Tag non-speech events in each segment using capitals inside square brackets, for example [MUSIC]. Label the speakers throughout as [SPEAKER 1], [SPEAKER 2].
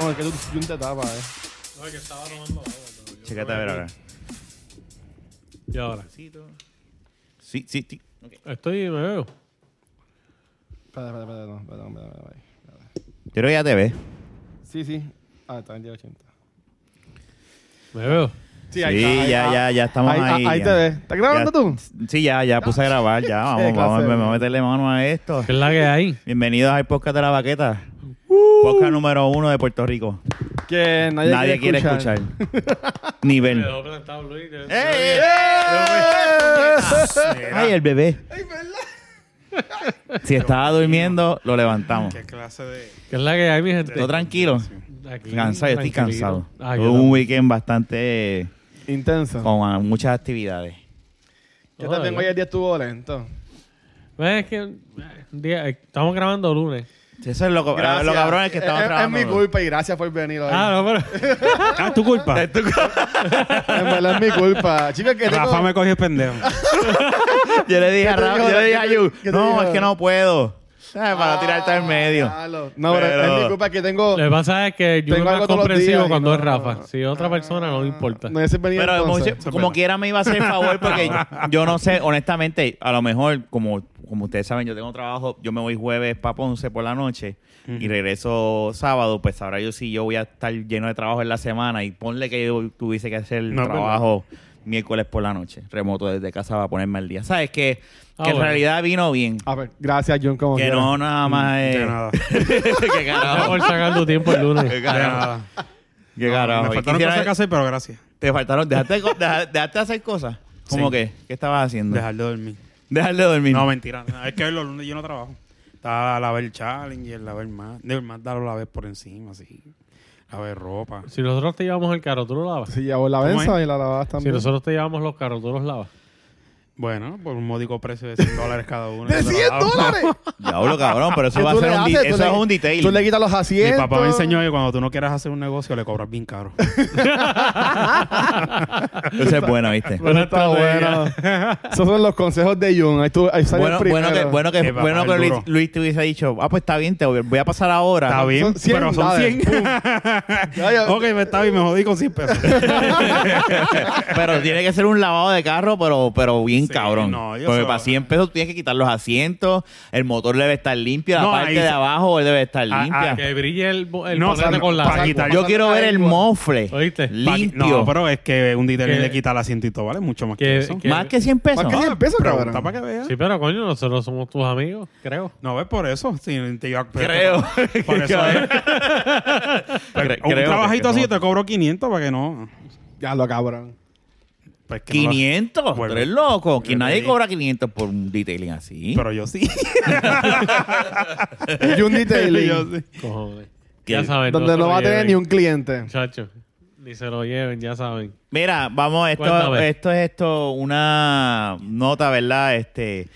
[SPEAKER 1] No, es que tú, tú te tapas, eh.
[SPEAKER 2] No, es que estaba tomando agua. pero yo
[SPEAKER 3] Chécate
[SPEAKER 2] creo
[SPEAKER 3] a ver
[SPEAKER 2] que-
[SPEAKER 3] ahora.
[SPEAKER 2] Y ahora.
[SPEAKER 3] Sí, sí, sí.
[SPEAKER 2] Estoy, me veo.
[SPEAKER 1] Espérate, espérate, espérate, no, espérate, espérate, espérate, espérate.
[SPEAKER 3] Yo creo que ya te ve.
[SPEAKER 1] Sí, sí. Ah, está en 1080.
[SPEAKER 2] Me veo.
[SPEAKER 1] Sí,
[SPEAKER 3] Sí, ya, ya, ya estamos
[SPEAKER 1] ahí,
[SPEAKER 3] ahí.
[SPEAKER 1] ah, ahí
[SPEAKER 3] ya.
[SPEAKER 1] te ves. ¿Estás grabando
[SPEAKER 3] Ya-
[SPEAKER 1] tú?
[SPEAKER 3] Sí, ya, ya puse a grabar, ya. Vamos,
[SPEAKER 1] clase
[SPEAKER 3] vamos,
[SPEAKER 1] de-
[SPEAKER 3] vamos a meterle mano a esto.
[SPEAKER 2] ¿Qué es la que hay?
[SPEAKER 3] Bienvenidos al podcast de la baqueta. Podcast número uno de Puerto Rico.
[SPEAKER 1] Que nadie,
[SPEAKER 3] Nadie, quiere escuchar. Ni
[SPEAKER 2] [LAUGHS]
[SPEAKER 3] ver.
[SPEAKER 2] presentado Luis.
[SPEAKER 3] ¡Ey!
[SPEAKER 1] Eh,
[SPEAKER 3] ¡Ey! ¡Ay, el bebé! Si estaba durmiendo, lo levantamos.
[SPEAKER 4] ¿Qué clase de...?
[SPEAKER 2] ¿Qué es la que hay, mi gente?
[SPEAKER 3] Todo tranquilo.
[SPEAKER 2] Aquí,
[SPEAKER 3] Cansado, yo estoy
[SPEAKER 2] tranquilito.
[SPEAKER 3] cansado.
[SPEAKER 2] Ah,
[SPEAKER 3] Tuve
[SPEAKER 2] yo
[SPEAKER 3] un
[SPEAKER 2] también.
[SPEAKER 3] weekend bastante
[SPEAKER 1] Intenso.
[SPEAKER 3] con ah, muchas actividades.
[SPEAKER 1] Yo te
[SPEAKER 2] Oh,
[SPEAKER 1] tengo
[SPEAKER 3] eh.
[SPEAKER 2] ya.
[SPEAKER 1] ahí el día estuvo lento.
[SPEAKER 2] Ves, Es que eh, día- eh, estamos grabando lunes.
[SPEAKER 3] Eso es lo, co- Oh, eh, lo cabrón es que estamos
[SPEAKER 1] es, es
[SPEAKER 3] trabajando.
[SPEAKER 1] mi culpa y gracias por venir hoy.
[SPEAKER 2] Ah, no, pero.
[SPEAKER 4] Ah, tu culpa.
[SPEAKER 3] Es tu culpa.
[SPEAKER 1] [LAUGHS] En verdad es mi culpa. Chicas, que
[SPEAKER 4] Rafa
[SPEAKER 1] tengo...
[SPEAKER 4] me cogió el pendejo.
[SPEAKER 3] Yo le dije a
[SPEAKER 1] ¿Qué te
[SPEAKER 3] Rafa,
[SPEAKER 1] dijo?
[SPEAKER 3] yo le dije a
[SPEAKER 1] ¿Qué te-
[SPEAKER 3] Yu,
[SPEAKER 1] qué te
[SPEAKER 3] no,
[SPEAKER 1] dijo?
[SPEAKER 3] es que no puedo. Ah, ¿Sabes? Para tirarte al medio.
[SPEAKER 1] Claro. No, pero,
[SPEAKER 3] Pero-
[SPEAKER 1] es mi culpa que tengo...
[SPEAKER 2] Lo que pasa es que yo
[SPEAKER 1] Tengo
[SPEAKER 2] soy más
[SPEAKER 1] algo todos los
[SPEAKER 2] comprensivo
[SPEAKER 1] días y
[SPEAKER 2] cuando
[SPEAKER 1] no-
[SPEAKER 2] es Rafa. Si es otra persona, no me importa.
[SPEAKER 1] No hubiese venido
[SPEAKER 3] Pero
[SPEAKER 1] entonces.
[SPEAKER 3] mucho- como quiera me iba a hacer el favor [LAUGHS] porque yo no sé, honestamente, a lo mejor, como, como ustedes saben, yo tengo trabajo, yo me voy jueves para Ponce por la noche y regreso sábado, pues ahora yo sí, yo voy a estar lleno de trabajo en la semana y ponle que yo tuviese que hacer el
[SPEAKER 4] No, es
[SPEAKER 3] trabajo miércoles por la noche, remoto desde casa para ponerme al día. ¿Sabes? Que, que
[SPEAKER 2] Ah,
[SPEAKER 3] en
[SPEAKER 2] bueno.
[SPEAKER 3] realidad vino bien.
[SPEAKER 1] A ver, gracias, John, como
[SPEAKER 3] que
[SPEAKER 1] quiera.
[SPEAKER 3] no nada más es...
[SPEAKER 4] Mm,
[SPEAKER 3] [LAUGHS]
[SPEAKER 4] De nada. [LAUGHS]
[SPEAKER 3] que
[SPEAKER 2] Gracias
[SPEAKER 3] carajo.
[SPEAKER 2] por sacar tu tiempo
[SPEAKER 1] [LAUGHS]
[SPEAKER 2] el
[SPEAKER 3] Que
[SPEAKER 2] lunes.
[SPEAKER 4] De
[SPEAKER 3] carajo.
[SPEAKER 4] nada.
[SPEAKER 3] Que carajo.
[SPEAKER 4] Me
[SPEAKER 3] Y
[SPEAKER 4] faltaron
[SPEAKER 3] quisiera-
[SPEAKER 4] cosas que hacer, pero gracias.
[SPEAKER 3] Te faltaron... Dejaste, co- deja- dejaste hacer cosas. ¿Cómo
[SPEAKER 4] Sí.
[SPEAKER 3] que? ¿Qué estabas haciendo?
[SPEAKER 4] Dejar de dormir.
[SPEAKER 3] Dejar de dormir.
[SPEAKER 4] No, mentira. Hay que ver los lunes yo no trabajo. Está la ver Challenger, la ver más. De más darlo la vez por encima, así. La ver ropa.
[SPEAKER 2] Si nosotros te llevamos el carro, tú lo lavas.
[SPEAKER 1] Sí, llevó la
[SPEAKER 4] ¿Cómo
[SPEAKER 1] benza y la lavabas
[SPEAKER 2] Si
[SPEAKER 1] también.
[SPEAKER 2] nosotros te llevamos los carros, tú los lavas.
[SPEAKER 4] Bueno, por un módico precio de 100 dólares cada uno.
[SPEAKER 1] ¡De
[SPEAKER 4] Yo te
[SPEAKER 1] 100
[SPEAKER 4] lo hago.
[SPEAKER 1] dólares!
[SPEAKER 3] Diablo, cabrón, pero eso
[SPEAKER 1] ¿Qué
[SPEAKER 3] va a
[SPEAKER 1] tú
[SPEAKER 3] ser
[SPEAKER 1] le
[SPEAKER 3] un, di-
[SPEAKER 1] haces? Tú
[SPEAKER 3] eso
[SPEAKER 1] le-
[SPEAKER 3] es un detail.
[SPEAKER 1] Tú le quitas los
[SPEAKER 4] Mi
[SPEAKER 1] asientos.
[SPEAKER 4] papá me enseñó que cuando tú no quieras hacer un negocio, le cobras bien caro.
[SPEAKER 3] Eso es bueno, ¿viste?
[SPEAKER 1] Bueno, está bueno. [LAUGHS] Esos son los consejos de Jun. Ahí, tú, ahí sale
[SPEAKER 3] Bueno,
[SPEAKER 1] el primero.
[SPEAKER 3] bueno que, bueno que,
[SPEAKER 4] Eh, papá,
[SPEAKER 3] bueno que
[SPEAKER 4] el
[SPEAKER 3] Luis,
[SPEAKER 4] duro.
[SPEAKER 3] Luis te hubiese dicho, ah, pues está bien, te voy voy a pasar ahora.
[SPEAKER 4] Está bien,
[SPEAKER 1] Son 100
[SPEAKER 4] pero son
[SPEAKER 1] dólares.
[SPEAKER 4] 100.
[SPEAKER 1] Ya, ya.
[SPEAKER 4] ok, me está bien, me jodí con
[SPEAKER 1] [LAUGHS]
[SPEAKER 4] 100 pesos. [LAUGHS]
[SPEAKER 3] pero tiene que ser un lavado de carro, pero, pero bien
[SPEAKER 4] Sí,
[SPEAKER 3] cabrón.
[SPEAKER 4] no, yo
[SPEAKER 3] Porque
[SPEAKER 4] sé.
[SPEAKER 3] para 100 pesos tú tienes que quitar los asientos, el motor debe estar limpio, la
[SPEAKER 4] No,
[SPEAKER 3] parte
[SPEAKER 4] ahí-
[SPEAKER 3] de abajo debe estar
[SPEAKER 4] Ah,
[SPEAKER 3] limpia.
[SPEAKER 4] ah,
[SPEAKER 2] Que brille el, bo- el
[SPEAKER 4] No,
[SPEAKER 2] bonete
[SPEAKER 4] o sea,
[SPEAKER 2] con la
[SPEAKER 4] pa'
[SPEAKER 2] sal.
[SPEAKER 4] quitar-
[SPEAKER 3] Yo quiero ver el mofle
[SPEAKER 2] ¿Oíste?
[SPEAKER 4] Pa' que-
[SPEAKER 3] limpio.
[SPEAKER 4] No, pero es que un detailing
[SPEAKER 2] Que-
[SPEAKER 4] le quita el asientito, ¿vale? Mucho más que,
[SPEAKER 2] que-
[SPEAKER 4] eso.
[SPEAKER 2] que-
[SPEAKER 3] Más que 100 pesos.
[SPEAKER 1] Más que
[SPEAKER 3] Ah,
[SPEAKER 1] 100 pesos,
[SPEAKER 4] Pregunta
[SPEAKER 1] cabrón.
[SPEAKER 4] para que veas.
[SPEAKER 2] Sí, pero coño, nosotros somos tus amigos, creo.
[SPEAKER 4] No, es por eso. Sí, te iba-
[SPEAKER 3] Creo. [LAUGHS]
[SPEAKER 4] Por eso es.
[SPEAKER 3] Cre-
[SPEAKER 4] Un
[SPEAKER 3] creo que-
[SPEAKER 4] trabajito así
[SPEAKER 3] no.
[SPEAKER 4] yo te cobro 500 para que no...
[SPEAKER 1] Ya lo cabrón.
[SPEAKER 4] pues que no lo-
[SPEAKER 3] 500,
[SPEAKER 4] Bueno.
[SPEAKER 3] tú eres loco. Que
[SPEAKER 4] Yo
[SPEAKER 3] nadie
[SPEAKER 4] te-
[SPEAKER 3] cobra 500 por un detailing así.
[SPEAKER 4] Pero yo sí.
[SPEAKER 1] Jun Detailing.
[SPEAKER 4] [LAUGHS] Yo sí.
[SPEAKER 2] Cojones.
[SPEAKER 3] Que-
[SPEAKER 2] Ya saben.
[SPEAKER 1] donde
[SPEAKER 2] se
[SPEAKER 1] no
[SPEAKER 2] lo
[SPEAKER 1] va a tener
[SPEAKER 2] lleven,
[SPEAKER 1] ni un cliente.
[SPEAKER 2] Muchachos, ni se lo lleven, ya saben.
[SPEAKER 3] Mira, vamos, esto,
[SPEAKER 2] Cuéntame.
[SPEAKER 3] esto es esto, una nota, ¿verdad? Este,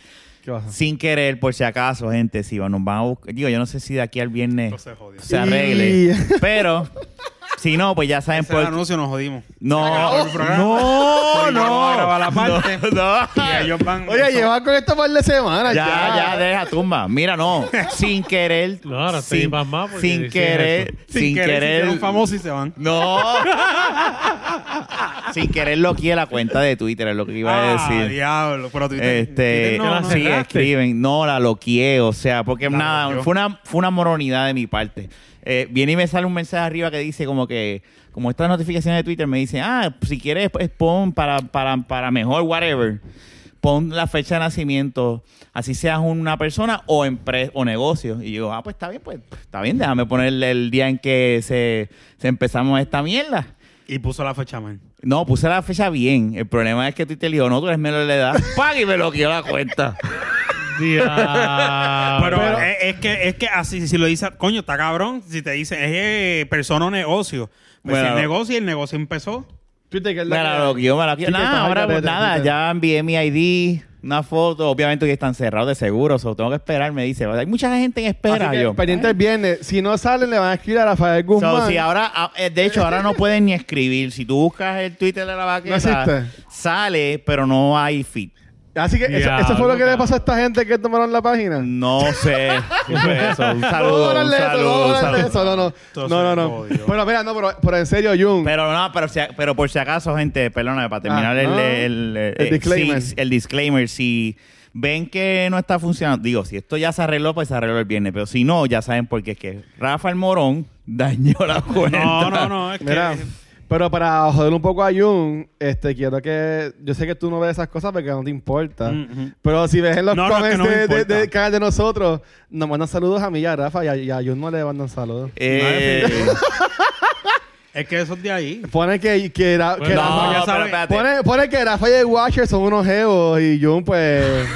[SPEAKER 1] ¿Qué pasa?
[SPEAKER 3] sin querer, por si acaso, gente, si nos van a buscar, digo, yo no sé si de aquí al viernes
[SPEAKER 4] No se jodió.
[SPEAKER 3] se arregle,
[SPEAKER 1] Y-
[SPEAKER 3] pero si no, pues ya saben
[SPEAKER 4] Ese era el
[SPEAKER 3] por
[SPEAKER 4] anuncio
[SPEAKER 3] [LAUGHS]
[SPEAKER 4] nos jodimos.
[SPEAKER 3] no,
[SPEAKER 4] el programa.
[SPEAKER 3] no, [LAUGHS]
[SPEAKER 4] Porque vamos a
[SPEAKER 3] no,
[SPEAKER 4] grabar la parte.
[SPEAKER 3] no.
[SPEAKER 4] Y ellos van...
[SPEAKER 1] Oye, lleva con esto par de semanas. Ya,
[SPEAKER 3] Ya, ya, deja tumba. Mira,
[SPEAKER 2] [LAUGHS]
[SPEAKER 3] no, sin querer,
[SPEAKER 2] No, ahora estoy
[SPEAKER 3] sin,
[SPEAKER 2] pasmado porque
[SPEAKER 3] sin
[SPEAKER 2] dices
[SPEAKER 3] querer,
[SPEAKER 2] eso.
[SPEAKER 3] sin querer,
[SPEAKER 4] Son famosos y se van.
[SPEAKER 2] [LAUGHS]
[SPEAKER 3] no, sin querer lo quiere la cuenta de Twitter es lo que iba a decir.
[SPEAKER 4] Ah, diablo. Pero Twitter-
[SPEAKER 3] Este,
[SPEAKER 4] Twitter no, no.
[SPEAKER 3] sí,
[SPEAKER 2] cerraste.
[SPEAKER 3] escriben. No, la loqueé, o sea, porque
[SPEAKER 4] La
[SPEAKER 3] nada,
[SPEAKER 4] bloqueó.
[SPEAKER 3] fue una, fue una moronidad de mi parte. Eh, viene y me sale un mensaje arriba que dice como que, como estas notificaciones de Twitter me dicen, ah, si quieres, pues, pon para, para, para mejor, whatever. Pon la fecha de nacimiento, así seas una persona o empre- o negocio. Y yo, ah, pues está bien, pues está bien, déjame ponerle el día en que se, se empezamos esta mierda.
[SPEAKER 4] Y puso la fecha, man.
[SPEAKER 3] No, puse la fecha bien. El problema es que Twitter dijo, no, tú eres menor de edad. [LAUGHS] Pague y me bloqueó la cuenta. Ah,
[SPEAKER 2] Diablo.
[SPEAKER 4] pero, eh, es, es que es que así si lo dice coño está cabrón si te dicen es eh, persona o negocio pues
[SPEAKER 3] Bueno.
[SPEAKER 4] si el negocio y el negocio empezó
[SPEAKER 3] [LAUGHS]
[SPEAKER 1] Twitter, que es la
[SPEAKER 3] Me la
[SPEAKER 1] que-
[SPEAKER 3] bloqueó, me la bloqueó.
[SPEAKER 1] Twitter está
[SPEAKER 3] Nada, ahora
[SPEAKER 1] al
[SPEAKER 3] pues
[SPEAKER 1] garete,
[SPEAKER 3] nada,
[SPEAKER 1] Twitter.
[SPEAKER 3] ya envié mi ID, una foto. Obviamente hoy están cerrados de seguro, o tengo que esperar, me dice. Hay mucha gente en
[SPEAKER 1] Así
[SPEAKER 3] espera.
[SPEAKER 1] que,
[SPEAKER 3] yo.
[SPEAKER 1] pendiente el viernes. Si no salen, le van a escribir a Rafael
[SPEAKER 3] So,
[SPEAKER 1] Guzmán.
[SPEAKER 3] si ahora, ah, eh, de hecho, ahora no pueden ni escribir. Si tú buscas el Twitter de la
[SPEAKER 1] No
[SPEAKER 3] vaqueta,
[SPEAKER 1] existe.
[SPEAKER 3] sale, pero no hay feed.
[SPEAKER 1] Así que eso,
[SPEAKER 2] Diablo,
[SPEAKER 1] eso fue lo que le
[SPEAKER 2] cabrón.
[SPEAKER 1] pasó a esta gente que tomaron la página.
[SPEAKER 3] No
[SPEAKER 1] [LAUGHS]
[SPEAKER 3] sé. ¿Qué fue eso? Un
[SPEAKER 1] No,
[SPEAKER 3] saludo.
[SPEAKER 1] no,
[SPEAKER 3] Un
[SPEAKER 1] no,
[SPEAKER 3] saludo,
[SPEAKER 1] no,
[SPEAKER 3] un
[SPEAKER 1] no,
[SPEAKER 3] saludo.
[SPEAKER 1] eso, no, no.
[SPEAKER 4] Entonces,
[SPEAKER 1] no, no, no.
[SPEAKER 4] jodido.
[SPEAKER 1] Bueno, mira, no, pero, pero en serio, Jun.
[SPEAKER 3] Pero no, pero, si- pero por si acaso, gente, perdóname, para terminar
[SPEAKER 1] Ah,
[SPEAKER 3] el,
[SPEAKER 1] no.
[SPEAKER 3] el- el-
[SPEAKER 1] El
[SPEAKER 3] eh,
[SPEAKER 1] disclaimer.
[SPEAKER 3] si- el disclaimer, si ven que no está funcionando, digo, si esto ya se arregló, pues se arregló el viernes, pero si no, ya saben por qué es que Rafa el Morón [LAUGHS] dañó la cuenta.
[SPEAKER 4] No, no, no. Es que
[SPEAKER 1] Mira, pero para joder un poco a Jun, este, quiero que... Yo sé que tú no ves esas cosas porque no te importa.
[SPEAKER 4] Mm, mm.
[SPEAKER 1] Pero si ves en los
[SPEAKER 4] No, no, es que
[SPEAKER 1] comments
[SPEAKER 4] no me
[SPEAKER 1] de, de,
[SPEAKER 4] importa.
[SPEAKER 1] del canal de nosotros, nos mandan saludos a mí y a Rafa. Y a, y a Jun no le mandan saludos.
[SPEAKER 3] [LAUGHS] Eh, [LAUGHS]
[SPEAKER 4] es que eso es de ahí.
[SPEAKER 1] Pone que, que, Ra- que
[SPEAKER 2] Bueno,
[SPEAKER 1] Rafa...
[SPEAKER 3] no,
[SPEAKER 4] ya
[SPEAKER 3] pero
[SPEAKER 4] saben.
[SPEAKER 3] espérate.
[SPEAKER 1] Pone, pone que Rafa y el Watcher son unos geos y Jun,
[SPEAKER 4] [LAUGHS]
[SPEAKER 1] pues...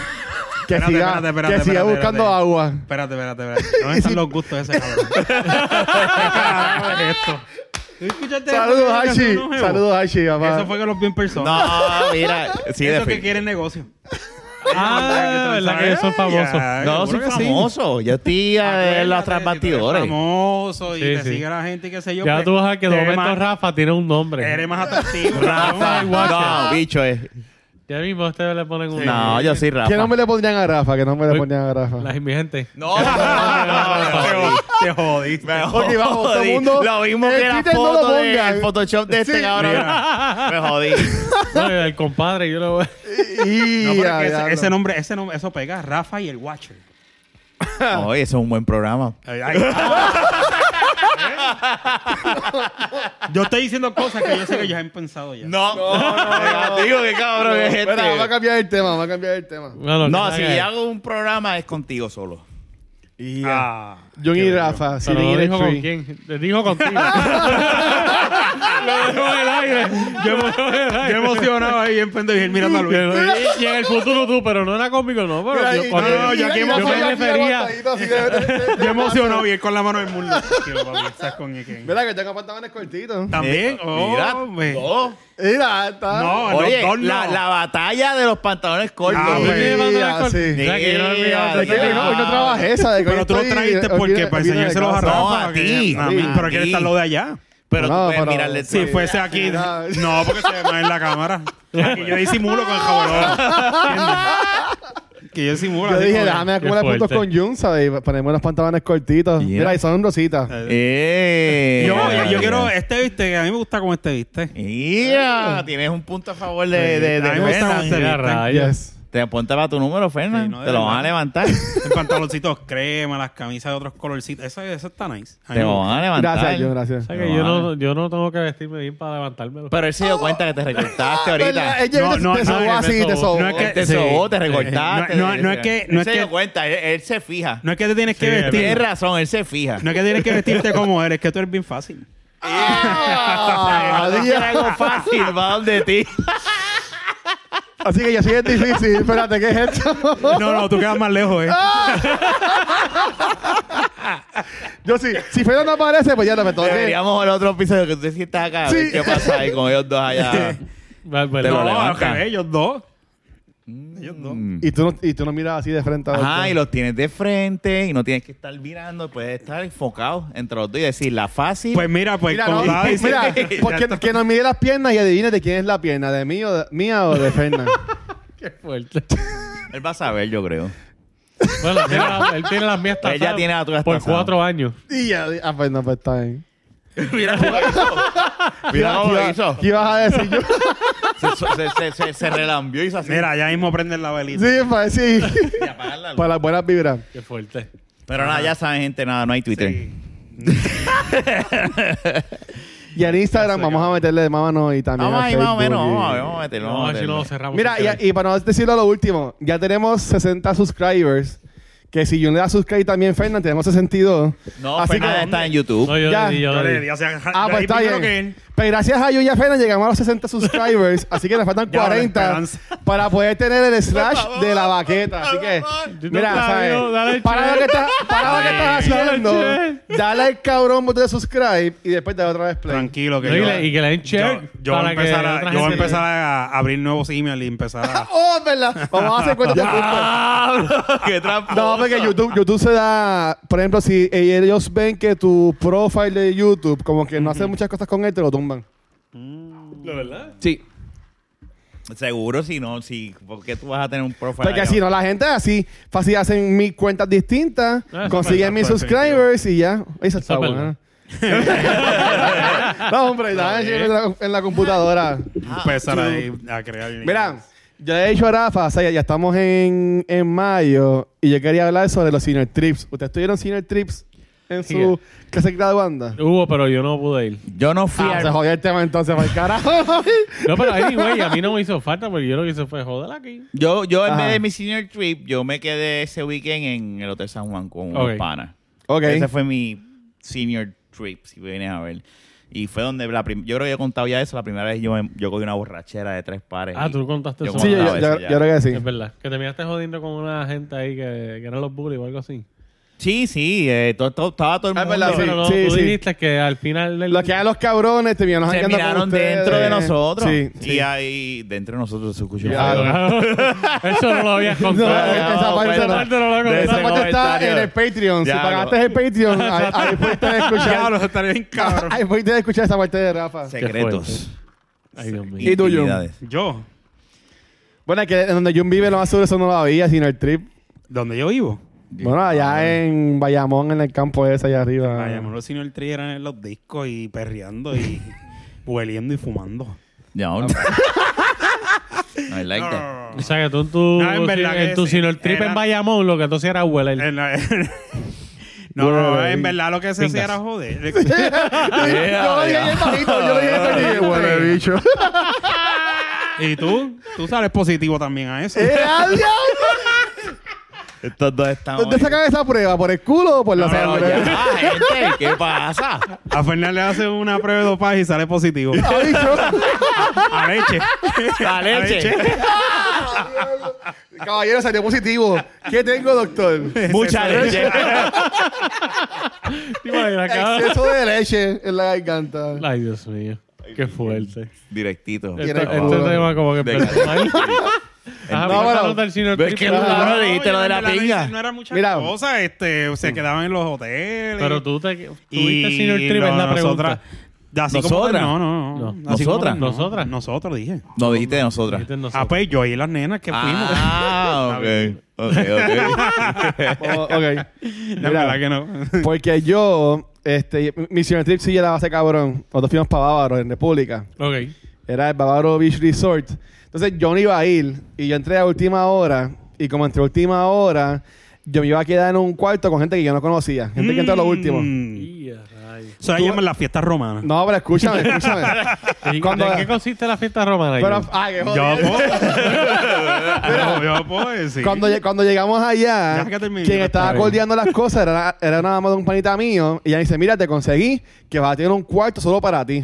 [SPEAKER 1] Que
[SPEAKER 4] Espérate,
[SPEAKER 1] siga,
[SPEAKER 4] espérate, espérate,
[SPEAKER 1] que siga
[SPEAKER 4] espérate,
[SPEAKER 1] buscando
[SPEAKER 4] espérate.
[SPEAKER 1] agua.
[SPEAKER 4] Espérate, espérate, espérate. ¿Dónde están los gustos de ese cabrón? ¿Qué carajo es esto? ¿Tú escuchaste
[SPEAKER 1] Saludos,
[SPEAKER 4] eso?
[SPEAKER 1] Hachi.
[SPEAKER 4] ¿No, nuevo?
[SPEAKER 1] Saludos, Hachi, papá.
[SPEAKER 4] Eso fue que los vi en persona.
[SPEAKER 3] no, mira, sí,
[SPEAKER 4] [LAUGHS] eso
[SPEAKER 3] defi-
[SPEAKER 4] que quieren negocio.
[SPEAKER 2] Ah, verdad que son famosos.
[SPEAKER 3] No, soy
[SPEAKER 4] seguro que sí. Ah,
[SPEAKER 3] famoso. Yo estoy eh, en los tras
[SPEAKER 4] Acuérdate, si tú eres
[SPEAKER 3] bastidores.
[SPEAKER 4] famoso y
[SPEAKER 2] Sí,
[SPEAKER 4] te
[SPEAKER 2] sí.
[SPEAKER 4] sigue la gente y qué sé yo.
[SPEAKER 2] Ya
[SPEAKER 4] pues,
[SPEAKER 2] tú vas a ver que de
[SPEAKER 4] eres
[SPEAKER 2] momento
[SPEAKER 4] más-
[SPEAKER 2] Rafa tiene un nombre.
[SPEAKER 4] Eres más atractivo.
[SPEAKER 3] Rafa, [LAUGHS]
[SPEAKER 2] Ay, guacha.
[SPEAKER 3] no, bicho es.
[SPEAKER 2] Ya mismo a ustedes le ponen un
[SPEAKER 3] No, yo soy Rafa.
[SPEAKER 1] ¿Qué nombre le pondrían a Rafa? ¿Qué nombre le
[SPEAKER 2] Uy,
[SPEAKER 1] pondrían a Rafa?
[SPEAKER 2] Las indigentes.
[SPEAKER 3] No, no, no, no, no, no.
[SPEAKER 4] Te jodiste.
[SPEAKER 3] Me
[SPEAKER 1] Ok, vamos, todo el
[SPEAKER 3] [LAUGHS] jodí.
[SPEAKER 1] mundo.
[SPEAKER 3] Lo mismo
[SPEAKER 1] El
[SPEAKER 3] que la
[SPEAKER 1] Twitter no lo
[SPEAKER 3] foto de-
[SPEAKER 1] pongan.
[SPEAKER 3] el Photoshop de este
[SPEAKER 1] Sí.
[SPEAKER 3] cabrón. [LAUGHS] Me jodí.
[SPEAKER 2] No, el compadre, yo lo voy.
[SPEAKER 1] Y-
[SPEAKER 4] [LAUGHS] No, pero
[SPEAKER 1] ya,
[SPEAKER 4] es que
[SPEAKER 1] ya,
[SPEAKER 4] ese, ese
[SPEAKER 1] no.
[SPEAKER 4] nombre, ese nombre, eso pega. Rafa y el Watcher.
[SPEAKER 3] Oye, eso es un buen programa.
[SPEAKER 4] Ay, ay, [LAUGHS] ah. ¿Eh? Yo estoy diciendo cosas que yo sé que ya han pensado ya.
[SPEAKER 3] No, [LAUGHS] Digo que cabrón es este.
[SPEAKER 1] Espera, vamos a cambiar el tema, vamos a cambiar el tema.
[SPEAKER 2] Bueno,
[SPEAKER 3] No,
[SPEAKER 2] que
[SPEAKER 3] si
[SPEAKER 2] salga.
[SPEAKER 3] hago un programa es contigo solo.
[SPEAKER 1] Y ya.
[SPEAKER 4] Ah,
[SPEAKER 1] John
[SPEAKER 4] qué
[SPEAKER 1] y
[SPEAKER 4] bello.
[SPEAKER 1] Rafa,
[SPEAKER 2] Pero
[SPEAKER 1] Sitting
[SPEAKER 2] no
[SPEAKER 1] in a
[SPEAKER 2] dijo con
[SPEAKER 1] Tree.
[SPEAKER 2] quién. Le dijo contigo. lo dejó en el aire. Yo me dejó en el
[SPEAKER 4] Yo
[SPEAKER 2] aire.
[SPEAKER 4] emocionado ahí en pendejo y él mirando a Luis.
[SPEAKER 2] Que lo- y- Y en el futuro tú, pero no era conmigo, no. Pero
[SPEAKER 1] Mira,
[SPEAKER 2] yo,
[SPEAKER 1] y-
[SPEAKER 2] cuando-
[SPEAKER 1] y-
[SPEAKER 4] no, yo
[SPEAKER 1] y-
[SPEAKER 4] aquí
[SPEAKER 1] y
[SPEAKER 4] me
[SPEAKER 1] Rafa
[SPEAKER 2] yo me
[SPEAKER 1] ya
[SPEAKER 2] refería.
[SPEAKER 1] acostadito, así de- de- de- de-
[SPEAKER 4] Yo emocionado y él con la mano en el muslo. Quiero, papi, estás con Iken.
[SPEAKER 1] Mira que tengo pantalones cortitos.
[SPEAKER 4] También.
[SPEAKER 3] Eh,
[SPEAKER 4] Oh,
[SPEAKER 3] Mira,
[SPEAKER 4] hombre.
[SPEAKER 3] dos.
[SPEAKER 1] Mira, está.
[SPEAKER 4] No, los
[SPEAKER 3] Oye,
[SPEAKER 4] dos no.
[SPEAKER 3] la, la batalla de los pantalones cortos.
[SPEAKER 4] Ah,
[SPEAKER 2] Yo
[SPEAKER 4] bueno.
[SPEAKER 2] me iba a mandar
[SPEAKER 1] Sí,
[SPEAKER 2] la cor-
[SPEAKER 1] sí.
[SPEAKER 2] O sea, que yo no me iba a mandar
[SPEAKER 1] Es que hoy no, hoy no
[SPEAKER 3] Ah.
[SPEAKER 1] trabajé esa. de que
[SPEAKER 4] Pero
[SPEAKER 1] hoy
[SPEAKER 4] tú lo
[SPEAKER 1] estoy-
[SPEAKER 4] trajiste
[SPEAKER 1] hoy
[SPEAKER 4] porque
[SPEAKER 1] vine-
[SPEAKER 4] para
[SPEAKER 1] vine de
[SPEAKER 4] enseñárselos a
[SPEAKER 1] casa.
[SPEAKER 4] Rafa.
[SPEAKER 3] No, a
[SPEAKER 4] que-
[SPEAKER 3] ti.
[SPEAKER 4] a mí,
[SPEAKER 1] Sí.
[SPEAKER 4] pero quieres estar lo de allá.
[SPEAKER 1] No,
[SPEAKER 3] pero tú puedes
[SPEAKER 1] pero-
[SPEAKER 3] mirarle.
[SPEAKER 4] Si fuese aquí.
[SPEAKER 1] mira.
[SPEAKER 4] No, porque se ve más en la cámara. Aquí yo disimulo con el jabón. Que yo disimulo.
[SPEAKER 1] Yo
[SPEAKER 4] así
[SPEAKER 1] dije,
[SPEAKER 4] como-
[SPEAKER 1] déjame
[SPEAKER 2] Qué
[SPEAKER 1] acumular puntos
[SPEAKER 2] fuerte.
[SPEAKER 1] con Jun, ¿sabes? Y Ponemos los pantalones cortitos.
[SPEAKER 3] Yeah.
[SPEAKER 1] Mira, y son rositas.
[SPEAKER 3] Eh,
[SPEAKER 4] Yo, yo, yo
[SPEAKER 3] mira.
[SPEAKER 4] quiero este viste, que a mí me gusta como este viste.
[SPEAKER 3] Mira, tienes un punto a favor de, de, de,
[SPEAKER 4] A mí me gusta
[SPEAKER 3] Fernan.
[SPEAKER 4] cómo se
[SPEAKER 2] Mira,
[SPEAKER 4] visten.
[SPEAKER 2] rayos.
[SPEAKER 1] Yes.
[SPEAKER 3] Te apunta para tu número, Fernan.
[SPEAKER 4] Sí, no, de
[SPEAKER 3] te lo
[SPEAKER 4] verdad.
[SPEAKER 3] van a levantar.
[SPEAKER 4] Los pantaloncitos crema, las camisas de otros colorcitos. Eso, eso está nice. A
[SPEAKER 3] te
[SPEAKER 4] mí me
[SPEAKER 3] lo
[SPEAKER 4] gusta.
[SPEAKER 3] van a levantar.
[SPEAKER 1] Gracias, Jun, gracias.
[SPEAKER 2] O sea, que yo no, yo no tengo que vestirme bien para levantármelo.
[SPEAKER 4] Pues,
[SPEAKER 3] Pero él se dio cuenta que te recortaste ahorita.
[SPEAKER 1] Ella
[SPEAKER 4] No,
[SPEAKER 1] te-
[SPEAKER 4] no,
[SPEAKER 1] te
[SPEAKER 4] no,
[SPEAKER 1] sobó
[SPEAKER 2] no,
[SPEAKER 1] así,
[SPEAKER 2] no,
[SPEAKER 1] te
[SPEAKER 2] no,
[SPEAKER 1] sobó.
[SPEAKER 4] no es que-
[SPEAKER 3] Él te
[SPEAKER 4] sí.
[SPEAKER 3] sobó, te recortaste. eh,
[SPEAKER 4] No, no, no es que- no
[SPEAKER 3] Él
[SPEAKER 4] es
[SPEAKER 3] se
[SPEAKER 4] que-
[SPEAKER 3] dio cuenta, él, él se fija.
[SPEAKER 4] No es que te tienes que
[SPEAKER 2] Sí, es
[SPEAKER 4] vestir.
[SPEAKER 3] Tienes razón, él se fija.
[SPEAKER 4] No es que tienes que vestirte como eres, que tú eres bien fácil.
[SPEAKER 3] Ah, no te quiere algo fácil, va donde ti.
[SPEAKER 1] Así que yo sí es difícil. Espérate, ¿qué es esto?
[SPEAKER 4] No, no, tú quedas más lejos, eh.
[SPEAKER 1] Yo sí. Si Fernando no aparece, pues ya no me toqué.
[SPEAKER 3] Deberíamos el otro episodio que tú te sientas acá. a ver
[SPEAKER 1] Sí.
[SPEAKER 3] ¿Qué pasa ahí con ellos dos allá?
[SPEAKER 2] Bueno,
[SPEAKER 3] Te lo
[SPEAKER 4] no,
[SPEAKER 3] levanta.
[SPEAKER 4] al revés, ellos dos. Ellos dos.
[SPEAKER 1] Y tú, no, y tú no miras así de frente a los
[SPEAKER 3] Ajá,
[SPEAKER 1] dos.
[SPEAKER 3] y los tienes de frente y no tienes que estar mirando, puedes estar enfocado entre los dos y decir la fácil.
[SPEAKER 4] Pues mira, pues
[SPEAKER 1] Mira,
[SPEAKER 4] como
[SPEAKER 1] no, [LAUGHS]
[SPEAKER 4] estaba diciendo-
[SPEAKER 1] mira, Pues, porque que nos mide las piernas y adivine de quién es la pierna, de mí o de, mía o de Fernan.
[SPEAKER 2] Qué fuerte.
[SPEAKER 3] él va a saber, yo creo.
[SPEAKER 2] Bueno, él tiene la- él tiene las mías
[SPEAKER 3] Ella
[SPEAKER 2] tasadas.
[SPEAKER 3] tiene las tuyas
[SPEAKER 2] Por
[SPEAKER 3] tasadas.
[SPEAKER 2] cuatro años.
[SPEAKER 1] [LAUGHS] y ya, ah, pues no, pues está bien.
[SPEAKER 3] Mira cómo lo hizo. Mira cómo lo hizo.
[SPEAKER 1] ¿Qué ibas a decir yo?
[SPEAKER 3] Se, se, se, se, se relambió y se así.
[SPEAKER 4] Mira, ya mismo prenden la
[SPEAKER 3] [LAUGHS]
[SPEAKER 4] velita.
[SPEAKER 1] sí, para decir.
[SPEAKER 3] Y apagar la luz.
[SPEAKER 1] para las buenas vibras.
[SPEAKER 2] Qué fuerte.
[SPEAKER 3] Pero nada, ya saben, gente, nada, no hay Twitter.
[SPEAKER 1] Y en Instagram vamos a meterle de mano y también.
[SPEAKER 3] Vamos
[SPEAKER 1] a
[SPEAKER 3] ahí, más o
[SPEAKER 1] Facebook
[SPEAKER 3] menos.
[SPEAKER 1] y-
[SPEAKER 3] Vamos a ver, vamos a meterlo.
[SPEAKER 2] No,
[SPEAKER 3] vamos a
[SPEAKER 2] así no
[SPEAKER 3] meterlo.
[SPEAKER 2] cerramos.
[SPEAKER 1] Mira,
[SPEAKER 2] Ustedes.
[SPEAKER 1] y, y para no decirlo lo último, ya tenemos 60 subscribers. Que si yo le da subscribe también, Fernan, tenemos 62.
[SPEAKER 3] No,
[SPEAKER 1] Así
[SPEAKER 3] Fernan
[SPEAKER 1] que-
[SPEAKER 3] está en YouTube.
[SPEAKER 2] No, yo
[SPEAKER 1] Ya.
[SPEAKER 2] le di, yo
[SPEAKER 4] Yo
[SPEAKER 2] le
[SPEAKER 4] le
[SPEAKER 2] di.
[SPEAKER 4] di, o sea,
[SPEAKER 1] Ah,
[SPEAKER 4] yo
[SPEAKER 1] pues
[SPEAKER 4] ahí
[SPEAKER 1] está bien.
[SPEAKER 4] primero que él.
[SPEAKER 1] Pero gracias a Jun y a Fernan llegamos a los 60 subscribers. así que nos faltan
[SPEAKER 4] Ya, la
[SPEAKER 1] 40
[SPEAKER 4] esperanza.
[SPEAKER 1] para poder tener el slash
[SPEAKER 3] favor,
[SPEAKER 1] de la baqueta. Así que,
[SPEAKER 3] favor.
[SPEAKER 1] mira,
[SPEAKER 2] Dale,
[SPEAKER 1] ¿sabes?
[SPEAKER 2] dale,
[SPEAKER 1] Para lo
[SPEAKER 2] che.
[SPEAKER 1] que estás, para lo que estás
[SPEAKER 2] Dale,
[SPEAKER 1] haciendo,
[SPEAKER 2] che.
[SPEAKER 1] dale al cabrón botón de subscribe y después dale otra vez play.
[SPEAKER 4] Tranquilo que
[SPEAKER 2] No, y
[SPEAKER 4] yo,
[SPEAKER 2] le- y que le den
[SPEAKER 4] yo,
[SPEAKER 2] share
[SPEAKER 4] yo voy a
[SPEAKER 2] para que
[SPEAKER 4] empezar,
[SPEAKER 2] otra
[SPEAKER 4] a, yo voy a,
[SPEAKER 2] gente-
[SPEAKER 4] empezar a, abrir nuevos emails y empezar a...
[SPEAKER 1] [LAUGHS]
[SPEAKER 4] [LAUGHS]
[SPEAKER 1] ¡Oh, es verdad! Vamos a hacer cuentas de YouTube.
[SPEAKER 3] ¡Diablo! [LAUGHS] ¡Qué tramposo!
[SPEAKER 1] No, porque YouTube, YouTube se da, por ejemplo, si ellos ven que tu profile de YouTube como que no hace muchas cosas con él, te lo tumban.
[SPEAKER 2] ¿La verdad?
[SPEAKER 3] Sí. Seguro si no, si, porque tú vas a tener un profile.
[SPEAKER 1] Porque si no, la gente así, fácil hacen mil cuentas distintas,
[SPEAKER 2] Ah, eso
[SPEAKER 1] consiguen
[SPEAKER 4] es verdad,
[SPEAKER 1] mis
[SPEAKER 4] eso es
[SPEAKER 1] subscribers y ya. Esa está
[SPEAKER 2] es
[SPEAKER 1] buena. [LAUGHS] no, hombre, la van a echar en la- en la computadora.
[SPEAKER 4] Empezar ahí a crear.
[SPEAKER 1] Mira, yo le he dicho a Rafa, o sea, ya, ya estamos en, en mayo y yo quería hablar sobre los senior trips. ¿Ustedes tuvieron senior trips en
[SPEAKER 2] Sí.
[SPEAKER 1] su clase graduanda?
[SPEAKER 2] Hubo, pero yo no pude ir.
[SPEAKER 3] Yo no fui
[SPEAKER 1] Ah,
[SPEAKER 3] al-
[SPEAKER 1] se jodió el tema entonces, para el carajo.
[SPEAKER 2] No, pero anyway, a mí no me hizo falta porque yo lo que hice fue joder aquí.
[SPEAKER 3] Yo, yo en
[SPEAKER 1] Ajá.
[SPEAKER 3] vez de mi senior trip, yo me quedé ese weekend en el Hotel San Juan con unos
[SPEAKER 2] Ok.
[SPEAKER 3] panas.
[SPEAKER 1] [LAUGHS] ok.
[SPEAKER 3] Ese fue mi senior trip, si vienes a ver. Y fue donde la prim- yo creo que he contado ya eso, la primera vez yo, me- yo cogí una borrachera de tres pares.
[SPEAKER 2] Ah,
[SPEAKER 3] y-
[SPEAKER 2] tú contaste
[SPEAKER 3] Yo
[SPEAKER 2] eso.
[SPEAKER 1] Sí, yo,
[SPEAKER 3] Bueno,
[SPEAKER 1] yo-
[SPEAKER 3] a
[SPEAKER 1] yo-
[SPEAKER 3] veces ya.
[SPEAKER 1] yo creo que sí.
[SPEAKER 2] Es verdad. Que terminaste jodiendo con una gente ahí que, que eran los bullies o algo así.
[SPEAKER 3] Sí, sí, eh, to- to- estaba todo el
[SPEAKER 1] Ah, es
[SPEAKER 3] mundo.
[SPEAKER 1] verdad, sí.
[SPEAKER 2] pero no, tú dijiste que al final del...
[SPEAKER 1] Los que eran los cabrones te miraron
[SPEAKER 3] Se
[SPEAKER 1] jangueando con
[SPEAKER 3] miraron
[SPEAKER 1] ustedes.
[SPEAKER 3] dentro de nosotros.
[SPEAKER 1] Sí,
[SPEAKER 3] Y
[SPEAKER 1] sí.
[SPEAKER 3] ahí, dentro de nosotros se escuchó.
[SPEAKER 1] Ya,
[SPEAKER 3] feo.
[SPEAKER 2] [LAUGHS] Eso no lo
[SPEAKER 1] [LAUGHS]
[SPEAKER 2] habías
[SPEAKER 1] No,
[SPEAKER 2] contado.
[SPEAKER 3] no,
[SPEAKER 1] esa parte
[SPEAKER 3] bueno,
[SPEAKER 1] no.
[SPEAKER 2] Aparte no lo había
[SPEAKER 3] de
[SPEAKER 1] Esa
[SPEAKER 3] ese
[SPEAKER 2] contado.
[SPEAKER 1] parte está
[SPEAKER 3] comentario.
[SPEAKER 1] en el Patreon. Si
[SPEAKER 3] Ya,
[SPEAKER 1] pagaste el Patreon, ahí [LAUGHS] ahí fuiste a escuchar.
[SPEAKER 4] Diablo, Ah, estaría bien cabrón.
[SPEAKER 1] Ahí fuiste a escuchar esa parte de Rafa.
[SPEAKER 3] Secretos.
[SPEAKER 2] Ay, Dios mío.
[SPEAKER 1] Y tú, Jun.
[SPEAKER 3] Intimidades.
[SPEAKER 4] [LAUGHS] Yo,
[SPEAKER 1] Bueno, es que donde Jun vive, lo más seguro eso no lo había, sino el trip.
[SPEAKER 4] donde yo vivo.
[SPEAKER 1] Bueno, allá en Bayamón, en el campo ese allá arriba.
[SPEAKER 4] Vaya, Ah, me lo sino el tri eran en los discos y perreando y [LAUGHS] hueliendo y fumando.
[SPEAKER 3] No. [LAUGHS] I like that.
[SPEAKER 4] No, no,
[SPEAKER 2] O sea, que tú en tu,
[SPEAKER 4] No, en verdad que
[SPEAKER 2] en tu
[SPEAKER 4] sí.
[SPEAKER 2] sino el trip
[SPEAKER 4] Era-
[SPEAKER 2] en Bayamón, lo que tú hacías era huela.
[SPEAKER 4] no. En la- [LAUGHS] No, no, en verdad lo que se hacía
[SPEAKER 2] Pingas.
[SPEAKER 4] era joder. [LAUGHS]
[SPEAKER 1] yo lo dije en bajito, yo lo dije en bajito. Bueno, bicho.
[SPEAKER 4] y tú, tú sales positivo también a eso.
[SPEAKER 1] ¡Eh, adiós!
[SPEAKER 3] Estos dos están.
[SPEAKER 1] ¿Dónde sacan esa prueba? ¿Por el culo o por la
[SPEAKER 3] Pero
[SPEAKER 1] sangre? [LAUGHS]
[SPEAKER 3] ya, gente, ¿qué pasa?
[SPEAKER 4] A Fernández le hace una prueba de dopaje y sale [LAUGHS] positivo.
[SPEAKER 1] Ah, bicho.
[SPEAKER 4] A leche.
[SPEAKER 3] La leche.
[SPEAKER 1] Caballero salió positivo. ¿Qué tengo, doctor?
[SPEAKER 3] Mucha leche.
[SPEAKER 2] ¿Te imaginas, cabrón?
[SPEAKER 1] Exceso de leche en la garganta.
[SPEAKER 2] Ay, Dios mío. Qué fuerte.
[SPEAKER 3] Directito.
[SPEAKER 1] Tiene
[SPEAKER 2] Este,
[SPEAKER 1] culo.
[SPEAKER 2] este tema como que
[SPEAKER 3] De-
[SPEAKER 2] empezó mal. Ajá,
[SPEAKER 1] No,
[SPEAKER 2] pero
[SPEAKER 1] bueno,
[SPEAKER 2] no del sino el
[SPEAKER 3] ves
[SPEAKER 2] trip,
[SPEAKER 3] que
[SPEAKER 2] pero-
[SPEAKER 3] la- Cabrón, dijiste
[SPEAKER 4] yo
[SPEAKER 3] lo de la
[SPEAKER 4] en verdad no
[SPEAKER 3] pinga.
[SPEAKER 4] hice- No era muchas
[SPEAKER 1] Mira. Mm.
[SPEAKER 4] cosas. Este, se quedaban en los hoteles.
[SPEAKER 2] Pero tú te tuviste
[SPEAKER 4] Y
[SPEAKER 2] sino el trip, es la
[SPEAKER 4] nosotras-
[SPEAKER 2] pregunta.
[SPEAKER 4] Así
[SPEAKER 3] ¿Nosotras?
[SPEAKER 4] Como, no, no, no.
[SPEAKER 3] No.
[SPEAKER 4] Así como-
[SPEAKER 3] ¿Nosotras?
[SPEAKER 4] no.
[SPEAKER 2] ¿Nosotras?
[SPEAKER 4] Nosotros, dije.
[SPEAKER 3] No dijiste de nosotras.
[SPEAKER 2] Dijiste
[SPEAKER 4] Ah,
[SPEAKER 2] nosotros.
[SPEAKER 4] pues yo y las nenas que fuimos.
[SPEAKER 3] Ah, ok. Ok, ok.
[SPEAKER 1] Oh, ok.
[SPEAKER 4] [LAUGHS] La verdad que no.
[SPEAKER 1] Porque yo, este, mi senior trip sí era base cabrón. Nosotros fuimos para Bávaro, en República.
[SPEAKER 2] Ok.
[SPEAKER 1] Era el Bávaro Beach Resort. Entonces yo no iba a ir y yo entré a última hora. Y como entré a última hora, yo me iba a quedar en un cuarto con gente que yo no conocía. Gente que entró a lo último.
[SPEAKER 4] Mm.
[SPEAKER 2] Y a rayos.
[SPEAKER 4] Eso se llaman las fiestas romanas.
[SPEAKER 1] No, pero escúchame, escúchame.
[SPEAKER 2] ¿Y
[SPEAKER 1] Cuando-
[SPEAKER 2] ¿De qué consiste la fiesta romana?
[SPEAKER 1] pero,
[SPEAKER 2] Jun?
[SPEAKER 1] ay, qué
[SPEAKER 4] Yo
[SPEAKER 1] jodido. [LAUGHS]
[SPEAKER 4] puedo. No, yo puedo decir.
[SPEAKER 1] Cuando, lle- cuando llegamos allá,
[SPEAKER 4] Ya que terminé,
[SPEAKER 1] quien
[SPEAKER 4] ya está
[SPEAKER 1] estaba
[SPEAKER 4] bien.
[SPEAKER 1] coordiando las cosas era, era nada más de un panita mío. Y ella dice, mira, te conseguí que vas a tener un cuarto solo para ti.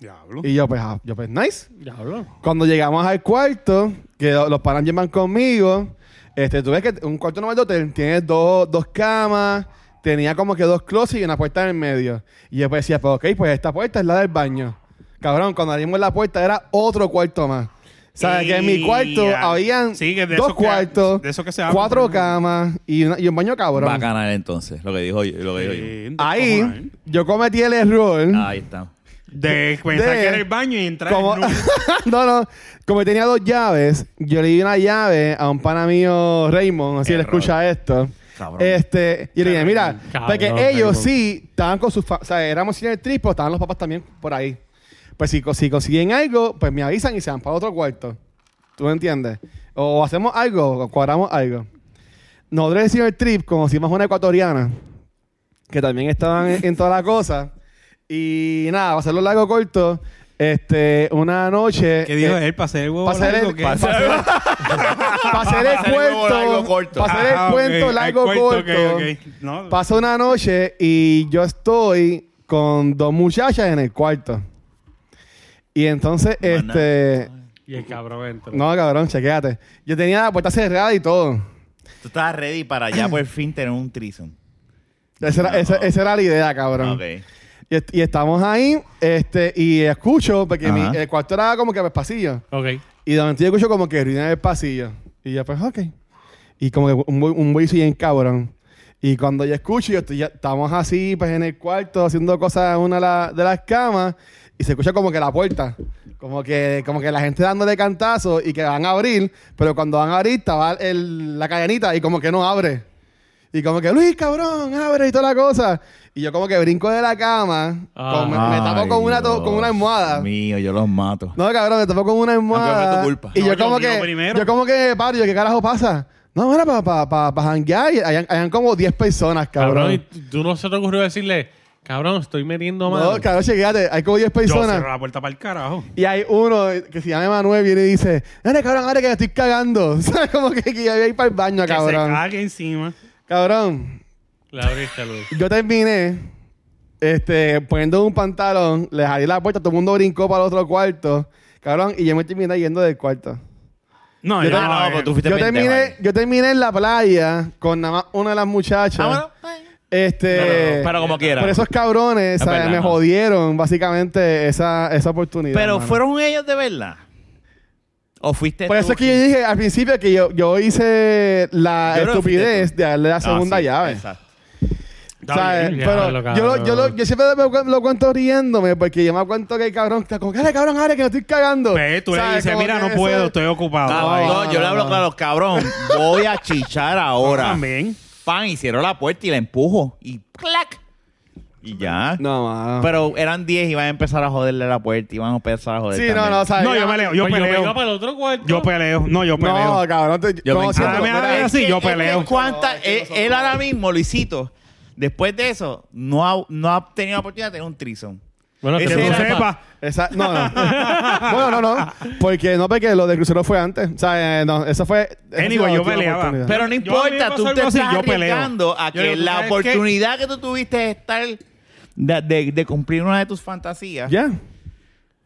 [SPEAKER 4] Diablo.
[SPEAKER 1] Y yo, pues, ah, yo, pues, nice.
[SPEAKER 2] Ya hablo.
[SPEAKER 1] Cuando llegamos al cuarto, que lo- los panas llevan conmigo, este, tú ves que un cuarto normal de hotel tiene dos, dos camas, tenía como que dos closets y una puerta en el medio. Y yo pues decía, pues ok, pues esta puerta es la del baño. Cabrón, cuando abrimos la puerta era otro cuarto más. O sea, que en mi cuarto
[SPEAKER 4] Y-
[SPEAKER 1] habían
[SPEAKER 4] Sí, que de
[SPEAKER 1] dos
[SPEAKER 4] esos que-
[SPEAKER 1] cuartos,
[SPEAKER 4] de esos que se abren
[SPEAKER 1] cuatro
[SPEAKER 4] por el mundo.
[SPEAKER 1] camas y, una- y un baño cabrón.
[SPEAKER 3] Bacanal entonces, lo que dijo yo. Lo que dijo yo.
[SPEAKER 4] Sí,
[SPEAKER 1] Ahí yo cometí el error.
[SPEAKER 3] Ahí está.
[SPEAKER 4] De pensar
[SPEAKER 1] De-
[SPEAKER 4] que era el baño y entrar
[SPEAKER 1] Como,
[SPEAKER 4] en
[SPEAKER 1] [LAUGHS]
[SPEAKER 4] un...
[SPEAKER 1] no, no. Como tenía dos llaves, yo le di una llave a un pana mío, Raymond, así él
[SPEAKER 3] Error.
[SPEAKER 1] escucha esto.
[SPEAKER 3] Cabrón.
[SPEAKER 1] Este, y le dije, mira, pues
[SPEAKER 2] Cabrón,
[SPEAKER 1] porque
[SPEAKER 2] Raymond.
[SPEAKER 1] ellos sí estaban con sus... fa- O sea, éramos sin el trip, pero estaban los papás también por ahí. Pues si, co- si consiguen algo, pues me avisan y se van para otro cuarto. ¿Tú me entiendes? O hacemos algo, o cuadramos algo. Nosotros en Senior Trip conocimos una ecuatoriana que también estaban en, en toda la cosa. Y nada, para hacerlo largo corto, este, una noche...
[SPEAKER 4] ¿Qué dijo
[SPEAKER 1] eh,
[SPEAKER 4] él? ¿Para hacer el huevo
[SPEAKER 1] para hacer
[SPEAKER 4] largo?
[SPEAKER 1] el,
[SPEAKER 4] ¿Qué?
[SPEAKER 1] para hacer- para hacer el
[SPEAKER 4] [LAUGHS]
[SPEAKER 3] Para hacer el huevo largo
[SPEAKER 1] cuento,
[SPEAKER 3] corto.
[SPEAKER 1] para hacer
[SPEAKER 4] Ah,
[SPEAKER 1] el
[SPEAKER 4] ok.
[SPEAKER 1] cuento
[SPEAKER 4] Ay,
[SPEAKER 1] largo
[SPEAKER 4] cuento, ok,
[SPEAKER 1] corto.
[SPEAKER 4] ok. No,
[SPEAKER 1] Pasa una noche y yo estoy con dos muchachas en el cuarto. Y entonces,
[SPEAKER 3] Más
[SPEAKER 1] este...
[SPEAKER 2] Y el cabrón entra.
[SPEAKER 1] No, cabrón, chequéate. Yo tenía la puerta cerrada y todo.
[SPEAKER 3] Tú estabas ready
[SPEAKER 1] [CLEARS THROAT]
[SPEAKER 3] para ya por fin tener un trison.
[SPEAKER 1] Esa era, esa- esa era la idea, cabrón.
[SPEAKER 3] Ok.
[SPEAKER 1] Y, est- y estamos ahí, este, y escucho, porque mi-
[SPEAKER 3] Ajá.
[SPEAKER 1] el cuarto era como que el pasillo.
[SPEAKER 2] Ok.
[SPEAKER 1] Y de momento yo escucho como que ruina el pasillo. Y yo, pues, ok. Y como que un, bu- un bullicio bien cabrón. Y cuando yo escucho, yo estoy- ya, estamos así, pues en el cuarto, haciendo cosas en una de la- de las camas, y se escucha como que la puerta. Como que, como que la gente dándole cantazo y que van a abrir, pero cuando van a abrir estaba el- la cadenita y como que no abre. Y como que, Luis, cabrón, abre y toda la cosa. Y yo como que brinco de la cama, con- me, me tapo con
[SPEAKER 3] Ay,
[SPEAKER 1] una, to- con una
[SPEAKER 3] Dios
[SPEAKER 1] almohada.
[SPEAKER 3] Mío, yo los mato.
[SPEAKER 1] No, cabrón, me tapó con una
[SPEAKER 3] Aunque
[SPEAKER 1] almohada.
[SPEAKER 3] fue tu culpa.
[SPEAKER 1] Y
[SPEAKER 4] No,
[SPEAKER 1] yo
[SPEAKER 4] yo
[SPEAKER 1] como
[SPEAKER 4] mío
[SPEAKER 1] que.
[SPEAKER 4] primero.
[SPEAKER 1] Yo como que, paro, yo, ¿qué carajo pasa? No, era para pa, pa, pa janguear. y Hayan, hayan como 10 personas,
[SPEAKER 2] Cabrón, y
[SPEAKER 1] cabrón.
[SPEAKER 2] tú- tú no se te ocurrió decirle, cabrón, estoy metiendo mano.
[SPEAKER 1] no, cabrón, chequéate, hay como 10
[SPEAKER 4] Yo cerré
[SPEAKER 1] personas.
[SPEAKER 4] la puerta para el carajo.
[SPEAKER 1] Y hay uno que se llama Manuel, viene y dice, dale, cabrón, ahora que estoy cagando. [LAUGHS] ¿Sabes? Como que, que ya voy a ir para el baño,
[SPEAKER 4] Que se
[SPEAKER 1] cabrón.
[SPEAKER 4] cague encima.
[SPEAKER 1] Cabrón,
[SPEAKER 2] Le abriste, Luis.
[SPEAKER 1] yo terminé este, poniendo un pantalón, le abrí la puerta, todo el mundo brincó para el otro cuarto. Cabrón, y yo me terminé yendo del cuarto.
[SPEAKER 4] No,
[SPEAKER 1] Yo
[SPEAKER 4] yo
[SPEAKER 1] te-
[SPEAKER 4] no,
[SPEAKER 3] Ah,
[SPEAKER 4] eh,
[SPEAKER 3] pues tú fuiste
[SPEAKER 1] yo
[SPEAKER 3] pendejo ahí.
[SPEAKER 1] terminé, yo terminé en la playa con nada más una de las muchachas.
[SPEAKER 3] Ah, bueno.
[SPEAKER 1] Este,
[SPEAKER 3] Pero- pero como quiera.
[SPEAKER 1] Pero esos cabrones
[SPEAKER 3] Es
[SPEAKER 1] ¿sabes?
[SPEAKER 3] verdad,
[SPEAKER 1] me
[SPEAKER 3] no.
[SPEAKER 1] jodieron básicamente esa, esa oportunidad.
[SPEAKER 3] Pero
[SPEAKER 1] mano.
[SPEAKER 3] fueron ellos de verdad. ¿O fuiste
[SPEAKER 1] Por
[SPEAKER 3] tú?
[SPEAKER 1] eso es que yo dije al principio que yo, yo hice la
[SPEAKER 3] Yo creo que fuiste
[SPEAKER 1] estupidez
[SPEAKER 3] tú.
[SPEAKER 1] de darle la
[SPEAKER 3] Ah,
[SPEAKER 1] segunda
[SPEAKER 3] sí,
[SPEAKER 1] llave.
[SPEAKER 3] Exacto.
[SPEAKER 4] está
[SPEAKER 1] ¿Sabes?
[SPEAKER 4] bien.
[SPEAKER 2] Ya,
[SPEAKER 1] pero
[SPEAKER 2] lo
[SPEAKER 1] yo, lo- yo, lo-
[SPEAKER 2] cabrón.
[SPEAKER 1] yo siempre me cu- lo cuento riéndome porque yo me cuento que el cabrón está como, dale cabrón, ahora que me estoy cagando.
[SPEAKER 4] Pues tú le
[SPEAKER 1] ¿Sabes?
[SPEAKER 4] dices,
[SPEAKER 1] Como
[SPEAKER 4] mira,
[SPEAKER 1] que
[SPEAKER 4] no
[SPEAKER 1] ese-
[SPEAKER 4] puedo, estoy ocupado.
[SPEAKER 3] Ah,
[SPEAKER 1] Ay,
[SPEAKER 3] no,
[SPEAKER 1] no,
[SPEAKER 3] yo le
[SPEAKER 1] no,
[SPEAKER 3] hablo
[SPEAKER 1] no.
[SPEAKER 3] claro, cabrón. Voy a chichar
[SPEAKER 1] Ah,
[SPEAKER 3] ahora.
[SPEAKER 4] También.
[SPEAKER 3] Pan, y cierro la puerta y la empujo. Y clac. Y ya.
[SPEAKER 1] No, mano.
[SPEAKER 3] Pero eran 10 y van a empezar a joderle la puerta. Y van a empezar a joder.
[SPEAKER 1] Sí, no,
[SPEAKER 3] también.
[SPEAKER 1] no, ¿sabes?
[SPEAKER 4] No,
[SPEAKER 1] Ya
[SPEAKER 4] yo
[SPEAKER 1] me-
[SPEAKER 4] peleo, yo
[SPEAKER 2] Pues yo vengo
[SPEAKER 4] peleo.
[SPEAKER 2] para el otro cuarto.
[SPEAKER 4] Yo peleo, no, yo
[SPEAKER 1] No,
[SPEAKER 4] peleo.
[SPEAKER 1] cabrón. te-
[SPEAKER 3] Yo me
[SPEAKER 1] no, siento-
[SPEAKER 4] Ah, me
[SPEAKER 1] mira,
[SPEAKER 4] hagas
[SPEAKER 1] es-
[SPEAKER 4] así, yo
[SPEAKER 3] Es que
[SPEAKER 4] peleo.
[SPEAKER 3] cuánta-
[SPEAKER 1] No,
[SPEAKER 3] él,
[SPEAKER 1] es que
[SPEAKER 3] él ahora mismo, Luisito, después de eso, no ha, no ha tenido la oportunidad de tener un trison.
[SPEAKER 2] Bueno,
[SPEAKER 3] Ese
[SPEAKER 4] Que
[SPEAKER 2] que
[SPEAKER 4] tú
[SPEAKER 3] era-
[SPEAKER 4] sepas.
[SPEAKER 1] Esa- no, no. bueno, no, [LAUGHS] no. Porque no, porque lo de crucero fue antes. O sea, eh, no, esa fue. esa
[SPEAKER 4] Anyway,
[SPEAKER 1] sí fue la
[SPEAKER 4] yo
[SPEAKER 1] última
[SPEAKER 4] peleaba.
[SPEAKER 1] oportunidad.
[SPEAKER 3] Pero no
[SPEAKER 4] Yo a mí me
[SPEAKER 3] importa,
[SPEAKER 4] pasó
[SPEAKER 3] tú te
[SPEAKER 4] algo así,
[SPEAKER 3] estás
[SPEAKER 4] yo peleo.
[SPEAKER 3] arriesgando a
[SPEAKER 2] Yo
[SPEAKER 3] que
[SPEAKER 2] digo,
[SPEAKER 3] la
[SPEAKER 2] ¿sabes qué?
[SPEAKER 3] oportunidad que tú tuviste de estar de, de- de cumplir una de tus fantasías,
[SPEAKER 1] Ya.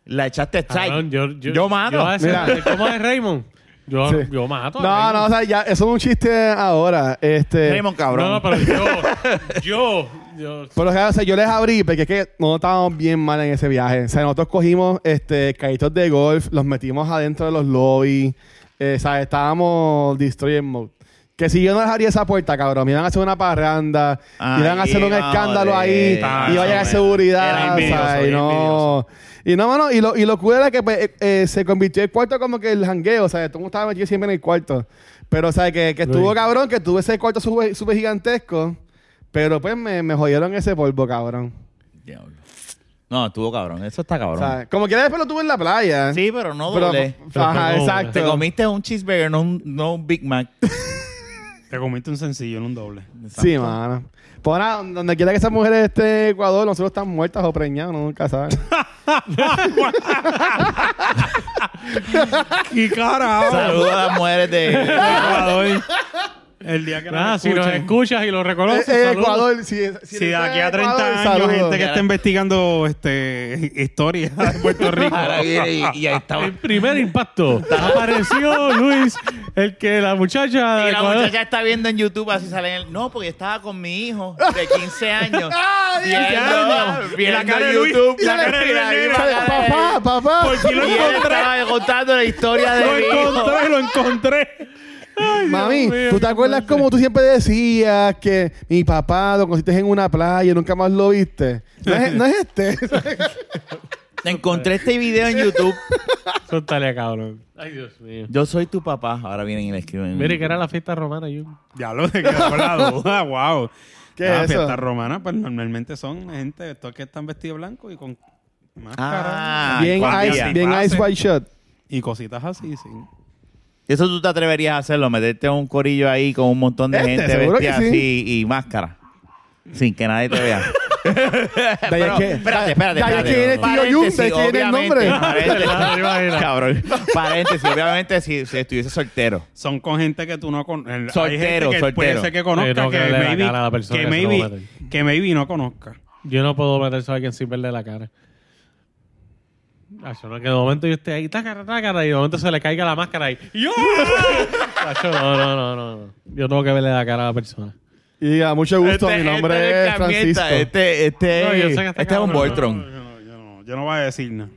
[SPEAKER 3] la echaste strike.
[SPEAKER 2] Cabrón, yo, yo,
[SPEAKER 3] Yo mato.
[SPEAKER 2] yo a ese- [LAUGHS]
[SPEAKER 1] Mira.
[SPEAKER 2] ¿Cómo es Raymond? Yo,
[SPEAKER 1] Sí.
[SPEAKER 2] yo mato. a
[SPEAKER 1] No,
[SPEAKER 2] Raymond.
[SPEAKER 1] no, o sea, ya, eso es un chiste ahora. Este.
[SPEAKER 3] Raymond, cabrón.
[SPEAKER 2] No, no, pero yo, yo,
[SPEAKER 1] [LAUGHS]
[SPEAKER 2] yo,
[SPEAKER 1] Pero, o sea, yo les abrí porque es que no estábamos bien mal en ese viaje. O sea, nosotros cogimos este, carritos de golf, los metimos adentro de los lobbies. Eh, o sea, estábamos destroyer mode. Que si yo no les abría esa puerta, cabrón, me iban a hacer una parranda,
[SPEAKER 3] Ay,
[SPEAKER 1] me iban a hacer un
[SPEAKER 3] madre.
[SPEAKER 1] escándalo ahí,
[SPEAKER 3] Ah,
[SPEAKER 1] iba a llegar
[SPEAKER 3] sí,
[SPEAKER 1] seguridad,
[SPEAKER 3] era
[SPEAKER 1] o sea,
[SPEAKER 3] envidioso,
[SPEAKER 1] y no. Y no, mano, y lo, y lo cool era que pues, eh, eh, se convirtió el cuarto como que el jangueo, o sea, todo el mundo estaba metido siempre en el cuarto. Pero, o sea, que, que estuvo
[SPEAKER 2] Luis.
[SPEAKER 1] cabrón, que tuve ese cuarto súper súper gigantesco. Pero pues me, me jodieron ese polvo, cabrón.
[SPEAKER 3] Diablo. No, estuvo cabrón. Eso está
[SPEAKER 1] O
[SPEAKER 3] cabrón.
[SPEAKER 1] sea, como quiera después lo tuve en la playa.
[SPEAKER 3] Sí, pero no
[SPEAKER 1] Pero-
[SPEAKER 3] doble.
[SPEAKER 2] Pero
[SPEAKER 1] ajá,
[SPEAKER 2] fue como-
[SPEAKER 1] exacto.
[SPEAKER 3] Te comiste un cheeseburger, no un, no un
[SPEAKER 1] [LAUGHS]
[SPEAKER 3] Big Mac.
[SPEAKER 4] Te comiste un sencillo en un doble.
[SPEAKER 1] Sí, mano. Pues nada, donde quiera que esas mujeres estén en Ecuador, nosotros están muertas o preñadas, uno nunca sabe.
[SPEAKER 4] ¡Y carajo!
[SPEAKER 3] Saludos a las
[SPEAKER 1] [LAUGHS]
[SPEAKER 3] mujeres de...
[SPEAKER 4] Ecuador. El día que
[SPEAKER 2] Nada,
[SPEAKER 4] nos
[SPEAKER 2] si nos
[SPEAKER 4] escuchen.
[SPEAKER 2] escuchas y lo
[SPEAKER 1] Eh,
[SPEAKER 2] reconoces,
[SPEAKER 1] eh,
[SPEAKER 2] saludos.
[SPEAKER 1] Ecuador, si, si,
[SPEAKER 4] Si de aquí
[SPEAKER 1] eh,
[SPEAKER 4] a 30 años gente que está investigando este, historia de Puerto Rico. [LAUGHS]
[SPEAKER 3] Ahora viene y, y ahí estaba.
[SPEAKER 2] El primer impacto. Apareció Luis, el que la muchacha. de
[SPEAKER 3] Y la
[SPEAKER 2] Ecuador-
[SPEAKER 3] muchacha está viendo en YouTube así sale en el... No, porque estaba con mi hijo de
[SPEAKER 4] [LAUGHS]
[SPEAKER 3] 15 años.
[SPEAKER 1] ¡Ah,
[SPEAKER 3] viendo,
[SPEAKER 4] diablo! Y la
[SPEAKER 3] viendo
[SPEAKER 4] cara de Luis.
[SPEAKER 3] YouTube.
[SPEAKER 4] Y la cara de Luis
[SPEAKER 3] la misma
[SPEAKER 4] Negro.
[SPEAKER 3] cara de-
[SPEAKER 1] Papá, papá.
[SPEAKER 4] Por si lo
[SPEAKER 3] Y él
[SPEAKER 4] encontré.
[SPEAKER 3] estaba contando la historia de
[SPEAKER 4] Lo
[SPEAKER 3] mi hijo.
[SPEAKER 4] encontré, lo encontré.
[SPEAKER 1] Mami,
[SPEAKER 2] mío,
[SPEAKER 1] ¿tú te
[SPEAKER 2] qué
[SPEAKER 1] acuerdas
[SPEAKER 2] fuerte.
[SPEAKER 1] como tú siempre decías que mi papá lo consiste en una playa y nunca más lo viste? No es, no es este.
[SPEAKER 3] Encontré este video en YouTube.
[SPEAKER 2] Suéltale, cabrón. Ay, Dios mío.
[SPEAKER 3] Yo soy tu papá. Ahora vienen y le escriben.
[SPEAKER 2] Mire que era la fiesta romana. Yo.
[SPEAKER 4] Ya lo de quedó [LAUGHS] la duda, wow.
[SPEAKER 1] ¿Qué
[SPEAKER 4] Ah,
[SPEAKER 1] es eso?
[SPEAKER 4] fiestas romanas, pues normalmente son gente estos que están vestidos blancos y con
[SPEAKER 3] Ah,
[SPEAKER 4] máscara
[SPEAKER 1] [LAUGHS] bien
[SPEAKER 3] con
[SPEAKER 1] ice,
[SPEAKER 3] día.
[SPEAKER 1] bien ice white shot.
[SPEAKER 4] y cositas así, sí.
[SPEAKER 3] Eso tú te atreverías a hacerlo, meterte un corillo ahí con un montón de
[SPEAKER 1] Este,
[SPEAKER 3] gente
[SPEAKER 1] seguro que
[SPEAKER 3] vestida
[SPEAKER 1] sí.
[SPEAKER 3] así y máscara. Sin que nadie te vea.
[SPEAKER 1] De ahí es que-
[SPEAKER 3] espérate, espérate.
[SPEAKER 1] de ahí es que viene el tío
[SPEAKER 3] Paréntesis,
[SPEAKER 1] Jun, de ahí es que viene el nombre.
[SPEAKER 3] obviamente,
[SPEAKER 2] Claro,
[SPEAKER 3] paréntesis,
[SPEAKER 2] imagina.
[SPEAKER 3] Cabrón. Paréntesis, obviamente si, si estuviese soltero.
[SPEAKER 4] Son con gente que tú no conoces.
[SPEAKER 3] Soltero,
[SPEAKER 4] que Puede
[SPEAKER 3] soltero.
[SPEAKER 4] ser que
[SPEAKER 2] Sí,
[SPEAKER 4] conozca,
[SPEAKER 2] no,
[SPEAKER 4] que,
[SPEAKER 2] que le la
[SPEAKER 4] maybe,
[SPEAKER 2] cara a la persona
[SPEAKER 4] que,
[SPEAKER 2] que se lo va a
[SPEAKER 4] maybe,
[SPEAKER 2] meter.
[SPEAKER 4] que maybe no conozca.
[SPEAKER 2] yo no puedo meter eso a alguien sin verle la cara. Acho, no, que de momento yo esté ahí, tácara, tácara, y de momento se le caiga la máscara y ¡Yo! ¡ah! Acho, no, no, no, no, no. Yo tengo que verle la cara a la persona.
[SPEAKER 1] Y a mucho gusto, mi nombre
[SPEAKER 3] este
[SPEAKER 1] es
[SPEAKER 3] cambieta,
[SPEAKER 1] Francisco.
[SPEAKER 3] Este, este,
[SPEAKER 2] No, yo sé que está
[SPEAKER 3] este es un
[SPEAKER 2] cabrón,
[SPEAKER 3] Voltron.
[SPEAKER 4] No, yo, no, yo, no, yo no voy a
[SPEAKER 3] [LAUGHS]
[SPEAKER 4] decir nada.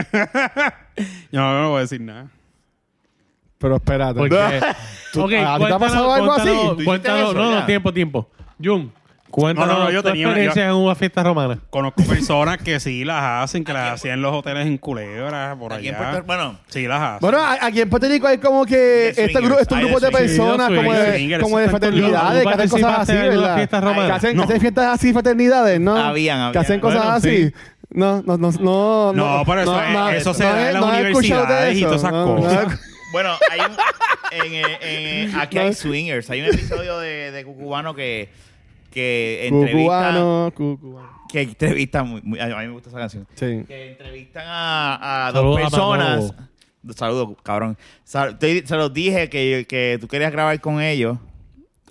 [SPEAKER 4] yo, no, yo no voy a decir nada.
[SPEAKER 1] Pero espérate.
[SPEAKER 2] Porque. [LAUGHS]
[SPEAKER 1] ¿Tú- ¿A ti
[SPEAKER 2] Ok,
[SPEAKER 1] te ha
[SPEAKER 2] cuéntanos,
[SPEAKER 1] pasado algo
[SPEAKER 2] cuéntanos,
[SPEAKER 1] así?
[SPEAKER 3] hiciste
[SPEAKER 2] cuéntanos-
[SPEAKER 3] eso,
[SPEAKER 2] no,
[SPEAKER 3] ya?
[SPEAKER 2] no, tiempo, tiempo. Jun, Cuéntanos
[SPEAKER 4] No, no, no, yo
[SPEAKER 2] tu
[SPEAKER 4] tenía una-
[SPEAKER 2] experiencia en una fiesta romana.
[SPEAKER 4] Conozco personas que sí las hacen, que las hacían en los hoteles en Culebra, por
[SPEAKER 3] Aquí en
[SPEAKER 4] allá.
[SPEAKER 3] Puerto- bueno,
[SPEAKER 4] Sí las hacen.
[SPEAKER 1] Bueno, a- aquí en Puerto Rico hay como
[SPEAKER 3] De
[SPEAKER 1] que este
[SPEAKER 3] swingers,
[SPEAKER 1] gru- estos
[SPEAKER 3] hay de
[SPEAKER 1] grupos de
[SPEAKER 3] swingers.
[SPEAKER 1] personas
[SPEAKER 2] Sí, de
[SPEAKER 1] como de,
[SPEAKER 4] swingers,
[SPEAKER 1] como de
[SPEAKER 4] eso está en Puerto
[SPEAKER 1] fraternidades,
[SPEAKER 2] Rico.
[SPEAKER 1] que hacen
[SPEAKER 2] ¿Tú
[SPEAKER 1] cosas así,
[SPEAKER 2] participaste en una
[SPEAKER 1] ¿verdad?
[SPEAKER 2] fiesta romana?
[SPEAKER 1] Que hacen, que
[SPEAKER 4] No.
[SPEAKER 1] hacen fiestas así, fraternidades, ¿no?
[SPEAKER 3] Habían, habían.
[SPEAKER 1] Ah, Que hacen cosas
[SPEAKER 2] Bueno,
[SPEAKER 1] así.
[SPEAKER 2] sí.
[SPEAKER 1] No, no, no, no.
[SPEAKER 4] No, pero eso es- eso se da en las
[SPEAKER 1] he escuchado de
[SPEAKER 4] universidades y
[SPEAKER 1] eso.
[SPEAKER 4] todas esas
[SPEAKER 1] No, no he
[SPEAKER 4] cosas.
[SPEAKER 1] escu-
[SPEAKER 3] Bueno, hay un, en, eh, en, eh, aquí hay swingers. Hay un episodio de, de Cucubano que, que entrevista.
[SPEAKER 1] Cucubano, cucubano.
[SPEAKER 3] Que entrevista muy, muy- a mí me gusta esa canción.
[SPEAKER 1] Sí.
[SPEAKER 3] Que entrevistan a, a dos
[SPEAKER 2] Saludos a
[SPEAKER 3] personas.
[SPEAKER 2] Manolo.
[SPEAKER 3] Saludos, cabrón. Sal- te- se los dije que, que tú querías grabar con ellos.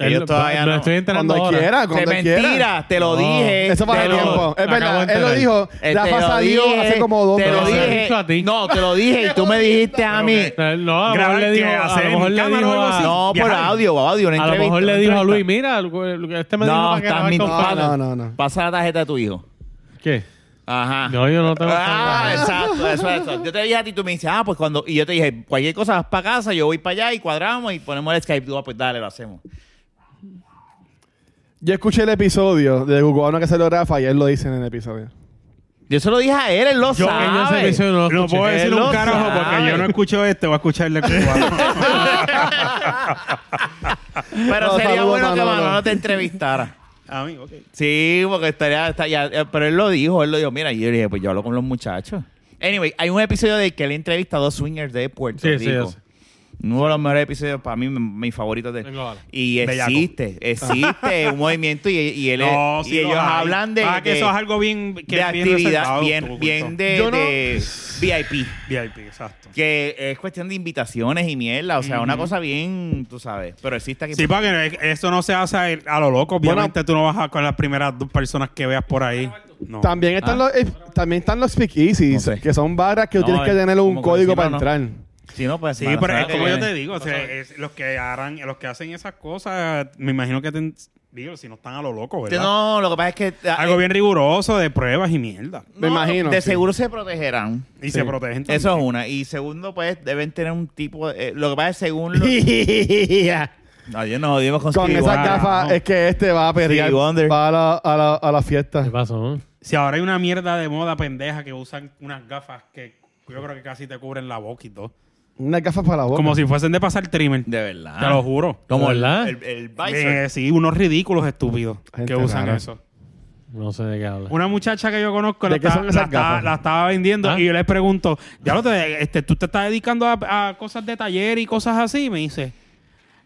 [SPEAKER 3] Ellos
[SPEAKER 2] Él-
[SPEAKER 3] todavía
[SPEAKER 2] lo
[SPEAKER 3] no.
[SPEAKER 2] estoy enterando
[SPEAKER 1] Cuando
[SPEAKER 2] ahora.
[SPEAKER 1] quiera,
[SPEAKER 3] Te
[SPEAKER 1] Ah, cuando quiera.
[SPEAKER 3] mentira, te lo
[SPEAKER 2] No.
[SPEAKER 3] dije.
[SPEAKER 1] Eso pasa
[SPEAKER 3] te
[SPEAKER 1] el
[SPEAKER 3] lo-
[SPEAKER 1] tiempo. Es
[SPEAKER 2] me acabo
[SPEAKER 1] verdad,
[SPEAKER 2] de
[SPEAKER 1] él lo
[SPEAKER 2] enterar.
[SPEAKER 1] dijo.
[SPEAKER 3] eh,
[SPEAKER 1] La
[SPEAKER 3] te lo
[SPEAKER 1] ha salido
[SPEAKER 3] dije,
[SPEAKER 1] hace como dos
[SPEAKER 3] Te lo
[SPEAKER 1] meses.
[SPEAKER 2] Lo he dicho a ti.
[SPEAKER 3] dije. No, te lo dije y tú me dijiste a mí.
[SPEAKER 2] No, a lo
[SPEAKER 4] Grabar
[SPEAKER 2] mejor le
[SPEAKER 4] que
[SPEAKER 2] dijo, a
[SPEAKER 4] hacer
[SPEAKER 2] lo mejor
[SPEAKER 4] en
[SPEAKER 2] le
[SPEAKER 4] cámara
[SPEAKER 2] dijo
[SPEAKER 4] o algo
[SPEAKER 2] a-
[SPEAKER 4] así.
[SPEAKER 3] No, por
[SPEAKER 4] Viajar.
[SPEAKER 3] audio, audio, una
[SPEAKER 2] Ah, a lo
[SPEAKER 3] entrevista.
[SPEAKER 2] mejor
[SPEAKER 3] una
[SPEAKER 2] le dijo a
[SPEAKER 3] entrevista.
[SPEAKER 2] Luis, mira, el- este me
[SPEAKER 3] No,
[SPEAKER 2] dijo para
[SPEAKER 3] estás
[SPEAKER 2] grabar con
[SPEAKER 3] mintiendo.
[SPEAKER 1] No,
[SPEAKER 2] pana.
[SPEAKER 1] no, no, no.
[SPEAKER 3] Pasa la tarjeta de tu hijo.
[SPEAKER 2] ¿Qué?
[SPEAKER 3] Ajá.
[SPEAKER 2] No, yo no tengo
[SPEAKER 3] Ah,
[SPEAKER 2] tanta-
[SPEAKER 3] exacto, eso, eso. Yo te dije a ti, tú me dices, ah, pues cuando. Y yo te dije, cualquier cosa vas para casa, yo voy para allá y cuadramos y ponemos el Skype. Tú, ah, pues dale, lo hacemos.
[SPEAKER 1] Yo escuché el episodio de Cucubano que salió Rafa y él lo dice en el episodio.
[SPEAKER 3] Yo se lo dije a él, él lo
[SPEAKER 2] Yo que yo ese
[SPEAKER 3] sabe.
[SPEAKER 2] episodio no lo
[SPEAKER 4] No
[SPEAKER 2] escuché.
[SPEAKER 4] puedo decir
[SPEAKER 3] lo
[SPEAKER 4] un carajo porque
[SPEAKER 3] sabe.
[SPEAKER 4] yo no escucho este, voy a
[SPEAKER 3] [LAUGHS]
[SPEAKER 4] escucharle cubano.
[SPEAKER 3] Pero
[SPEAKER 1] No,
[SPEAKER 3] sería
[SPEAKER 1] saludo,
[SPEAKER 3] bueno que
[SPEAKER 1] Manolo.
[SPEAKER 3] Manolo te entrevistara.
[SPEAKER 4] a mí, Ah, ok.
[SPEAKER 3] Sí, porque estaría, estaría- eh, Pero él lo dijo, él lo dijo. Mira, y yo dije, pues yo hablo con los muchachos. Anyway, hay un episodio de que él entrevista a dos swingers de Puerto
[SPEAKER 2] Sí, sí,
[SPEAKER 3] Rico.
[SPEAKER 2] yo sé.
[SPEAKER 3] Uno de los mejores episodios para mí, mi- mi favorito de.
[SPEAKER 2] Venga, vale.
[SPEAKER 3] Y
[SPEAKER 4] Bellaco.
[SPEAKER 3] existe, existe un movimiento y, y él
[SPEAKER 4] No,
[SPEAKER 3] es-
[SPEAKER 4] sí
[SPEAKER 3] y
[SPEAKER 4] los
[SPEAKER 3] ellos
[SPEAKER 4] hay.
[SPEAKER 3] hablan de,
[SPEAKER 4] Ah, que
[SPEAKER 3] de-
[SPEAKER 4] eso es algo bien. Que
[SPEAKER 3] de
[SPEAKER 4] es bien
[SPEAKER 3] actividad,
[SPEAKER 4] reservado,
[SPEAKER 3] bien,
[SPEAKER 4] tú,
[SPEAKER 3] bien
[SPEAKER 4] punto.
[SPEAKER 3] de,
[SPEAKER 1] Yo no-
[SPEAKER 3] de VIP.
[SPEAKER 4] VIP, exacto.
[SPEAKER 3] Que es cuestión de invitaciones y mierda. O sea, una cosa bien, tú sabes. Pero existe aquí. pues,
[SPEAKER 4] Sí, porque eso no se hace a- a lo loco. Obviamente tú no vas a con las primeras dos personas que veas por ahí. No.
[SPEAKER 1] También están los eh, también están los speakeasies,
[SPEAKER 3] Ah. No sé.
[SPEAKER 1] que son barras que tú
[SPEAKER 3] No,
[SPEAKER 1] tienes que
[SPEAKER 3] eh,
[SPEAKER 1] tener un
[SPEAKER 3] como que
[SPEAKER 1] código
[SPEAKER 3] encima
[SPEAKER 1] para
[SPEAKER 3] no.
[SPEAKER 1] entrar.
[SPEAKER 3] Si no, pues.
[SPEAKER 4] Sí,
[SPEAKER 3] para la
[SPEAKER 4] pero
[SPEAKER 3] semana
[SPEAKER 4] es
[SPEAKER 3] que
[SPEAKER 4] como yo
[SPEAKER 3] viene.
[SPEAKER 4] te digo, o sea, es- los que harán, los que hacen esas cosas, me imagino que ten- digo, si no están a lo loco, ¿verdad?
[SPEAKER 3] No, lo que pasa es que. ah,
[SPEAKER 4] Algo bien riguroso de pruebas y mierda.
[SPEAKER 1] Me imagino,
[SPEAKER 3] De
[SPEAKER 1] sí.
[SPEAKER 3] seguro se protegerán.
[SPEAKER 4] Y se protegen también.
[SPEAKER 3] Eso es una. Y segundo, pues, deben tener un tipo de... eh, lo que pasa es según...
[SPEAKER 4] [LAUGHS]
[SPEAKER 3] [LAUGHS]
[SPEAKER 1] [LAUGHS]
[SPEAKER 3] Lo, no, yo nos jodimos con,
[SPEAKER 1] Con
[SPEAKER 3] Stevie
[SPEAKER 1] esas
[SPEAKER 3] Wonder.
[SPEAKER 1] gafas
[SPEAKER 4] no.
[SPEAKER 1] es que este va a perrear
[SPEAKER 3] Stevie Wonder.
[SPEAKER 1] va a la, a la, a la fiesta.
[SPEAKER 2] ¿Qué pasó? eh?
[SPEAKER 4] Si ahora hay una mierda de moda pendeja que usan unas gafas que yo creo que casi te cubren la boca y todo.
[SPEAKER 1] Unas gafas para la boca.
[SPEAKER 4] Como si fuesen de pasar trimmer.
[SPEAKER 3] De verdad.
[SPEAKER 4] Te lo juro.
[SPEAKER 3] Como
[SPEAKER 2] ¿De
[SPEAKER 3] el,
[SPEAKER 2] verdad?
[SPEAKER 3] el, el visor.
[SPEAKER 4] Eh, sí, unos ridículos estúpidos
[SPEAKER 1] Gente
[SPEAKER 4] que usan
[SPEAKER 1] rara.
[SPEAKER 4] eso.
[SPEAKER 2] No sé de qué hablas.
[SPEAKER 4] Una muchacha que yo conozco la,
[SPEAKER 1] ¿De qué
[SPEAKER 4] estaba-
[SPEAKER 1] son esas
[SPEAKER 4] la estaba-
[SPEAKER 1] gafas?
[SPEAKER 4] la estaba vendiendo
[SPEAKER 2] ¿Ah?
[SPEAKER 4] y yo les pregunto, ya lo te, este, tú te estás dedicando a, a cosas de taller y cosas así, Y me dice.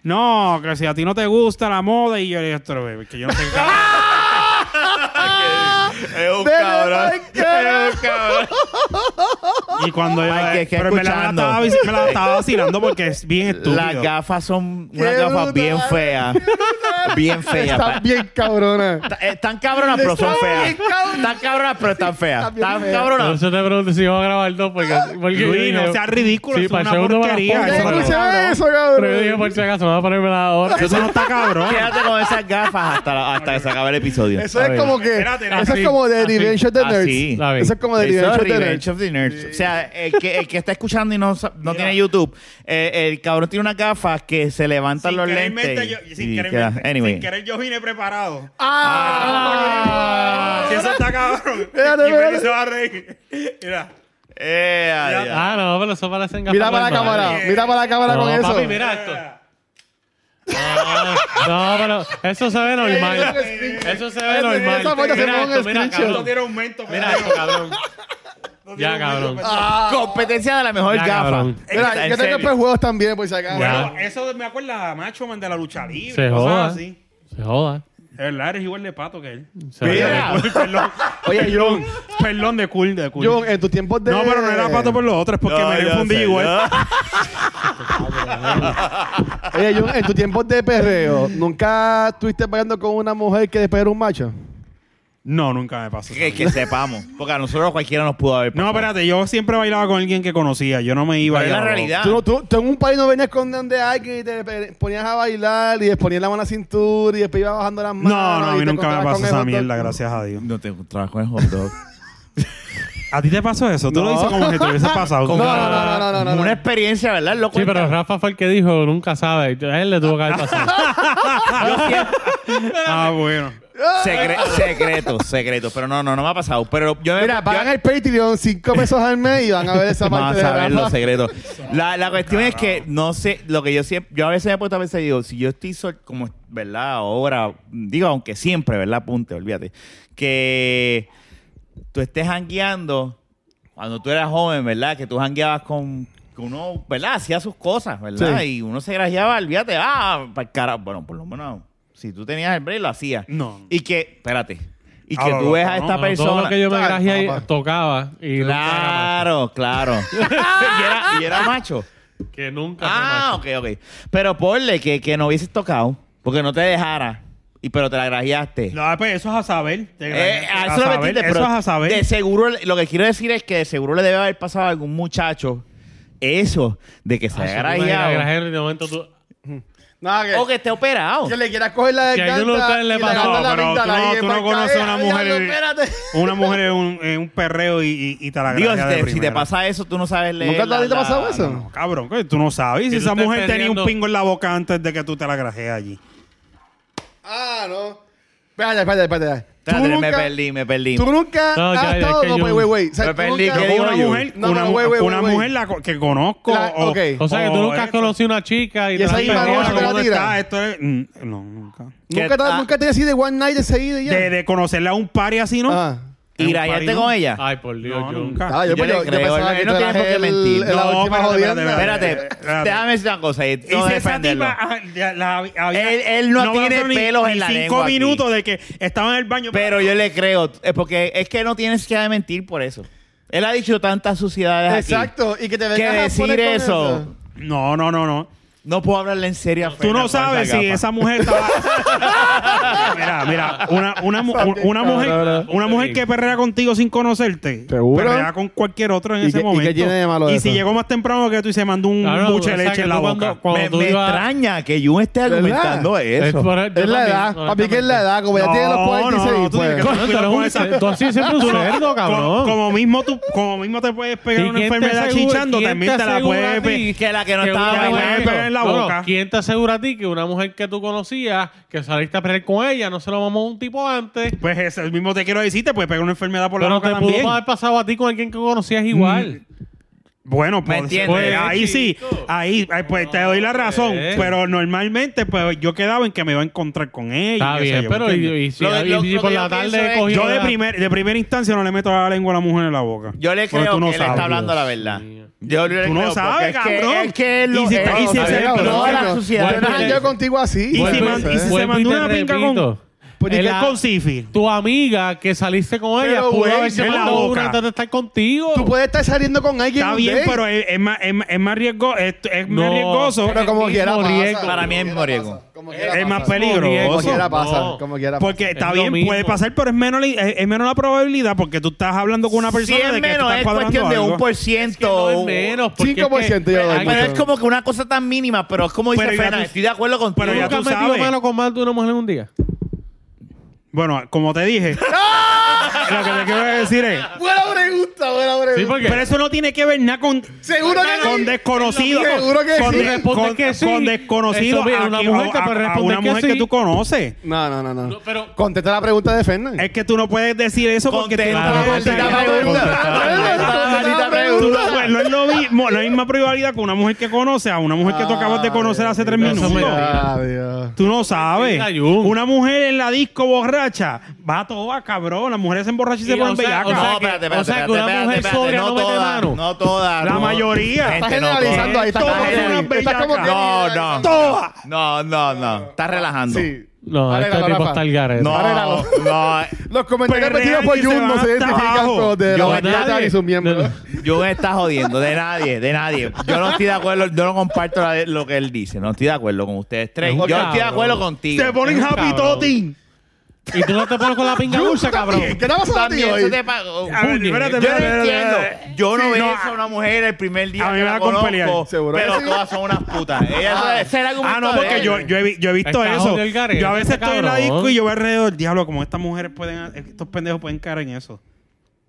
[SPEAKER 4] No, que si a ti no te gusta la moda y yo le digo, "Pero, bebé, que yo no sé qué
[SPEAKER 3] [LAUGHS]
[SPEAKER 4] carajo".
[SPEAKER 3] Es un
[SPEAKER 1] Dele,
[SPEAKER 3] cabrón.
[SPEAKER 1] ay, cara.
[SPEAKER 3] [LAUGHS] Es un cabrón.
[SPEAKER 4] Y cuando yo,
[SPEAKER 3] Ay, que- que
[SPEAKER 4] pero me la, me la
[SPEAKER 3] escuchando.
[SPEAKER 4] estaba, vaci-
[SPEAKER 3] [LAUGHS]
[SPEAKER 4] me la estaba vacilando porque es bien estúpido.
[SPEAKER 3] Las gafas son unas
[SPEAKER 1] Qué
[SPEAKER 3] gafas
[SPEAKER 1] brutal.
[SPEAKER 3] bien
[SPEAKER 4] [LAUGHS]
[SPEAKER 3] feas. Bien feas.
[SPEAKER 1] Están bien cabronas.
[SPEAKER 3] Pa- eh, Están cabronas, pero son feas. Están cabronas, pero están feas.
[SPEAKER 1] Están bien
[SPEAKER 3] Están
[SPEAKER 1] feas.
[SPEAKER 2] Por
[SPEAKER 3] cabronas.
[SPEAKER 2] eso te pregunté si iba a grabar dos porque... porque yo
[SPEAKER 4] Ah, Luis, no
[SPEAKER 2] dije-
[SPEAKER 4] seas ridículo,
[SPEAKER 2] Sí,
[SPEAKER 4] eso
[SPEAKER 2] para
[SPEAKER 4] es
[SPEAKER 2] el
[SPEAKER 4] una
[SPEAKER 2] segundo me la
[SPEAKER 4] porquería.
[SPEAKER 2] pongo,
[SPEAKER 4] Eso
[SPEAKER 2] pero-
[SPEAKER 4] no,
[SPEAKER 1] Escucha
[SPEAKER 4] cabrón.
[SPEAKER 1] eso,
[SPEAKER 2] Pero yo dije,
[SPEAKER 1] cabrón.
[SPEAKER 2] por si acaso, me va a ponérmela ahora.
[SPEAKER 4] Eso no está cabrón.
[SPEAKER 3] Quédate con esas gafas hasta, la- hasta que se acabe el episodio.
[SPEAKER 1] Eso
[SPEAKER 2] A
[SPEAKER 1] es
[SPEAKER 2] ver.
[SPEAKER 1] como que.
[SPEAKER 4] Espérate,
[SPEAKER 1] Eso es
[SPEAKER 2] así,
[SPEAKER 1] como de
[SPEAKER 2] así,
[SPEAKER 1] Revenge of the
[SPEAKER 3] así.
[SPEAKER 1] Nerds. Eso es como de
[SPEAKER 3] Eso es
[SPEAKER 1] Revenge of the
[SPEAKER 3] Revenge
[SPEAKER 1] Nerds.
[SPEAKER 3] of the Nerds. O sea, el que, el que está escuchando y no, sa- no tiene YouTube, eh, el cabrón tiene unas gafas que se levantan
[SPEAKER 4] Sin
[SPEAKER 3] los
[SPEAKER 4] querer
[SPEAKER 3] lentes.
[SPEAKER 4] mente, yo- sin
[SPEAKER 3] y
[SPEAKER 4] querer
[SPEAKER 3] queda-
[SPEAKER 4] mente,
[SPEAKER 3] anyway.
[SPEAKER 4] sin querer yo vine preparado.
[SPEAKER 1] ¡Ah!
[SPEAKER 4] Si eso está
[SPEAKER 3] [LAUGHS]
[SPEAKER 4] cabrón.
[SPEAKER 1] Espérate,
[SPEAKER 4] y Feli
[SPEAKER 1] espérate.
[SPEAKER 4] se va a reír. Mira.
[SPEAKER 3] Eh, ay, ay.
[SPEAKER 2] Ah, no, pero eso parece gafas.
[SPEAKER 1] Mira para la
[SPEAKER 2] normales.
[SPEAKER 1] cámara. Mira para la cámara
[SPEAKER 2] No,
[SPEAKER 1] con eso.
[SPEAKER 2] papi, mira esto. Ah, No, pero eso se ve normal. Eso se ve
[SPEAKER 1] Esa-
[SPEAKER 2] normal.
[SPEAKER 1] esa foto se pone
[SPEAKER 2] Mira
[SPEAKER 1] un
[SPEAKER 2] esto, mira,
[SPEAKER 1] screenshot.
[SPEAKER 2] cabrón.
[SPEAKER 4] tiene aumento.
[SPEAKER 2] Mira
[SPEAKER 4] pendejo.
[SPEAKER 2] esto, cabrón.
[SPEAKER 4] No tiene
[SPEAKER 2] Ya,
[SPEAKER 4] aumento,
[SPEAKER 2] cabrón.
[SPEAKER 4] pendejo.
[SPEAKER 3] Competencia de la mejor
[SPEAKER 2] Ya,
[SPEAKER 3] gafa.
[SPEAKER 2] cabrón.
[SPEAKER 3] Eh,
[SPEAKER 1] Ah. Mira, yo
[SPEAKER 3] en
[SPEAKER 1] tengo
[SPEAKER 3] serio.
[SPEAKER 1] que hacer juegos también, por si acaso.
[SPEAKER 2] Ya.
[SPEAKER 4] Bueno, eso me acuerda a Macho Man de la lucha libre.
[SPEAKER 2] Se
[SPEAKER 4] cosas
[SPEAKER 2] joda.
[SPEAKER 4] así.
[SPEAKER 2] Se joda.
[SPEAKER 4] Es verdad, eres igual de pato que él.
[SPEAKER 2] Se
[SPEAKER 3] Mira.
[SPEAKER 2] joda.
[SPEAKER 4] perdón.
[SPEAKER 1] Oye, John.
[SPEAKER 4] Perdón de cool, de cool.
[SPEAKER 1] John, en tus tiempos de.
[SPEAKER 4] no, pero no era pato por los otros, es porque
[SPEAKER 3] No,
[SPEAKER 4] me
[SPEAKER 3] yo
[SPEAKER 4] lo fundí
[SPEAKER 3] sé,
[SPEAKER 4] igual.
[SPEAKER 3] yo-
[SPEAKER 1] Oye, John, en tus tiempos de perreo, ¿nunca estuviste bailando con una mujer que después era un macho?
[SPEAKER 4] No, nunca me pasó.
[SPEAKER 3] Que, que sepamos. Porque a nosotros cualquiera nos pudo haber
[SPEAKER 4] No,
[SPEAKER 3] pasado.
[SPEAKER 4] espérate, yo siempre bailaba con alguien que conocía. Yo no me iba
[SPEAKER 3] Pero es la
[SPEAKER 4] a ir a lo
[SPEAKER 3] realidad.
[SPEAKER 1] Tú, no- tú- tú en un país no venías con donde alguien y te pe- ponías a bailar y desponías la mano a la cintura y después ibas bajando las
[SPEAKER 4] loco.
[SPEAKER 1] manos.
[SPEAKER 4] No, no, a
[SPEAKER 1] y
[SPEAKER 4] mí
[SPEAKER 1] te
[SPEAKER 4] nunca me
[SPEAKER 1] encontrabas
[SPEAKER 4] pasó
[SPEAKER 1] con el
[SPEAKER 4] esa
[SPEAKER 1] hot dog.
[SPEAKER 4] mierda, gracias a Dios.
[SPEAKER 3] No te encontrabas con el hot dog.
[SPEAKER 4] ¿A ti te pasó eso? Tú lo
[SPEAKER 1] No.
[SPEAKER 4] dices como si te
[SPEAKER 3] [LAUGHS]
[SPEAKER 4] hubiese pasado.
[SPEAKER 1] [LAUGHS] No, no, no, no, no, no, no.
[SPEAKER 3] Una experiencia, ¿verdad? Lo
[SPEAKER 2] Sí, pero Rafa fue el que dijo, nunca sabe. A él le tuvo que haber pasado.
[SPEAKER 3] [LAUGHS]
[SPEAKER 4] Ah, bueno.
[SPEAKER 3] Secre- secretos, secretos. Pero no, no, no me ha pasado. Pero yo
[SPEAKER 1] Mira,
[SPEAKER 3] yo-
[SPEAKER 1] pagan el Patreon 5 pesos al mes y van a ver
[SPEAKER 4] [LAUGHS]
[SPEAKER 1] esa
[SPEAKER 3] Vamos
[SPEAKER 1] parte
[SPEAKER 3] a
[SPEAKER 1] de
[SPEAKER 3] saber
[SPEAKER 1] Rafa. [LAUGHS]
[SPEAKER 3] los secretos. La, la cuestión es que no sé, lo que yo siempre, yo a veces me he puesto a pensar y digo, si yo estoy sol- como, ¿verdad? Ahora, digo, aunque siempre, ¿verdad? Apunte, olvídate. Que tú estés jangueando, cuando tú eras joven, ¿verdad? Que tú jangueabas con, que uno, ¿verdad? Hacía sus cosas, ¿verdad?
[SPEAKER 1] Sí.
[SPEAKER 3] Y uno se grajeaba, olvídate, ah, para cara. Bueno, por lo menos, si tú tenías el break, lo hacías.
[SPEAKER 4] No.
[SPEAKER 3] Y que, espérate. Y
[SPEAKER 4] Ah,
[SPEAKER 3] que
[SPEAKER 4] lo
[SPEAKER 3] tú
[SPEAKER 4] loco,
[SPEAKER 3] ves a
[SPEAKER 4] ¿no?
[SPEAKER 3] esta
[SPEAKER 2] No,
[SPEAKER 4] No,
[SPEAKER 2] Todo
[SPEAKER 3] persona.
[SPEAKER 2] lo que yo me
[SPEAKER 1] Ay,
[SPEAKER 2] grajeé ahí
[SPEAKER 1] papá.
[SPEAKER 2] tocaba. Y nunca era
[SPEAKER 3] Claro, claro. y, era, y era macho.
[SPEAKER 2] macho. Que nunca era
[SPEAKER 3] Ah,
[SPEAKER 2] macho.
[SPEAKER 3] ok, ok. Pero ponle que, que no hubieses tocado, porque no te dejara, y, pero te la grajeaste.
[SPEAKER 4] No, pues eso es a saber. Te-
[SPEAKER 3] Eh, a
[SPEAKER 4] a
[SPEAKER 3] eso, lo
[SPEAKER 4] saber,
[SPEAKER 3] metiste,
[SPEAKER 4] eso
[SPEAKER 3] pero
[SPEAKER 4] es a saber.
[SPEAKER 3] De seguro, lo que quiero decir es que de seguro le debe haber pasado a algún muchacho eso de que se
[SPEAKER 2] Ah,
[SPEAKER 3] haya
[SPEAKER 2] si tú me
[SPEAKER 3] grajeado.
[SPEAKER 2] grajeas y de momento tú...
[SPEAKER 1] No,
[SPEAKER 3] O que esté operado.
[SPEAKER 1] que le quiera coger la
[SPEAKER 2] Que a
[SPEAKER 1] garganta
[SPEAKER 2] alguno de ustedes le
[SPEAKER 1] y la garganta
[SPEAKER 2] pasó,
[SPEAKER 4] No,
[SPEAKER 1] la
[SPEAKER 4] pero tú
[SPEAKER 1] ventana
[SPEAKER 4] no,
[SPEAKER 1] ahí,
[SPEAKER 4] tú no
[SPEAKER 1] marca,
[SPEAKER 4] conoces
[SPEAKER 1] eh,
[SPEAKER 4] a una mujer.
[SPEAKER 1] diablo,
[SPEAKER 4] [LAUGHS]
[SPEAKER 1] espérate.
[SPEAKER 4] Una mujer en un, en un perreo y, y, y te la
[SPEAKER 3] Digo, si
[SPEAKER 4] grajea de
[SPEAKER 3] te, si te
[SPEAKER 4] primera.
[SPEAKER 3] pasa eso, tú no sabes leer.
[SPEAKER 1] ¿Nunca te-
[SPEAKER 3] la-
[SPEAKER 1] te ha
[SPEAKER 3] la-
[SPEAKER 1] pasado eso?
[SPEAKER 4] No, cabrón, que tú no sabes. Si
[SPEAKER 2] tú
[SPEAKER 4] esa
[SPEAKER 2] estás
[SPEAKER 4] mujer tenía
[SPEAKER 2] perdiendo-
[SPEAKER 4] un pingo en la boca antes de que tú te la grajeas allí.
[SPEAKER 1] Ah, no. Espérate, espérate, espérate.
[SPEAKER 3] Espérate,
[SPEAKER 1] Tú
[SPEAKER 3] me
[SPEAKER 1] nunca-
[SPEAKER 3] perdí, me perdí.
[SPEAKER 1] Tú nunca
[SPEAKER 2] No, ya,
[SPEAKER 1] has
[SPEAKER 2] ya, es
[SPEAKER 1] estado...
[SPEAKER 2] que
[SPEAKER 1] No,
[SPEAKER 2] yo-
[SPEAKER 1] güey, güey, güey. O sea,
[SPEAKER 3] Me
[SPEAKER 1] tú
[SPEAKER 3] perdí,
[SPEAKER 1] nunca-
[SPEAKER 3] ¿qué digo
[SPEAKER 4] Una
[SPEAKER 3] yo?
[SPEAKER 4] mujer,
[SPEAKER 1] No,
[SPEAKER 4] una,
[SPEAKER 1] no, güey, güey,
[SPEAKER 4] una
[SPEAKER 1] güey,
[SPEAKER 4] mujer
[SPEAKER 1] güey.
[SPEAKER 4] la co- que conozco.
[SPEAKER 1] La-
[SPEAKER 4] o,
[SPEAKER 1] ok.
[SPEAKER 2] O sea, que tú
[SPEAKER 4] o
[SPEAKER 2] nunca has
[SPEAKER 4] esto.
[SPEAKER 2] conocido una chica y,
[SPEAKER 1] Y esa
[SPEAKER 2] te
[SPEAKER 1] misma
[SPEAKER 2] la has
[SPEAKER 1] noche
[SPEAKER 2] perdido.
[SPEAKER 1] te la
[SPEAKER 4] ¿Dónde
[SPEAKER 1] tira?
[SPEAKER 4] está? Esto es- mm, No, nunca.
[SPEAKER 1] Nunca te
[SPEAKER 3] Ah.
[SPEAKER 1] nunca te has ido de one night de seguida y ya.
[SPEAKER 4] De, de conocerla a un party así, ¿no?
[SPEAKER 1] Ah.
[SPEAKER 3] Y grajeaste
[SPEAKER 4] Party,
[SPEAKER 3] con
[SPEAKER 4] ¿no?
[SPEAKER 3] ella.
[SPEAKER 2] Ay, por Dios,
[SPEAKER 4] No,
[SPEAKER 2] yo...
[SPEAKER 4] nunca.
[SPEAKER 1] Ah,
[SPEAKER 3] Yo
[SPEAKER 1] yo, pues,
[SPEAKER 3] le
[SPEAKER 1] yo- yo
[SPEAKER 3] creo,
[SPEAKER 1] pensaba
[SPEAKER 3] él
[SPEAKER 1] que
[SPEAKER 3] no
[SPEAKER 1] tú
[SPEAKER 3] tiene
[SPEAKER 1] eras
[SPEAKER 3] por qué
[SPEAKER 1] el-
[SPEAKER 3] mentir.
[SPEAKER 1] la
[SPEAKER 4] No,
[SPEAKER 1] última
[SPEAKER 4] espérate,
[SPEAKER 1] jodienda.
[SPEAKER 4] espérate,
[SPEAKER 3] Espérate,
[SPEAKER 4] espérate.
[SPEAKER 3] déjame decir una cosa. Y,
[SPEAKER 4] Y
[SPEAKER 3] no
[SPEAKER 4] si esa
[SPEAKER 3] defenderlo.
[SPEAKER 4] tipa, ah, ya la hab- había-
[SPEAKER 3] Él- él no
[SPEAKER 4] pasaron
[SPEAKER 3] tiene
[SPEAKER 4] ni-
[SPEAKER 3] pelos
[SPEAKER 4] ni
[SPEAKER 3] en la
[SPEAKER 4] cinco
[SPEAKER 3] lengua aquí.
[SPEAKER 4] minutos de que estaba en el baño.
[SPEAKER 3] Pero yo le creo, eh, porque es que no tienes que mentir por eso. Él ha dicho tantas suciedades
[SPEAKER 1] Exacto. Y que te
[SPEAKER 3] aquí. Que
[SPEAKER 1] vengas a
[SPEAKER 3] decir
[SPEAKER 1] poner con
[SPEAKER 3] eso,
[SPEAKER 4] No, no, no, no.
[SPEAKER 3] No puedo hablarle en serio a
[SPEAKER 1] Pues
[SPEAKER 4] Tú
[SPEAKER 3] Fernan
[SPEAKER 4] no
[SPEAKER 3] con
[SPEAKER 4] sabes si
[SPEAKER 3] gafas.
[SPEAKER 4] esa
[SPEAKER 1] [LAUGHS]
[SPEAKER 4] mujer estaba. mira, mira, una, una, mu- un- una mujer, una mujer que perrea contigo sin conocerte.
[SPEAKER 1] ¿Seguro?
[SPEAKER 4] Perrea con cualquier otro en
[SPEAKER 1] ¿Y
[SPEAKER 4] ese
[SPEAKER 1] qué- y qué
[SPEAKER 4] momento.
[SPEAKER 1] tiene de malo
[SPEAKER 4] Y
[SPEAKER 1] eso?
[SPEAKER 4] si llegó más temprano que tú y se mandó un
[SPEAKER 2] Claro, o
[SPEAKER 4] buche
[SPEAKER 2] sea,
[SPEAKER 4] de leche
[SPEAKER 2] que
[SPEAKER 4] en la
[SPEAKER 2] tú
[SPEAKER 4] boca.
[SPEAKER 2] cuando- cuando
[SPEAKER 3] Me,
[SPEAKER 2] tú
[SPEAKER 3] me
[SPEAKER 2] ibas-
[SPEAKER 3] extraña que yo esté argumentando
[SPEAKER 2] Es
[SPEAKER 3] eso.
[SPEAKER 2] por- yo
[SPEAKER 1] Es la
[SPEAKER 2] también,
[SPEAKER 1] edad, papi, que es la
[SPEAKER 2] honestamente.
[SPEAKER 1] edad. Como ya
[SPEAKER 4] No,
[SPEAKER 1] tiene los 46,
[SPEAKER 4] no, tú tienes
[SPEAKER 1] pues.
[SPEAKER 4] que-
[SPEAKER 2] Coño, tú eres un cerdo. Tú así siempre un
[SPEAKER 4] Tú no-
[SPEAKER 2] cerdo,
[SPEAKER 4] co-
[SPEAKER 2] cabrón.
[SPEAKER 4] Como, mismo tú, como mismo te puedes pegar
[SPEAKER 2] ¿Y
[SPEAKER 4] una
[SPEAKER 2] quién te
[SPEAKER 4] enfermedad
[SPEAKER 2] asegura-
[SPEAKER 4] chichando,
[SPEAKER 2] quién
[SPEAKER 4] también
[SPEAKER 2] te
[SPEAKER 4] te la
[SPEAKER 2] asegura a
[SPEAKER 4] puedes
[SPEAKER 2] ti
[SPEAKER 4] pe-
[SPEAKER 3] Que la que no
[SPEAKER 2] que
[SPEAKER 3] estaba
[SPEAKER 2] una
[SPEAKER 4] la
[SPEAKER 2] mujer-
[SPEAKER 4] puedes
[SPEAKER 3] bailando.
[SPEAKER 4] pegar en la
[SPEAKER 2] No, no,
[SPEAKER 4] boca.
[SPEAKER 2] ¿Quién te asegura a ti que una mujer que tú conocías, que saliste a perder con ella, no se lo mamó un tipo antes,
[SPEAKER 4] Pues eso mismo te quiero decir, te puedes pegar una enfermedad por la
[SPEAKER 2] pero
[SPEAKER 4] boca
[SPEAKER 2] te
[SPEAKER 4] también.
[SPEAKER 2] pudo haber pasado a ti con alguien que conocías igual?
[SPEAKER 4] Bueno,
[SPEAKER 3] ¿Me
[SPEAKER 4] pues,
[SPEAKER 3] entiendes?
[SPEAKER 4] pues, ahí
[SPEAKER 2] Pues,
[SPEAKER 4] sí,
[SPEAKER 2] chico.
[SPEAKER 4] ahí ay, pues te doy la razón,
[SPEAKER 2] Eh.
[SPEAKER 4] pero normalmente pues yo quedaba en que me iba a encontrar con ella.
[SPEAKER 2] Está
[SPEAKER 4] qué sé
[SPEAKER 2] bien,
[SPEAKER 4] yo, ¿me
[SPEAKER 2] pero y,
[SPEAKER 4] entiendes?
[SPEAKER 2] y si,
[SPEAKER 3] Lo de-
[SPEAKER 2] y
[SPEAKER 3] lo-
[SPEAKER 2] si
[SPEAKER 3] lo
[SPEAKER 2] por
[SPEAKER 3] que
[SPEAKER 2] la
[SPEAKER 3] yo pienso
[SPEAKER 2] tarde
[SPEAKER 3] es-
[SPEAKER 2] cogí
[SPEAKER 4] yo de,
[SPEAKER 2] la-
[SPEAKER 4] primer, de primera instancia no le meto la lengua a la mujer en la boca.
[SPEAKER 3] Yo le
[SPEAKER 4] Porque
[SPEAKER 3] creo
[SPEAKER 4] tú no
[SPEAKER 3] que él
[SPEAKER 4] sabes.
[SPEAKER 3] está hablando la verdad. Yo le
[SPEAKER 4] Tú no
[SPEAKER 3] creo, porque
[SPEAKER 4] sabes,
[SPEAKER 3] es que-
[SPEAKER 4] cabrón.
[SPEAKER 3] Es que él lo
[SPEAKER 4] Y si te- y si
[SPEAKER 3] él-
[SPEAKER 4] ese-
[SPEAKER 3] no,
[SPEAKER 4] pero
[SPEAKER 3] la
[SPEAKER 1] bueno,
[SPEAKER 3] suciedad
[SPEAKER 2] bueno,
[SPEAKER 3] no es
[SPEAKER 1] Ah, yo contigo así.
[SPEAKER 4] Y si,
[SPEAKER 2] Vuelvo
[SPEAKER 4] man-
[SPEAKER 2] y te-
[SPEAKER 4] y si se
[SPEAKER 2] vuelvo y
[SPEAKER 4] mandó
[SPEAKER 2] te
[SPEAKER 4] una pinca
[SPEAKER 2] repito.
[SPEAKER 4] con... Pues
[SPEAKER 2] El
[SPEAKER 4] dije
[SPEAKER 2] a-
[SPEAKER 4] con sífilis.
[SPEAKER 2] Tu amiga que saliste con ella
[SPEAKER 1] Pero,
[SPEAKER 2] pudo
[SPEAKER 1] güey,
[SPEAKER 2] haberse
[SPEAKER 4] en la
[SPEAKER 2] mandado
[SPEAKER 4] boca.
[SPEAKER 2] una antes de estar contigo.
[SPEAKER 1] Tú puedes estar saliendo con alguien.
[SPEAKER 4] Está
[SPEAKER 1] un
[SPEAKER 4] bien,
[SPEAKER 1] date.
[SPEAKER 4] pero es, es más, es, es más riesgo, es, es
[SPEAKER 2] No,
[SPEAKER 4] más riesgoso.
[SPEAKER 1] Pero como
[SPEAKER 2] el
[SPEAKER 1] quiera
[SPEAKER 2] mismo
[SPEAKER 1] pasa.
[SPEAKER 2] riesgo.
[SPEAKER 1] como
[SPEAKER 3] Para mí es
[SPEAKER 1] quiera
[SPEAKER 3] mismo riesgo.
[SPEAKER 1] pasa, como quiera
[SPEAKER 4] Es más
[SPEAKER 1] pasa.
[SPEAKER 4] peligroso.
[SPEAKER 1] Como quiera
[SPEAKER 2] No.
[SPEAKER 1] pasa. Como quiera pasa.
[SPEAKER 4] Porque está
[SPEAKER 2] Es lo
[SPEAKER 4] bien,
[SPEAKER 2] mismo.
[SPEAKER 4] puede pasar, pero es menos, li- es, es menos la probabilidad porque tú estás hablando con una
[SPEAKER 3] Si
[SPEAKER 4] persona
[SPEAKER 3] es
[SPEAKER 4] de que te
[SPEAKER 3] menos,
[SPEAKER 4] estás
[SPEAKER 3] es
[SPEAKER 4] cuadrando
[SPEAKER 3] cuestión de
[SPEAKER 4] algo.
[SPEAKER 3] un por ciento.
[SPEAKER 2] No es menos. porque es que-
[SPEAKER 1] 5% yo doy.
[SPEAKER 2] Ay,
[SPEAKER 3] Pero es como que una cosa tan mínima, pero es como dice
[SPEAKER 4] Pero ya
[SPEAKER 3] Fernan,
[SPEAKER 4] tú-
[SPEAKER 3] estoy de acuerdo contigo.
[SPEAKER 4] Pero ya
[SPEAKER 2] ¿Nunca
[SPEAKER 4] tú
[SPEAKER 2] has metido
[SPEAKER 4] sabes.
[SPEAKER 2] mano con más de una mujer en un día?
[SPEAKER 4] Bueno, como
[SPEAKER 1] [LAUGHS]
[SPEAKER 4] te dije, lo que te quiero decir es.
[SPEAKER 1] Buena pregunta, buena pregunta.
[SPEAKER 2] Sí, porque...
[SPEAKER 4] Pero eso no tiene que ver nada con.
[SPEAKER 1] Seguro que
[SPEAKER 4] con
[SPEAKER 1] sí.
[SPEAKER 4] desconocidos.
[SPEAKER 1] Seguro que
[SPEAKER 4] con,
[SPEAKER 1] sí.
[SPEAKER 4] de-
[SPEAKER 2] Responde
[SPEAKER 4] con-
[SPEAKER 2] que sí.
[SPEAKER 4] con desconocidos.
[SPEAKER 2] Eso, mira, una
[SPEAKER 4] aquí-
[SPEAKER 2] mujer te
[SPEAKER 4] a- a-
[SPEAKER 2] puede
[SPEAKER 4] a
[SPEAKER 2] responder
[SPEAKER 4] una
[SPEAKER 2] que
[SPEAKER 4] mujer que
[SPEAKER 2] sí.
[SPEAKER 4] tú conoces.
[SPEAKER 1] No, no, no, no.
[SPEAKER 2] No, pero-
[SPEAKER 1] Contesta la pregunta de Fernan.
[SPEAKER 4] Es que tú no puedes decir eso porque tú
[SPEAKER 3] Contesta
[SPEAKER 4] no
[SPEAKER 3] la
[SPEAKER 4] puedes-
[SPEAKER 3] maldita pregunta. Contesta la maldita pregunta.
[SPEAKER 4] Tú no puedes- Pues no es lo mismo, la misma probabilidad que una mujer que conoce a una mujer que tú acabas de conocer hace tres
[SPEAKER 2] Dios, eso
[SPEAKER 4] minutos.
[SPEAKER 2] me da-
[SPEAKER 1] Ah, Dios.
[SPEAKER 4] Tú no sabes.
[SPEAKER 2] Mentira, Jun.
[SPEAKER 4] Una mujer en la disco borracha va toda, cabrón. Las mujeres se emborrachan y se
[SPEAKER 2] Y,
[SPEAKER 4] ponen
[SPEAKER 2] o sea,
[SPEAKER 4] bellacas.
[SPEAKER 2] o
[SPEAKER 3] No,
[SPEAKER 2] sea,
[SPEAKER 3] espérate,
[SPEAKER 2] que- o
[SPEAKER 3] espérate,
[SPEAKER 2] sea, que
[SPEAKER 3] espérate,
[SPEAKER 2] una mujer
[SPEAKER 3] espérate,
[SPEAKER 2] sobria no
[SPEAKER 3] no
[SPEAKER 2] mete
[SPEAKER 3] todas,
[SPEAKER 2] mano.
[SPEAKER 3] no todas.
[SPEAKER 4] La
[SPEAKER 3] no.
[SPEAKER 4] mayoría.
[SPEAKER 1] Estás
[SPEAKER 3] Gente, no
[SPEAKER 1] generalizando
[SPEAKER 3] todas.
[SPEAKER 1] ahí. Estás
[SPEAKER 4] Todas son
[SPEAKER 1] generalizando.
[SPEAKER 4] unas
[SPEAKER 1] Estás como
[SPEAKER 4] bellacas.
[SPEAKER 3] No, no.
[SPEAKER 4] Todas.
[SPEAKER 3] No, no, no. Estás relajando.
[SPEAKER 1] Sí.
[SPEAKER 2] No,
[SPEAKER 1] Dale,
[SPEAKER 2] este
[SPEAKER 1] dale,
[SPEAKER 2] tipo
[SPEAKER 1] Rafa.
[SPEAKER 2] está al garete.
[SPEAKER 3] No,
[SPEAKER 1] Arreglalo.
[SPEAKER 3] no.
[SPEAKER 1] Los comentarios
[SPEAKER 4] Perrean
[SPEAKER 1] metidos por
[SPEAKER 4] y se
[SPEAKER 1] Jun no
[SPEAKER 4] van
[SPEAKER 1] se
[SPEAKER 4] hasta
[SPEAKER 1] identifican
[SPEAKER 4] abajo.
[SPEAKER 1] con los de
[SPEAKER 3] Yo
[SPEAKER 1] la
[SPEAKER 3] a
[SPEAKER 1] bandera
[SPEAKER 2] nadie-
[SPEAKER 1] y sus miembros.
[SPEAKER 2] de-
[SPEAKER 3] Yo me está jodiendo. De nadie, de nadie. Yo no estoy de acuerdo. Yo no comparto la- lo que él dice. No estoy de acuerdo con ustedes tres.
[SPEAKER 2] Es
[SPEAKER 3] Yo
[SPEAKER 2] un
[SPEAKER 3] estoy de
[SPEAKER 2] cabrón.
[SPEAKER 3] acuerdo contigo.
[SPEAKER 4] Se ponen
[SPEAKER 2] Es un
[SPEAKER 4] happy
[SPEAKER 2] cabrón.
[SPEAKER 4] totin.
[SPEAKER 2] Y tú no te pones con la pinga dulce, cabrón.
[SPEAKER 1] ¿Qué te ha pasado a ti
[SPEAKER 3] También se
[SPEAKER 1] hoy?
[SPEAKER 3] te pagó.
[SPEAKER 4] A ver,
[SPEAKER 2] Puñe.
[SPEAKER 4] espérate,
[SPEAKER 3] Yo no
[SPEAKER 4] espérate,
[SPEAKER 3] entiendo.
[SPEAKER 4] espérate, espérate.
[SPEAKER 3] Yo no
[SPEAKER 4] Sí,
[SPEAKER 3] veo
[SPEAKER 4] no,
[SPEAKER 3] a una mujer el primer día.
[SPEAKER 4] a mí
[SPEAKER 3] que
[SPEAKER 4] me
[SPEAKER 3] la
[SPEAKER 4] va con pelear.
[SPEAKER 3] conozco,
[SPEAKER 1] Seguro
[SPEAKER 3] Pero
[SPEAKER 1] que sí.
[SPEAKER 3] todas son unas putas. Ella
[SPEAKER 1] Ah.
[SPEAKER 3] ese era el
[SPEAKER 4] Ah, no,
[SPEAKER 3] argumento de
[SPEAKER 4] porque
[SPEAKER 3] él.
[SPEAKER 4] yo, yo, he, vi- yo he visto
[SPEAKER 2] eh. Está
[SPEAKER 4] eso.
[SPEAKER 2] jodido el garete,
[SPEAKER 4] Yo a veces
[SPEAKER 2] este
[SPEAKER 4] estoy en la
[SPEAKER 2] cabrón.
[SPEAKER 4] disco y yo veo alrededor, diablo, como estas mujeres pueden, estos pendejos pueden caer en eso.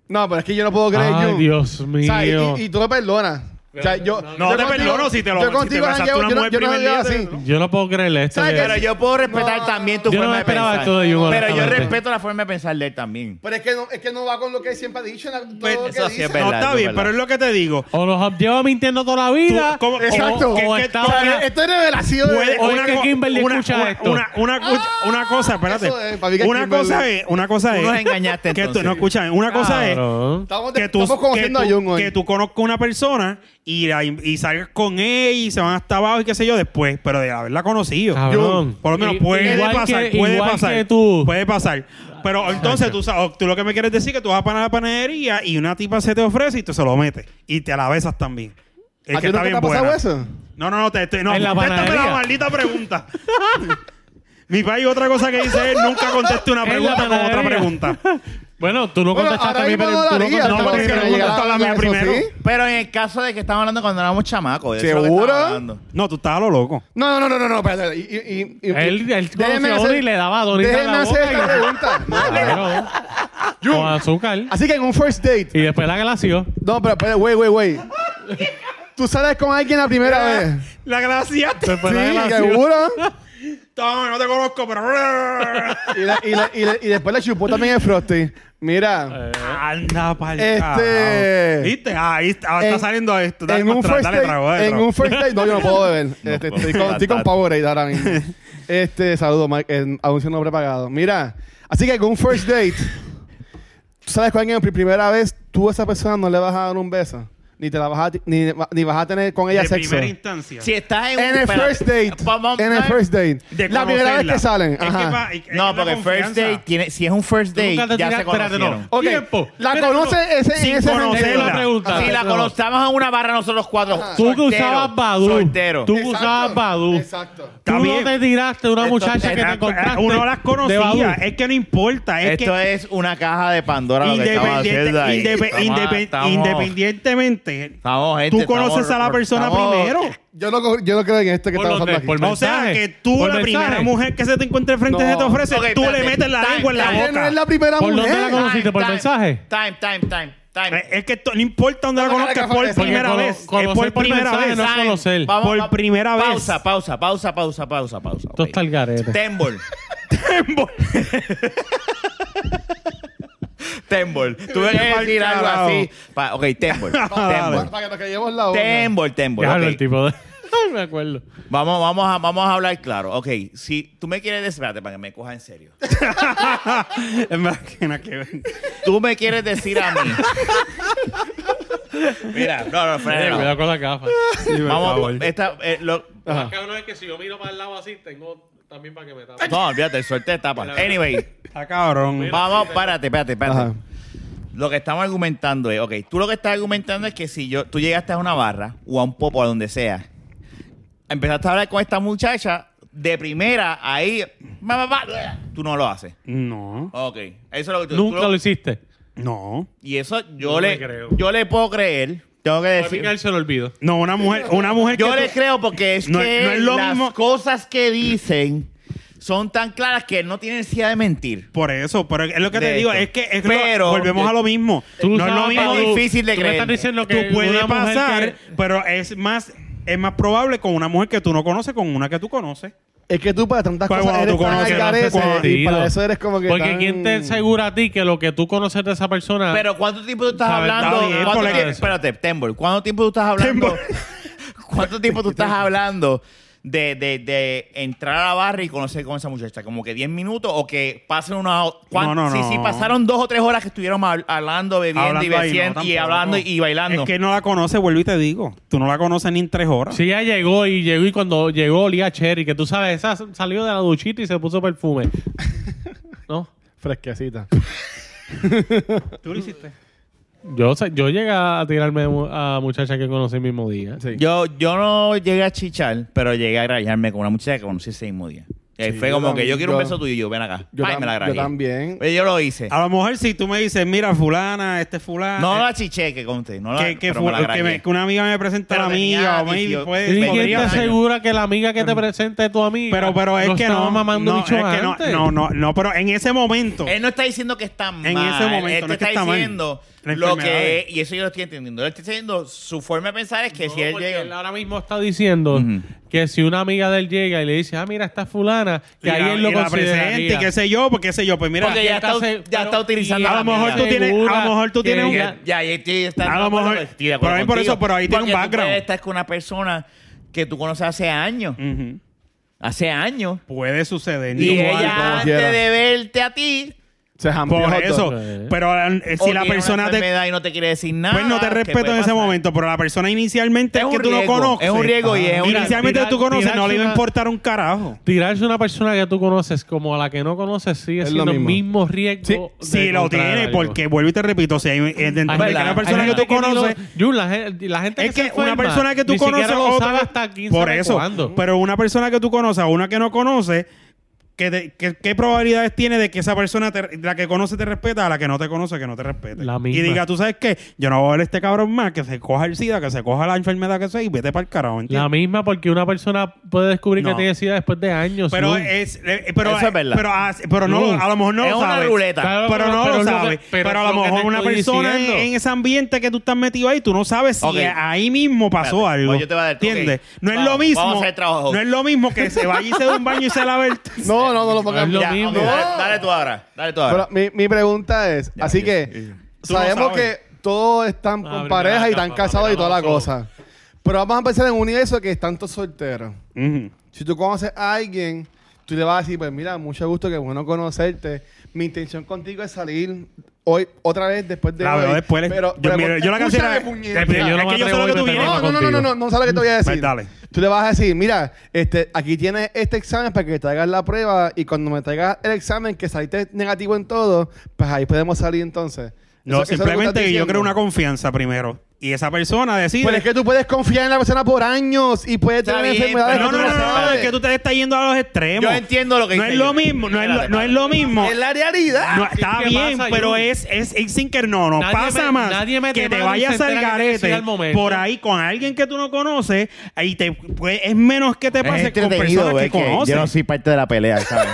[SPEAKER 1] No, pero es que yo no puedo creer,
[SPEAKER 2] Ay,
[SPEAKER 1] Jun.
[SPEAKER 2] Dios
[SPEAKER 1] O sea, y-
[SPEAKER 2] mío.
[SPEAKER 1] y, y tú lo perdonas. O sea, yo,
[SPEAKER 4] No
[SPEAKER 1] yo
[SPEAKER 4] te perdono si te lo-
[SPEAKER 1] Yo
[SPEAKER 4] si te
[SPEAKER 1] contigo
[SPEAKER 4] besaste
[SPEAKER 1] jangueo,
[SPEAKER 4] una
[SPEAKER 1] yo no-
[SPEAKER 4] mujer
[SPEAKER 1] yo no
[SPEAKER 4] primer
[SPEAKER 1] jangueo
[SPEAKER 4] día,
[SPEAKER 1] así.
[SPEAKER 4] te-
[SPEAKER 2] Yo no puedo creerle esto.
[SPEAKER 1] ¿Sabes
[SPEAKER 2] que-
[SPEAKER 1] qué?
[SPEAKER 3] Pero yo puedo respetar
[SPEAKER 1] No.
[SPEAKER 3] también tu
[SPEAKER 2] Yo no
[SPEAKER 3] forma
[SPEAKER 2] me
[SPEAKER 3] de
[SPEAKER 2] esperaba
[SPEAKER 3] pensar.
[SPEAKER 2] esto de Jun,
[SPEAKER 3] pero yo
[SPEAKER 2] honestamente.
[SPEAKER 3] respeto la forma de pensar de él también.
[SPEAKER 1] Pero es que, no, es que no va con lo que él siempre ha dicho. na- todo
[SPEAKER 3] Pero
[SPEAKER 1] lo que
[SPEAKER 3] eso sí
[SPEAKER 1] dice.
[SPEAKER 3] es
[SPEAKER 1] No,
[SPEAKER 3] verdad.
[SPEAKER 4] No, está bien,
[SPEAKER 3] verdad.
[SPEAKER 4] pero Pues, es lo que te digo.
[SPEAKER 2] O los lleva mintiendo toda la vida.
[SPEAKER 4] Tú- ¿cómo-
[SPEAKER 2] o-
[SPEAKER 1] Exacto.
[SPEAKER 2] O,
[SPEAKER 1] ¿Qué-
[SPEAKER 4] qué-
[SPEAKER 2] está
[SPEAKER 4] tú-
[SPEAKER 2] ahora-
[SPEAKER 1] Esto es revelación.
[SPEAKER 4] Puede-
[SPEAKER 2] o es que
[SPEAKER 4] co-
[SPEAKER 2] Kimberly
[SPEAKER 4] una-
[SPEAKER 2] escucha
[SPEAKER 4] una-
[SPEAKER 2] esto.
[SPEAKER 4] Una, una cu- una cosa, espérate.
[SPEAKER 1] Ah, Eso es, para mí que
[SPEAKER 4] una
[SPEAKER 1] Kimberly-
[SPEAKER 4] cosa es, una cosa
[SPEAKER 3] Tú nos
[SPEAKER 4] es.
[SPEAKER 3] engañaste
[SPEAKER 4] Que tú,
[SPEAKER 3] entonces.
[SPEAKER 4] no escucha, una cosa es
[SPEAKER 2] Cabrón.
[SPEAKER 1] Estamos,
[SPEAKER 4] que tú,
[SPEAKER 1] estamos
[SPEAKER 4] que
[SPEAKER 1] conociendo
[SPEAKER 4] tú-
[SPEAKER 1] a Jun hoy.
[SPEAKER 4] que tú conozcas una persona y, la- y salgas con ella y se van hasta abajo y qué sé yo después, pero de haberla conocido.
[SPEAKER 2] Cabrón.
[SPEAKER 4] Por lo menos
[SPEAKER 2] I-
[SPEAKER 4] puede
[SPEAKER 2] igual
[SPEAKER 4] pasar,
[SPEAKER 2] que-
[SPEAKER 4] puede
[SPEAKER 2] igual
[SPEAKER 4] pasar.
[SPEAKER 2] que tú.
[SPEAKER 4] Puede pasar. Pero entonces tú, sa- tú lo que me quieres decir es que tú vas para la panadería y una tipa se te ofrece y tú se lo metes. Y te la besas también. Es
[SPEAKER 1] ¿A ti
[SPEAKER 4] que está
[SPEAKER 1] nunca te
[SPEAKER 4] bien
[SPEAKER 1] ha pasado
[SPEAKER 4] buena.
[SPEAKER 1] eso?
[SPEAKER 4] No, no, no, te, te- no.
[SPEAKER 2] En la
[SPEAKER 4] Contéstame la
[SPEAKER 2] panadería.
[SPEAKER 4] maldita pregunta. [LAUGHS] Mi país, otra cosa que dice es nunca conteste una
[SPEAKER 2] En la
[SPEAKER 4] pregunta con otra
[SPEAKER 2] panadería.
[SPEAKER 4] pregunta.
[SPEAKER 2] Bueno, tú no
[SPEAKER 1] Bueno,
[SPEAKER 2] contestaste
[SPEAKER 1] ahora
[SPEAKER 2] a mí,
[SPEAKER 1] mismo
[SPEAKER 2] pero
[SPEAKER 1] no
[SPEAKER 2] tú no
[SPEAKER 1] la haría,
[SPEAKER 2] contestaste.
[SPEAKER 4] no,
[SPEAKER 1] estamos
[SPEAKER 4] porque
[SPEAKER 1] diciendo
[SPEAKER 4] no
[SPEAKER 1] que
[SPEAKER 4] contestó
[SPEAKER 1] llegaba
[SPEAKER 4] la mía
[SPEAKER 1] eso,
[SPEAKER 4] primero.
[SPEAKER 1] ¿sí?
[SPEAKER 3] Pero en el caso de que estamos hablando cuando éramos chamacos. de eso es lo que
[SPEAKER 1] ¿Seguro?
[SPEAKER 3] estamos hablando.
[SPEAKER 4] No, tú estás a lo loco.
[SPEAKER 1] No, no, no, no, no, espérate. Y, y, y, y-
[SPEAKER 2] Él- él
[SPEAKER 1] déjeme
[SPEAKER 2] conoció a
[SPEAKER 1] hacer-
[SPEAKER 2] Donnie y le daba a Donnie en
[SPEAKER 1] Déjeme
[SPEAKER 2] la
[SPEAKER 1] hacer
[SPEAKER 2] boca
[SPEAKER 1] esta
[SPEAKER 2] y- [LAUGHS]
[SPEAKER 1] pregunta. No,
[SPEAKER 2] Claro.
[SPEAKER 1] [LAUGHS]
[SPEAKER 2] Con azúcar.
[SPEAKER 1] Así que en un first date.
[SPEAKER 2] Y después la glació.
[SPEAKER 1] No, pero, pero, güey, güey, güey. Tú sales con alguien la primera vez.
[SPEAKER 4] La gracia.
[SPEAKER 1] Eh. Sí,
[SPEAKER 2] Después la glació.
[SPEAKER 1] seguro.
[SPEAKER 4] Toma, no te conozco,
[SPEAKER 2] [LAUGHS]
[SPEAKER 4] pero.
[SPEAKER 1] Y, la- y, la- y la- y después la chupó también el Frosty. Mira,
[SPEAKER 4] Anda, pa'l
[SPEAKER 1] Este-
[SPEAKER 4] carajo. ¿Viste? Ah, Ahí está, ahora
[SPEAKER 1] En-
[SPEAKER 4] está saliendo esto. Dale,
[SPEAKER 1] en, un
[SPEAKER 4] trago,
[SPEAKER 1] first
[SPEAKER 4] dale
[SPEAKER 1] date,
[SPEAKER 4] trago, dale
[SPEAKER 1] en
[SPEAKER 4] trago.
[SPEAKER 1] un first date, no, yo no puedo
[SPEAKER 4] [LAUGHS]
[SPEAKER 1] beber. Este,
[SPEAKER 3] puedo.
[SPEAKER 1] estoy, con, estoy con Powerade ahora mismo. Este, saludo, Mike, en, aún siendo prepagado. Mira, así que con un first date, tú sabes con alguien por primera vez, tú a esa persona no le vas a dar un beso. Ni, te la vas a, ti- ni, ni vas a tener con ella
[SPEAKER 4] de
[SPEAKER 1] sexo.
[SPEAKER 4] primera instancia.
[SPEAKER 3] Si estás en,
[SPEAKER 1] En el
[SPEAKER 3] espérate.
[SPEAKER 1] first date.
[SPEAKER 3] Vamos-
[SPEAKER 1] En el first date.
[SPEAKER 4] De
[SPEAKER 1] La primera vez
[SPEAKER 4] conocerla.
[SPEAKER 1] que salen.
[SPEAKER 4] Es que
[SPEAKER 1] Ajá.
[SPEAKER 4] pa- es que
[SPEAKER 3] No,
[SPEAKER 4] es la
[SPEAKER 3] porque first
[SPEAKER 4] confianza.
[SPEAKER 3] date tiene, si es un first date,
[SPEAKER 2] Nunca te
[SPEAKER 3] ya
[SPEAKER 2] tiras-
[SPEAKER 3] se
[SPEAKER 2] espérate, no.
[SPEAKER 3] conocieron.
[SPEAKER 1] Ok,
[SPEAKER 2] Tiempo.
[SPEAKER 1] La
[SPEAKER 2] Espérate,
[SPEAKER 1] conoce ese,
[SPEAKER 4] Sin
[SPEAKER 1] en ese
[SPEAKER 4] conocerla.
[SPEAKER 1] sentido.
[SPEAKER 2] Tengo una pregunta.
[SPEAKER 3] Si la conocíamos en una barra nosotros cuatro.
[SPEAKER 2] Tú que
[SPEAKER 3] soltero,
[SPEAKER 2] usabas Badu.
[SPEAKER 3] soltero.
[SPEAKER 2] Tú que
[SPEAKER 1] Exacto,
[SPEAKER 2] usabas Badu.
[SPEAKER 1] Exacto.
[SPEAKER 2] Tú
[SPEAKER 4] Está
[SPEAKER 2] no
[SPEAKER 4] bien.
[SPEAKER 2] te tiraste a una
[SPEAKER 3] Esto-
[SPEAKER 2] muchacha que
[SPEAKER 3] esto-
[SPEAKER 2] te
[SPEAKER 4] Era-
[SPEAKER 2] encontraste.
[SPEAKER 4] Ah, pues, Uno las
[SPEAKER 2] de Badoo.
[SPEAKER 4] conocía. Es que no importa. Es que
[SPEAKER 3] Esto es una caja de Pandora lo que estamos
[SPEAKER 4] Independiente-
[SPEAKER 3] haciendo ahí.
[SPEAKER 4] indepe-
[SPEAKER 3] Estamos-
[SPEAKER 4] indepe-
[SPEAKER 3] estamos-
[SPEAKER 4] Independientemente,
[SPEAKER 3] estamos, gente,
[SPEAKER 4] tú conoces
[SPEAKER 3] estamos-
[SPEAKER 4] a la persona
[SPEAKER 3] estamos-
[SPEAKER 4] primero.
[SPEAKER 1] Yo no, co- yo no creo en esto que
[SPEAKER 2] Por
[SPEAKER 1] está
[SPEAKER 2] los
[SPEAKER 1] pasando
[SPEAKER 2] de-
[SPEAKER 1] aquí.
[SPEAKER 2] por
[SPEAKER 4] O sea,
[SPEAKER 2] mensaje.
[SPEAKER 4] que tú,
[SPEAKER 2] Por
[SPEAKER 4] la primera
[SPEAKER 2] mensaje.
[SPEAKER 4] mujer que se te encuentre frente
[SPEAKER 1] No.
[SPEAKER 4] se te ofrece,
[SPEAKER 3] Ok,
[SPEAKER 4] tú
[SPEAKER 3] espérate.
[SPEAKER 4] le metes la
[SPEAKER 3] Time,
[SPEAKER 4] lengua en la
[SPEAKER 3] time.
[SPEAKER 1] Ella no
[SPEAKER 4] boca.
[SPEAKER 1] es la primera
[SPEAKER 2] ¿Por dónde
[SPEAKER 1] mujer.
[SPEAKER 2] la conocí? ¿Conociste por
[SPEAKER 3] Time,
[SPEAKER 2] mensaje?
[SPEAKER 3] Time, time, time, time.
[SPEAKER 4] Eh, Es que esto- no importa dónde la
[SPEAKER 1] Dame la
[SPEAKER 4] conozcas,
[SPEAKER 1] gafa
[SPEAKER 4] por
[SPEAKER 1] que sea.
[SPEAKER 4] primera
[SPEAKER 2] Porque
[SPEAKER 4] vez.
[SPEAKER 2] cono-
[SPEAKER 4] Es por
[SPEAKER 2] conocer por
[SPEAKER 4] primera
[SPEAKER 2] mensaje
[SPEAKER 4] vez. [LAUGHS]
[SPEAKER 2] no-
[SPEAKER 3] Time.
[SPEAKER 2] conocer.
[SPEAKER 4] Por
[SPEAKER 3] pa-
[SPEAKER 4] primera vez.
[SPEAKER 3] Pausa, pausa, pausa, pausa, pausa, pausa.
[SPEAKER 2] Tú estás al
[SPEAKER 3] [LAUGHS]
[SPEAKER 2] garete.
[SPEAKER 3] Tembol.
[SPEAKER 4] [LAUGHS]
[SPEAKER 3] Tembol. Tuve que
[SPEAKER 4] Pa'l
[SPEAKER 3] decir algo
[SPEAKER 4] carajo.
[SPEAKER 3] así. Pa- ok,
[SPEAKER 4] [LAUGHS]
[SPEAKER 3] Tembol.
[SPEAKER 1] Bueno,
[SPEAKER 3] Tembol.
[SPEAKER 1] para que nos callemos la boca.
[SPEAKER 3] Tembol, Tembol.
[SPEAKER 2] Déjalo
[SPEAKER 3] ok.
[SPEAKER 2] el tipo de... [LAUGHS] Ay, me acuerdo.
[SPEAKER 3] Vamos, vamos, a, vamos a hablar claro. Ok, si tú me quieres decir, espérate, para que me coja en serio.
[SPEAKER 4] [LAUGHS] Es más que nada que ver.
[SPEAKER 3] Tú me quieres decir a mí. Mira, no, no,
[SPEAKER 2] Eh,
[SPEAKER 3] frena.
[SPEAKER 2] Cuidado con la gafa.
[SPEAKER 3] Vamos, esta, eh, lo-
[SPEAKER 2] Lo más cabrón es que si yo miro para el lado así, tengo también para que me tape.
[SPEAKER 3] no, olvídate, suerte tapa. Anyway,
[SPEAKER 4] Está Ah, cabrón.
[SPEAKER 3] vamos, párate, espérate, espérate.
[SPEAKER 1] Ajá.
[SPEAKER 3] Lo que estamos argumentando es, ok, tú lo que estás argumentando es que si yo, tú llegaste a una barra o a un popo, a donde sea, empezaste a hablar con esta muchacha, de primera, ahí, ma, ma, ma, tú no lo haces.
[SPEAKER 4] No,
[SPEAKER 3] Ok, eso es lo que tú, tú
[SPEAKER 2] Nunca lo hiciste.
[SPEAKER 4] no.
[SPEAKER 3] Y eso yo
[SPEAKER 2] No
[SPEAKER 3] le
[SPEAKER 2] me creo. Pues
[SPEAKER 3] yo le puedo creer. Tengo que
[SPEAKER 2] A mí que
[SPEAKER 3] decir.
[SPEAKER 2] él se lo olvido.
[SPEAKER 4] No, una mujer, una mujer
[SPEAKER 3] Yo
[SPEAKER 4] que
[SPEAKER 3] le
[SPEAKER 4] tú-
[SPEAKER 3] creo porque es
[SPEAKER 4] No-
[SPEAKER 3] que
[SPEAKER 4] no es lo
[SPEAKER 3] las
[SPEAKER 4] mismo-
[SPEAKER 3] cosas que dicen son tan claras que no tiene necesidad de mentir.
[SPEAKER 4] Por eso, pero es lo que
[SPEAKER 3] De
[SPEAKER 4] te digo,
[SPEAKER 3] esto.
[SPEAKER 4] es que es
[SPEAKER 3] Pero-
[SPEAKER 4] lo, volvemos a lo mismo.
[SPEAKER 2] Tú
[SPEAKER 4] no es lo
[SPEAKER 2] usabas
[SPEAKER 4] mismo.
[SPEAKER 2] Badoo.
[SPEAKER 3] es difícil de
[SPEAKER 2] Tú me
[SPEAKER 3] creer.
[SPEAKER 2] estás diciendo que
[SPEAKER 4] tú puedes
[SPEAKER 2] una mujer
[SPEAKER 4] pasar,
[SPEAKER 2] que-
[SPEAKER 4] pero es más es más probable con una mujer que tú no conoces con una que tú conoces.
[SPEAKER 1] Es que tú para tantas
[SPEAKER 4] Pues,
[SPEAKER 1] cosas
[SPEAKER 4] bueno,
[SPEAKER 1] eres
[SPEAKER 4] tú
[SPEAKER 1] tan al
[SPEAKER 4] conoces, no hace
[SPEAKER 1] garete y
[SPEAKER 2] sentido.
[SPEAKER 1] para eso eres como que
[SPEAKER 2] Porque
[SPEAKER 1] tan-
[SPEAKER 2] ¿quién te asegura a ti que lo que tú conoces de esa persona...
[SPEAKER 3] Pero ¿cuánto tiempo tú estás
[SPEAKER 2] Sabe,
[SPEAKER 3] hablando?
[SPEAKER 4] Ah. está bien,
[SPEAKER 3] ¿Cuánto
[SPEAKER 4] colega,
[SPEAKER 3] tiempo-
[SPEAKER 2] eso.
[SPEAKER 3] espérate, Tembol, ¿cuánto tiempo tú estás hablando? [LAUGHS] ¿Cuánto tiempo tú
[SPEAKER 4] [LAUGHS]
[SPEAKER 3] estás hablando de, de, de entrar a la barra y conocer con esa muchacha? ¿Como que 10 minutos o que pasen una...
[SPEAKER 4] No,
[SPEAKER 3] cuán-
[SPEAKER 4] no,
[SPEAKER 3] si,
[SPEAKER 4] no.
[SPEAKER 3] si pasaron dos o tres horas que estuvieron hab- hablando, bebiendo y,
[SPEAKER 4] ahí, no,
[SPEAKER 3] bebiendo, y
[SPEAKER 4] tampoco.
[SPEAKER 3] hablando y bailando.
[SPEAKER 4] Es que no la conoces, vuelvo y te digo. Tú no la conoces ni en tres horas.
[SPEAKER 2] Si ella llegó y llegó y cuando llegó olía a cherry, que tú sabes, esa salió de la duchita y se puso
[SPEAKER 4] [LAUGHS]
[SPEAKER 2] perfume. ¿No?
[SPEAKER 1] Fresquecita.
[SPEAKER 4] Tú lo hiciste.
[SPEAKER 2] Yo, sa- yo llegué a tirarme mu- a muchacha que conocí el mismo día.
[SPEAKER 1] Sí.
[SPEAKER 3] Yo, yo no llegué a chichar, pero llegué a rayarme con una muchacha que conocí ese mismo día. Eh,
[SPEAKER 1] Sí,
[SPEAKER 3] fue
[SPEAKER 1] yo
[SPEAKER 3] como que
[SPEAKER 1] tam-
[SPEAKER 3] yo quiero un
[SPEAKER 1] yo-
[SPEAKER 3] beso tuyo y yo, ven acá.
[SPEAKER 1] Yo,
[SPEAKER 3] Ay,
[SPEAKER 1] tam-
[SPEAKER 3] me la Pues,
[SPEAKER 1] yo
[SPEAKER 3] grajeé.
[SPEAKER 1] también.
[SPEAKER 3] Oye, yo lo hice.
[SPEAKER 4] A lo mejor si tú me dices, mira, fulana, este fulana.
[SPEAKER 3] No
[SPEAKER 4] eh,
[SPEAKER 3] la chiché, que conté. No la,
[SPEAKER 4] que, que,
[SPEAKER 3] pero
[SPEAKER 4] fu-
[SPEAKER 3] me la
[SPEAKER 4] que me-
[SPEAKER 3] grajeé.
[SPEAKER 4] que una amiga me presentó a la
[SPEAKER 3] Pero tenía
[SPEAKER 4] amiga,
[SPEAKER 3] 18,
[SPEAKER 4] o maybe fue-
[SPEAKER 2] ¿Y quién
[SPEAKER 4] podría
[SPEAKER 2] te
[SPEAKER 4] ser.
[SPEAKER 2] asegura que la amiga que te presente es tu amiga?
[SPEAKER 4] Pero, pero es
[SPEAKER 2] No
[SPEAKER 4] que
[SPEAKER 2] estaba
[SPEAKER 4] no.
[SPEAKER 2] mamando
[SPEAKER 4] no,
[SPEAKER 2] bicho
[SPEAKER 4] es que no,
[SPEAKER 2] antes.
[SPEAKER 4] no, no, no, pero en ese momento.
[SPEAKER 3] Él no está diciendo que está mal.
[SPEAKER 4] ese momento,
[SPEAKER 3] Él te
[SPEAKER 4] no es que
[SPEAKER 3] está,
[SPEAKER 4] está mal.
[SPEAKER 3] diciendo
[SPEAKER 4] La
[SPEAKER 3] lo
[SPEAKER 4] enfermedad
[SPEAKER 3] que.
[SPEAKER 4] es.
[SPEAKER 3] Y eso yo lo estoy entendiendo. Él está diciendo su forma de pensar es que
[SPEAKER 2] No,
[SPEAKER 3] si él
[SPEAKER 2] porque
[SPEAKER 3] llega.
[SPEAKER 2] él ahora mismo está diciendo
[SPEAKER 3] Ujú.
[SPEAKER 2] que si una amiga de él llega y le dice, ah, mira, está fulana, que
[SPEAKER 4] y la-
[SPEAKER 2] ahí él lo
[SPEAKER 4] y la
[SPEAKER 2] consideraría.
[SPEAKER 4] presente, y qué sé yo, porque qué sé yo. Pues mira,
[SPEAKER 3] Porque ya está,
[SPEAKER 2] Entonces,
[SPEAKER 3] ya
[SPEAKER 2] pero-
[SPEAKER 3] está utilizando
[SPEAKER 2] y
[SPEAKER 3] la
[SPEAKER 4] a lo mejor
[SPEAKER 3] mierda.
[SPEAKER 4] tú tienes- a lo mejor tú
[SPEAKER 2] que
[SPEAKER 4] tienes un-
[SPEAKER 2] ella-
[SPEAKER 3] Ya, ya, estoy- está-
[SPEAKER 4] A lo
[SPEAKER 3] no,
[SPEAKER 4] mejor-
[SPEAKER 3] pero estoy de acuerdo
[SPEAKER 4] pero ahí por
[SPEAKER 3] contigo.
[SPEAKER 4] eso, pero ahí tiene un
[SPEAKER 3] Porque tú
[SPEAKER 4] background.
[SPEAKER 3] puedes estar con una persona que tú conoces hace años.
[SPEAKER 4] ujú,
[SPEAKER 3] Hace años.
[SPEAKER 4] puede suceder.
[SPEAKER 3] Y
[SPEAKER 4] igual,
[SPEAKER 1] como
[SPEAKER 3] ella antes
[SPEAKER 1] quiera.
[SPEAKER 3] de verte a ti.
[SPEAKER 1] Se jampió
[SPEAKER 4] por
[SPEAKER 1] hot dog.
[SPEAKER 4] eso.
[SPEAKER 2] Sí.
[SPEAKER 4] Pero eh,
[SPEAKER 3] o
[SPEAKER 4] si la
[SPEAKER 3] tiene
[SPEAKER 4] persona
[SPEAKER 3] una
[SPEAKER 4] te.
[SPEAKER 3] enfermedad y no te quiere decir nada.
[SPEAKER 4] Pues no te
[SPEAKER 3] ¿qué
[SPEAKER 4] respeto en
[SPEAKER 3] puede
[SPEAKER 4] ese
[SPEAKER 3] pasar?
[SPEAKER 4] momento, pero la persona inicialmente
[SPEAKER 3] Es
[SPEAKER 4] es que
[SPEAKER 3] un
[SPEAKER 4] tú no
[SPEAKER 3] riesgo,
[SPEAKER 4] conoces.
[SPEAKER 3] es un riesgo y es un-
[SPEAKER 4] Inicialmente
[SPEAKER 2] Tirar-
[SPEAKER 4] tú conoces, no le iba
[SPEAKER 2] tirar-
[SPEAKER 4] a importar un carajo.
[SPEAKER 2] Tirarse una persona que tú conoces como a la que no conoces sigue
[SPEAKER 1] Es lo
[SPEAKER 2] siendo el
[SPEAKER 1] mismo.
[SPEAKER 2] mismo riesgo.
[SPEAKER 1] Sí,
[SPEAKER 2] de
[SPEAKER 4] Si lo
[SPEAKER 2] contraer
[SPEAKER 4] tiene,
[SPEAKER 2] algo.
[SPEAKER 4] porque vuelvo y te repito, si hay eh, dentro
[SPEAKER 2] Hay
[SPEAKER 4] de
[SPEAKER 2] gente-
[SPEAKER 4] cada
[SPEAKER 3] verdad.
[SPEAKER 4] persona
[SPEAKER 2] hay
[SPEAKER 4] que tú
[SPEAKER 2] gente ni lo-
[SPEAKER 4] conoces,
[SPEAKER 2] Jun, la, gen- la gente
[SPEAKER 4] es
[SPEAKER 2] que,
[SPEAKER 4] que
[SPEAKER 2] se
[SPEAKER 4] una
[SPEAKER 2] enferma,
[SPEAKER 4] persona que tú
[SPEAKER 2] ni
[SPEAKER 4] conoces
[SPEAKER 2] siquiera lo
[SPEAKER 4] otra-
[SPEAKER 2] sabe hasta 15
[SPEAKER 4] por eso, pues, pero una persona que tú conoces a una que no conoces ¿qué, te- qué- qué probabilidades tiene de que esa persona te- la que conoce te respeta a la que no te conoce que no te respete
[SPEAKER 2] La misma.
[SPEAKER 4] y diga tú sabes qué yo no voy a ver a este cabrón más que se coja el sida que se coja la enfermedad que sea y vete para el carajo
[SPEAKER 2] la
[SPEAKER 4] ¿entiendes?
[SPEAKER 2] misma porque una persona puede descubrir que
[SPEAKER 4] No.
[SPEAKER 2] tiene sida después de años.
[SPEAKER 4] pero
[SPEAKER 2] Jun.
[SPEAKER 4] es eh, pero
[SPEAKER 3] Eso es verdad.
[SPEAKER 4] pero, ah, pero no,
[SPEAKER 2] No.
[SPEAKER 4] a lo mejor no
[SPEAKER 3] es
[SPEAKER 4] lo
[SPEAKER 3] una
[SPEAKER 4] sabes
[SPEAKER 3] ruleta.
[SPEAKER 2] Claro,
[SPEAKER 4] pero, no
[SPEAKER 2] pero
[SPEAKER 4] lo
[SPEAKER 2] es que-
[SPEAKER 4] sabes.
[SPEAKER 2] pero
[SPEAKER 4] Pero,
[SPEAKER 2] es
[SPEAKER 4] a
[SPEAKER 2] lo
[SPEAKER 4] lo
[SPEAKER 2] que
[SPEAKER 4] mejor
[SPEAKER 2] te
[SPEAKER 4] una
[SPEAKER 2] estoy
[SPEAKER 4] persona en,
[SPEAKER 2] diciendo.
[SPEAKER 4] en ese ambiente que tú estás metido ahí, tú no sabes si
[SPEAKER 3] Ok.
[SPEAKER 4] ahí mismo pasó
[SPEAKER 3] Espérate,
[SPEAKER 4] algo.
[SPEAKER 3] pues yo te voy a dar-
[SPEAKER 4] ¿Entiendes?
[SPEAKER 3] ok.
[SPEAKER 4] No es
[SPEAKER 3] Vamos,
[SPEAKER 4] lo mismo.
[SPEAKER 3] vamos a hacer trabajo.
[SPEAKER 4] No es lo mismo que se vaya y se dé un baño y se lave
[SPEAKER 3] [LAUGHS]
[SPEAKER 4] el.
[SPEAKER 1] No, no, no lo
[SPEAKER 2] Es
[SPEAKER 1] pongas.
[SPEAKER 2] lo
[SPEAKER 3] Ya, ok,
[SPEAKER 2] mismo.
[SPEAKER 3] dale, dale tú ahora. Dale tú ahora.
[SPEAKER 1] Pero mi, mi pregunta es,
[SPEAKER 3] Ya,
[SPEAKER 1] así
[SPEAKER 3] yo-
[SPEAKER 1] que
[SPEAKER 4] Tú no
[SPEAKER 1] sabemos
[SPEAKER 4] sabes.
[SPEAKER 1] que todos están
[SPEAKER 2] Ah,
[SPEAKER 1] con
[SPEAKER 2] abre
[SPEAKER 1] pareja
[SPEAKER 2] la
[SPEAKER 1] y están
[SPEAKER 2] tapa,
[SPEAKER 1] casados y
[SPEAKER 2] abre
[SPEAKER 1] toda la
[SPEAKER 2] los ojos.
[SPEAKER 1] cosa. Pero vamos a pensar en un universo que están todos solteros.
[SPEAKER 4] Ujú.
[SPEAKER 1] Si tú conoces a alguien, tú le vas a decir, pues mira, mucho gusto, que bueno conocerte. Mi intención contigo es salir hoy, otra vez después de
[SPEAKER 4] La
[SPEAKER 1] hoy.
[SPEAKER 4] veo después.
[SPEAKER 1] Pero,
[SPEAKER 4] Yo-
[SPEAKER 1] pero
[SPEAKER 4] mira, yo la
[SPEAKER 1] escúchame,
[SPEAKER 4] canción-
[SPEAKER 1] puñeta.
[SPEAKER 4] Es que
[SPEAKER 2] Yo no me
[SPEAKER 4] yo sé
[SPEAKER 2] atrevo
[SPEAKER 4] lo que
[SPEAKER 2] y
[SPEAKER 4] tú
[SPEAKER 2] me
[SPEAKER 4] vienes.
[SPEAKER 2] tengo
[SPEAKER 1] No, no, no, no,
[SPEAKER 2] contigo.
[SPEAKER 1] no, no, no sabes lo que te voy a decir.
[SPEAKER 4] Pues dale.
[SPEAKER 1] Tú le vas a decir, mira, este, aquí tienes este examen para que te hagas la prueba y cuando me traigas el examen que saliste negativo en todo, pues ahí podemos salir entonces.
[SPEAKER 4] No,
[SPEAKER 1] Eso- eso es lo que
[SPEAKER 4] simplemente
[SPEAKER 1] estás
[SPEAKER 4] que yo
[SPEAKER 1] diciendo.
[SPEAKER 4] creo una confianza primero. Y esa persona decide.
[SPEAKER 1] Pero es que tú puedes confiar en la persona por años y puedes
[SPEAKER 3] Está
[SPEAKER 1] tener
[SPEAKER 3] bien,
[SPEAKER 1] enfermedades
[SPEAKER 3] pero
[SPEAKER 4] no,
[SPEAKER 1] que
[SPEAKER 4] no,
[SPEAKER 1] tú
[SPEAKER 4] no,
[SPEAKER 1] no
[SPEAKER 4] no, no,
[SPEAKER 1] sabes.
[SPEAKER 4] es que tú te estás yendo a los extremos.
[SPEAKER 3] Yo entiendo lo que
[SPEAKER 4] No
[SPEAKER 3] dice
[SPEAKER 4] es lo
[SPEAKER 3] yo.
[SPEAKER 4] mismo, no es lo,
[SPEAKER 3] Espérate,
[SPEAKER 4] no es lo mismo.
[SPEAKER 1] Es la realidad.
[SPEAKER 4] No, está
[SPEAKER 2] ¿Qué
[SPEAKER 4] bien,
[SPEAKER 2] pasa,
[SPEAKER 4] pero
[SPEAKER 2] Jun?
[SPEAKER 4] es, es, es sin que no, no
[SPEAKER 2] Nadie
[SPEAKER 4] pasa
[SPEAKER 2] me-
[SPEAKER 4] más
[SPEAKER 2] nadie me
[SPEAKER 4] que
[SPEAKER 2] te
[SPEAKER 4] te
[SPEAKER 2] manda y
[SPEAKER 4] vayas
[SPEAKER 2] se entera
[SPEAKER 4] al
[SPEAKER 2] que te siga
[SPEAKER 4] garete
[SPEAKER 2] al momento.
[SPEAKER 4] por ahí con alguien que tú no conoces ahí te, pues, es menos que te pase con
[SPEAKER 3] entretenido,
[SPEAKER 4] personas
[SPEAKER 3] ve,
[SPEAKER 4] que conoces.
[SPEAKER 3] yo no soy parte de la pelea,
[SPEAKER 4] [LAUGHS]
[SPEAKER 3] ¿sabes?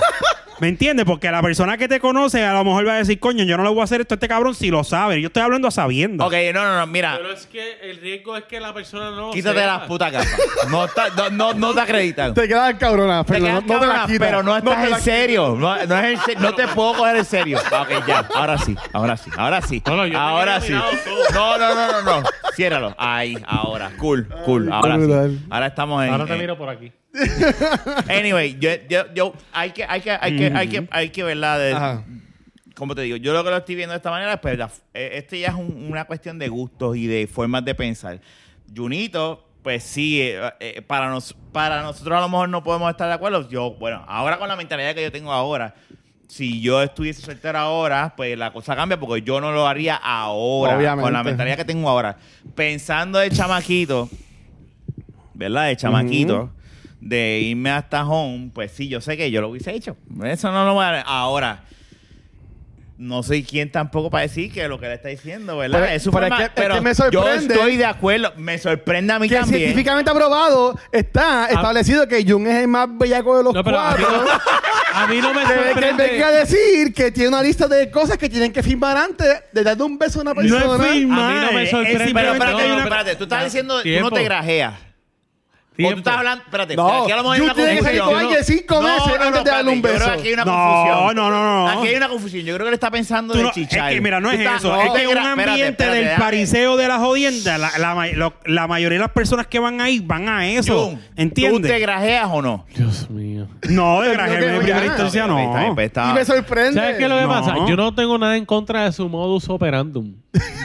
[SPEAKER 4] ¿Me entiendes? Porque la persona que te conoce a lo mejor va a decir, coño, yo no le voy a hacer esto a este cabrón si lo sabe. Yo estoy hablando a sabiendo.
[SPEAKER 3] ok, no, no, no, mira.
[SPEAKER 2] Pero es que el riesgo es que la persona no.
[SPEAKER 3] Quítate
[SPEAKER 2] sepa.
[SPEAKER 3] las putas gafas. No, está- no, no, no te acreditan.
[SPEAKER 1] Te quedas cabrona,
[SPEAKER 3] Te
[SPEAKER 1] pero no,
[SPEAKER 3] quedas
[SPEAKER 1] no te
[SPEAKER 3] cabrona,
[SPEAKER 1] la quitas.
[SPEAKER 3] pero no
[SPEAKER 1] te
[SPEAKER 3] estás
[SPEAKER 1] la
[SPEAKER 3] en serio. No, no es en serio. No te puedo coger en serio. Ah, [LAUGHS] Ok, ya. Ahora sí, ahora sí, ahora sí.
[SPEAKER 2] No, no, yo te
[SPEAKER 3] ahora
[SPEAKER 2] había
[SPEAKER 3] sí.
[SPEAKER 2] mirado
[SPEAKER 3] No, no, no, no, no. Ciérralo. Ahí, ahora. Cool, cool. Ahora sí.
[SPEAKER 1] brutal.
[SPEAKER 3] Ahora estamos en.
[SPEAKER 2] Ahora te
[SPEAKER 3] en-
[SPEAKER 2] miro por aquí.
[SPEAKER 3] Anyway, yo, yo, yo- hay que, hay que, hay que, hay que, hay que verla de,
[SPEAKER 1] Ajá.
[SPEAKER 3] como te digo, yo lo que lo estoy viendo de esta manera es, pues, la- eh, esto ya es un- una cuestión de gustos y de formas de pensar. Junito, pues sí, eh, eh, para, nos, para nosotros a lo mejor no podemos estar de acuerdo. Yo, bueno, ahora con la mentalidad que yo tengo ahora, si yo estuviese soltero ahora, pues la cosa cambia porque yo no lo haría ahora. Con la
[SPEAKER 1] Obviamente.
[SPEAKER 3] mentalidad que tengo ahora. Pensando de chamaquito, ¿verdad? De chamaquito. De irme hasta home, pues sí, yo sé que yo lo hubiese hecho. Eso no lo voy a. Ahora, no soy quien tampoco para decir que lo que le está diciendo, ¿verdad?
[SPEAKER 1] Pero-
[SPEAKER 3] es su
[SPEAKER 1] pero
[SPEAKER 3] forma-
[SPEAKER 1] es que- es
[SPEAKER 3] pero
[SPEAKER 1] que me sorprende-
[SPEAKER 3] Yo estoy de acuerdo, me sorprende a mí
[SPEAKER 1] que
[SPEAKER 3] también.
[SPEAKER 1] científicamente aprobado
[SPEAKER 3] Ah.
[SPEAKER 1] está establecido que Jung es el más bellaco de los
[SPEAKER 2] No, pero a mí
[SPEAKER 1] cuatro.
[SPEAKER 2] no, a mí no me
[SPEAKER 1] Que- Que
[SPEAKER 2] sorprende.
[SPEAKER 1] venga a decir que tiene una lista de cosas que tienen que firmar antes de darle un beso a una persona.
[SPEAKER 4] firma-
[SPEAKER 2] A mí no me
[SPEAKER 4] Es
[SPEAKER 2] sorprende.
[SPEAKER 4] simplemente
[SPEAKER 3] Pero espérate,
[SPEAKER 2] No, no,
[SPEAKER 3] Jun, espérate, tú estás
[SPEAKER 2] no,
[SPEAKER 3] diciendo, tú
[SPEAKER 2] tiempo,
[SPEAKER 3] no te grajeas. O tú
[SPEAKER 2] tiempo.
[SPEAKER 3] estás hablando, espérate,
[SPEAKER 1] No,
[SPEAKER 3] aquí a lo mejor hay
[SPEAKER 1] Jun
[SPEAKER 3] una
[SPEAKER 1] tiene que salir
[SPEAKER 3] confusión.
[SPEAKER 1] con alguien cinco meses antes de darle un
[SPEAKER 3] espérate, Yo creo
[SPEAKER 1] beso.
[SPEAKER 3] que aquí hay una
[SPEAKER 4] No,
[SPEAKER 3] confusión.
[SPEAKER 4] no, no, no.
[SPEAKER 3] Aquí hay una confusión. Yo creo que él está pensando
[SPEAKER 4] Tú
[SPEAKER 3] de
[SPEAKER 4] no- es
[SPEAKER 3] chichar.
[SPEAKER 4] que mira, no
[SPEAKER 3] Tú
[SPEAKER 4] es
[SPEAKER 3] estás-
[SPEAKER 4] eso.
[SPEAKER 3] no,
[SPEAKER 4] es que
[SPEAKER 3] te
[SPEAKER 4] en un
[SPEAKER 3] gra- espérate,
[SPEAKER 4] ambiente
[SPEAKER 3] espérate,
[SPEAKER 4] del
[SPEAKER 3] déjame.
[SPEAKER 4] pariseo de la jodienda, la, la ma- lo- la mayoría de las personas que van ahí van a eso.
[SPEAKER 3] Jun, ¿Tú te
[SPEAKER 4] ¿Entiendes?
[SPEAKER 3] grajeas o no?
[SPEAKER 2] Dios mío.
[SPEAKER 4] No, de
[SPEAKER 1] Yo creo
[SPEAKER 4] grajearme en
[SPEAKER 1] que
[SPEAKER 4] primera
[SPEAKER 1] ya.
[SPEAKER 4] instancia
[SPEAKER 3] Ok, está bien,
[SPEAKER 4] no.
[SPEAKER 3] pues, está-
[SPEAKER 1] Y me sorprende.
[SPEAKER 2] ¿Sabes qué es lo que
[SPEAKER 4] No.
[SPEAKER 2] pasa? Yo no tengo nada en contra de su modus operandum.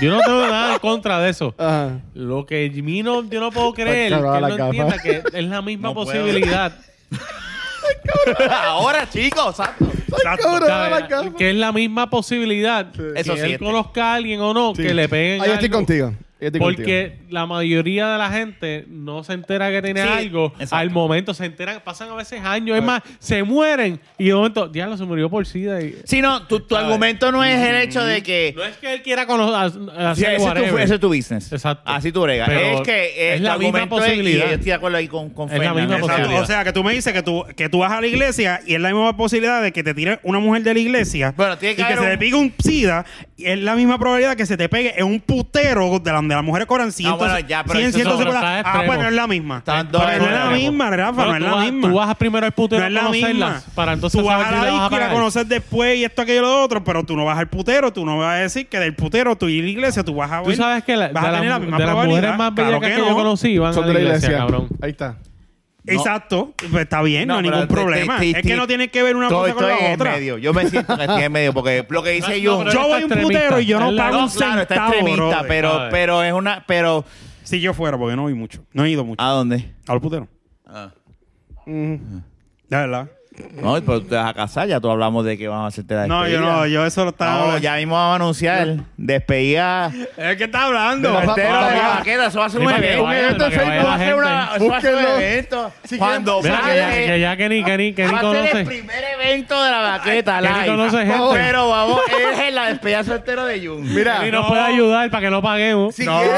[SPEAKER 2] Yo no tengo nada en contra de eso.
[SPEAKER 1] Ajá.
[SPEAKER 2] Lo que a mí no, yo no puedo creer que él
[SPEAKER 1] cabrón,
[SPEAKER 2] no
[SPEAKER 1] la
[SPEAKER 2] entienda
[SPEAKER 1] capa.
[SPEAKER 2] que es la
[SPEAKER 3] [LAUGHS]
[SPEAKER 2] misma
[SPEAKER 3] No puedo.
[SPEAKER 2] posibilidad.
[SPEAKER 3] Ahora, chicos, santo.
[SPEAKER 1] Ay, cabrón,
[SPEAKER 2] ¿sabes?
[SPEAKER 1] la cama.
[SPEAKER 2] Que es la misma posibilidad que
[SPEAKER 3] Eso sí,
[SPEAKER 2] él
[SPEAKER 3] este.
[SPEAKER 2] conozca a alguien o no
[SPEAKER 1] Sí.
[SPEAKER 2] que le peguen
[SPEAKER 1] Ahí Ah, estoy
[SPEAKER 2] algo.
[SPEAKER 1] contigo. Yo estoy contigo.
[SPEAKER 2] Porque la mayoría de la gente no se entera que tiene
[SPEAKER 3] Sí,
[SPEAKER 2] algo
[SPEAKER 3] exacto.
[SPEAKER 2] al momento, se enteran, pasan a veces
[SPEAKER 4] Pues
[SPEAKER 2] años, es más, se mueren y de momento, diablo, se murió por SIDA. y-
[SPEAKER 3] Sí, no, tu, tu argumento no es el hecho de que...
[SPEAKER 2] No es que él quiera conocer,
[SPEAKER 3] Sí,
[SPEAKER 2] hacer
[SPEAKER 3] ese, es tu,
[SPEAKER 2] whatever.
[SPEAKER 3] ese es tu business.
[SPEAKER 2] Exacto.
[SPEAKER 3] Así tú bregas.
[SPEAKER 2] Pero
[SPEAKER 3] es que eh,
[SPEAKER 2] es
[SPEAKER 3] tu
[SPEAKER 2] la misma
[SPEAKER 3] argumento es- y
[SPEAKER 2] posibilidad.
[SPEAKER 3] yo estoy de acuerdo ahí con, con
[SPEAKER 2] Es la
[SPEAKER 3] Fernan.
[SPEAKER 2] misma
[SPEAKER 3] Exacto.
[SPEAKER 2] posibilidad.
[SPEAKER 4] O sea, que tú me dices que tú, que tú vas a la iglesia y es la misma posibilidad de que te tire una mujer de la iglesia
[SPEAKER 3] Bueno, tiene que
[SPEAKER 4] y que
[SPEAKER 3] haber
[SPEAKER 4] se
[SPEAKER 3] un-
[SPEAKER 4] te pique un sida y es la misma probabilidad que se te pegue en un putero de donde las mujeres cobran 100,
[SPEAKER 3] Ah, bueno, ya, pero
[SPEAKER 4] 100,
[SPEAKER 3] eso
[SPEAKER 4] 150.
[SPEAKER 2] son-
[SPEAKER 4] Ah,
[SPEAKER 2] extremo.
[SPEAKER 4] bueno, no es la misma. Pero
[SPEAKER 3] Están dos
[SPEAKER 4] no es la
[SPEAKER 3] extremos.
[SPEAKER 4] misma, Rafa, no es
[SPEAKER 2] tú
[SPEAKER 4] la
[SPEAKER 2] vas-
[SPEAKER 4] misma.
[SPEAKER 2] Tú vas a primero al putero
[SPEAKER 4] No
[SPEAKER 2] a
[SPEAKER 4] es la misma.
[SPEAKER 2] conocerlas para entonces
[SPEAKER 4] tú vas
[SPEAKER 2] saber
[SPEAKER 4] a
[SPEAKER 2] quién
[SPEAKER 4] la
[SPEAKER 2] le vas a
[SPEAKER 4] disco y la
[SPEAKER 2] pagar.
[SPEAKER 4] conoces después y esto, aquello, lo otro, pero tú no vas al putero, tú no vas a decir que del putero tú y la iglesia tú vas a
[SPEAKER 2] Tú
[SPEAKER 4] ver-
[SPEAKER 2] sabes que la- de,
[SPEAKER 4] vas a
[SPEAKER 2] las-
[SPEAKER 4] tener la misma
[SPEAKER 2] de las mujeres
[SPEAKER 4] probabilidad.
[SPEAKER 2] más bellas
[SPEAKER 4] Claro
[SPEAKER 2] que,
[SPEAKER 4] que
[SPEAKER 2] yo
[SPEAKER 4] no.
[SPEAKER 2] conocí van
[SPEAKER 1] Son
[SPEAKER 2] a la iglesia, cabrón.
[SPEAKER 1] Ahí está.
[SPEAKER 4] Exacto, pues está bien, no,
[SPEAKER 3] No,
[SPEAKER 4] hay
[SPEAKER 3] pero te-
[SPEAKER 4] ningún
[SPEAKER 3] te-
[SPEAKER 4] problema.
[SPEAKER 3] te-
[SPEAKER 4] es que
[SPEAKER 3] te-
[SPEAKER 4] no tiene que ver una
[SPEAKER 3] Estoy,
[SPEAKER 4] cosa con
[SPEAKER 3] estoy en
[SPEAKER 4] la
[SPEAKER 3] el
[SPEAKER 4] otra.
[SPEAKER 3] medio. Yo me siento que estoy en el medio porque lo que dice
[SPEAKER 2] No,
[SPEAKER 3] yo...
[SPEAKER 2] no, pero
[SPEAKER 4] Yo
[SPEAKER 2] está
[SPEAKER 4] voy a un
[SPEAKER 2] extremista. Ah.
[SPEAKER 4] putero y yo no
[SPEAKER 2] Es la-
[SPEAKER 4] pago
[SPEAKER 3] No,
[SPEAKER 4] un
[SPEAKER 3] claro, está
[SPEAKER 4] centavo,
[SPEAKER 3] extremista,
[SPEAKER 4] brother.
[SPEAKER 3] pero,
[SPEAKER 2] Joder.
[SPEAKER 3] pero es una... Pero,
[SPEAKER 4] Si yo fuera, porque no voy mucho. No he ido mucho.
[SPEAKER 3] ¿a dónde?
[SPEAKER 4] Al putero.
[SPEAKER 3] Ah.
[SPEAKER 4] La verdad.
[SPEAKER 3] No, pero te vas a casar, ya tú hablamos de que vamos a hacerte la
[SPEAKER 4] No, yo
[SPEAKER 3] despedida.
[SPEAKER 4] no, yo eso lo estaba.
[SPEAKER 3] No, ya mismo vamos a anunciar despedida.
[SPEAKER 4] Es que está hablando.
[SPEAKER 1] Pero-
[SPEAKER 3] Cartero
[SPEAKER 1] papá,
[SPEAKER 3] de
[SPEAKER 1] papá.
[SPEAKER 3] vaquera, eso va a ser
[SPEAKER 2] Sí,
[SPEAKER 3] un
[SPEAKER 2] para que
[SPEAKER 3] evento. Un
[SPEAKER 2] vayan,
[SPEAKER 3] evento de
[SPEAKER 2] para que
[SPEAKER 3] Facebook, va a
[SPEAKER 2] vaya
[SPEAKER 3] ser una-
[SPEAKER 1] gente.
[SPEAKER 3] eso va a ser un
[SPEAKER 1] Búsquenlo.
[SPEAKER 3] evento.
[SPEAKER 1] Si
[SPEAKER 3] Cuando
[SPEAKER 2] Mira, que ya,
[SPEAKER 3] sale,
[SPEAKER 2] que ya que ni, que ni, que ni
[SPEAKER 3] va a ser el
[SPEAKER 2] conoce.
[SPEAKER 3] primer evento de la vaqueta
[SPEAKER 2] Que ni
[SPEAKER 3] live.
[SPEAKER 2] conoce gente.
[SPEAKER 3] Pero vamos, es en la despedida soltero de Jun.
[SPEAKER 1] Mira,
[SPEAKER 2] Y nos puede ayudar para que no paguemos. [LAUGHS]
[SPEAKER 1] si, quieren,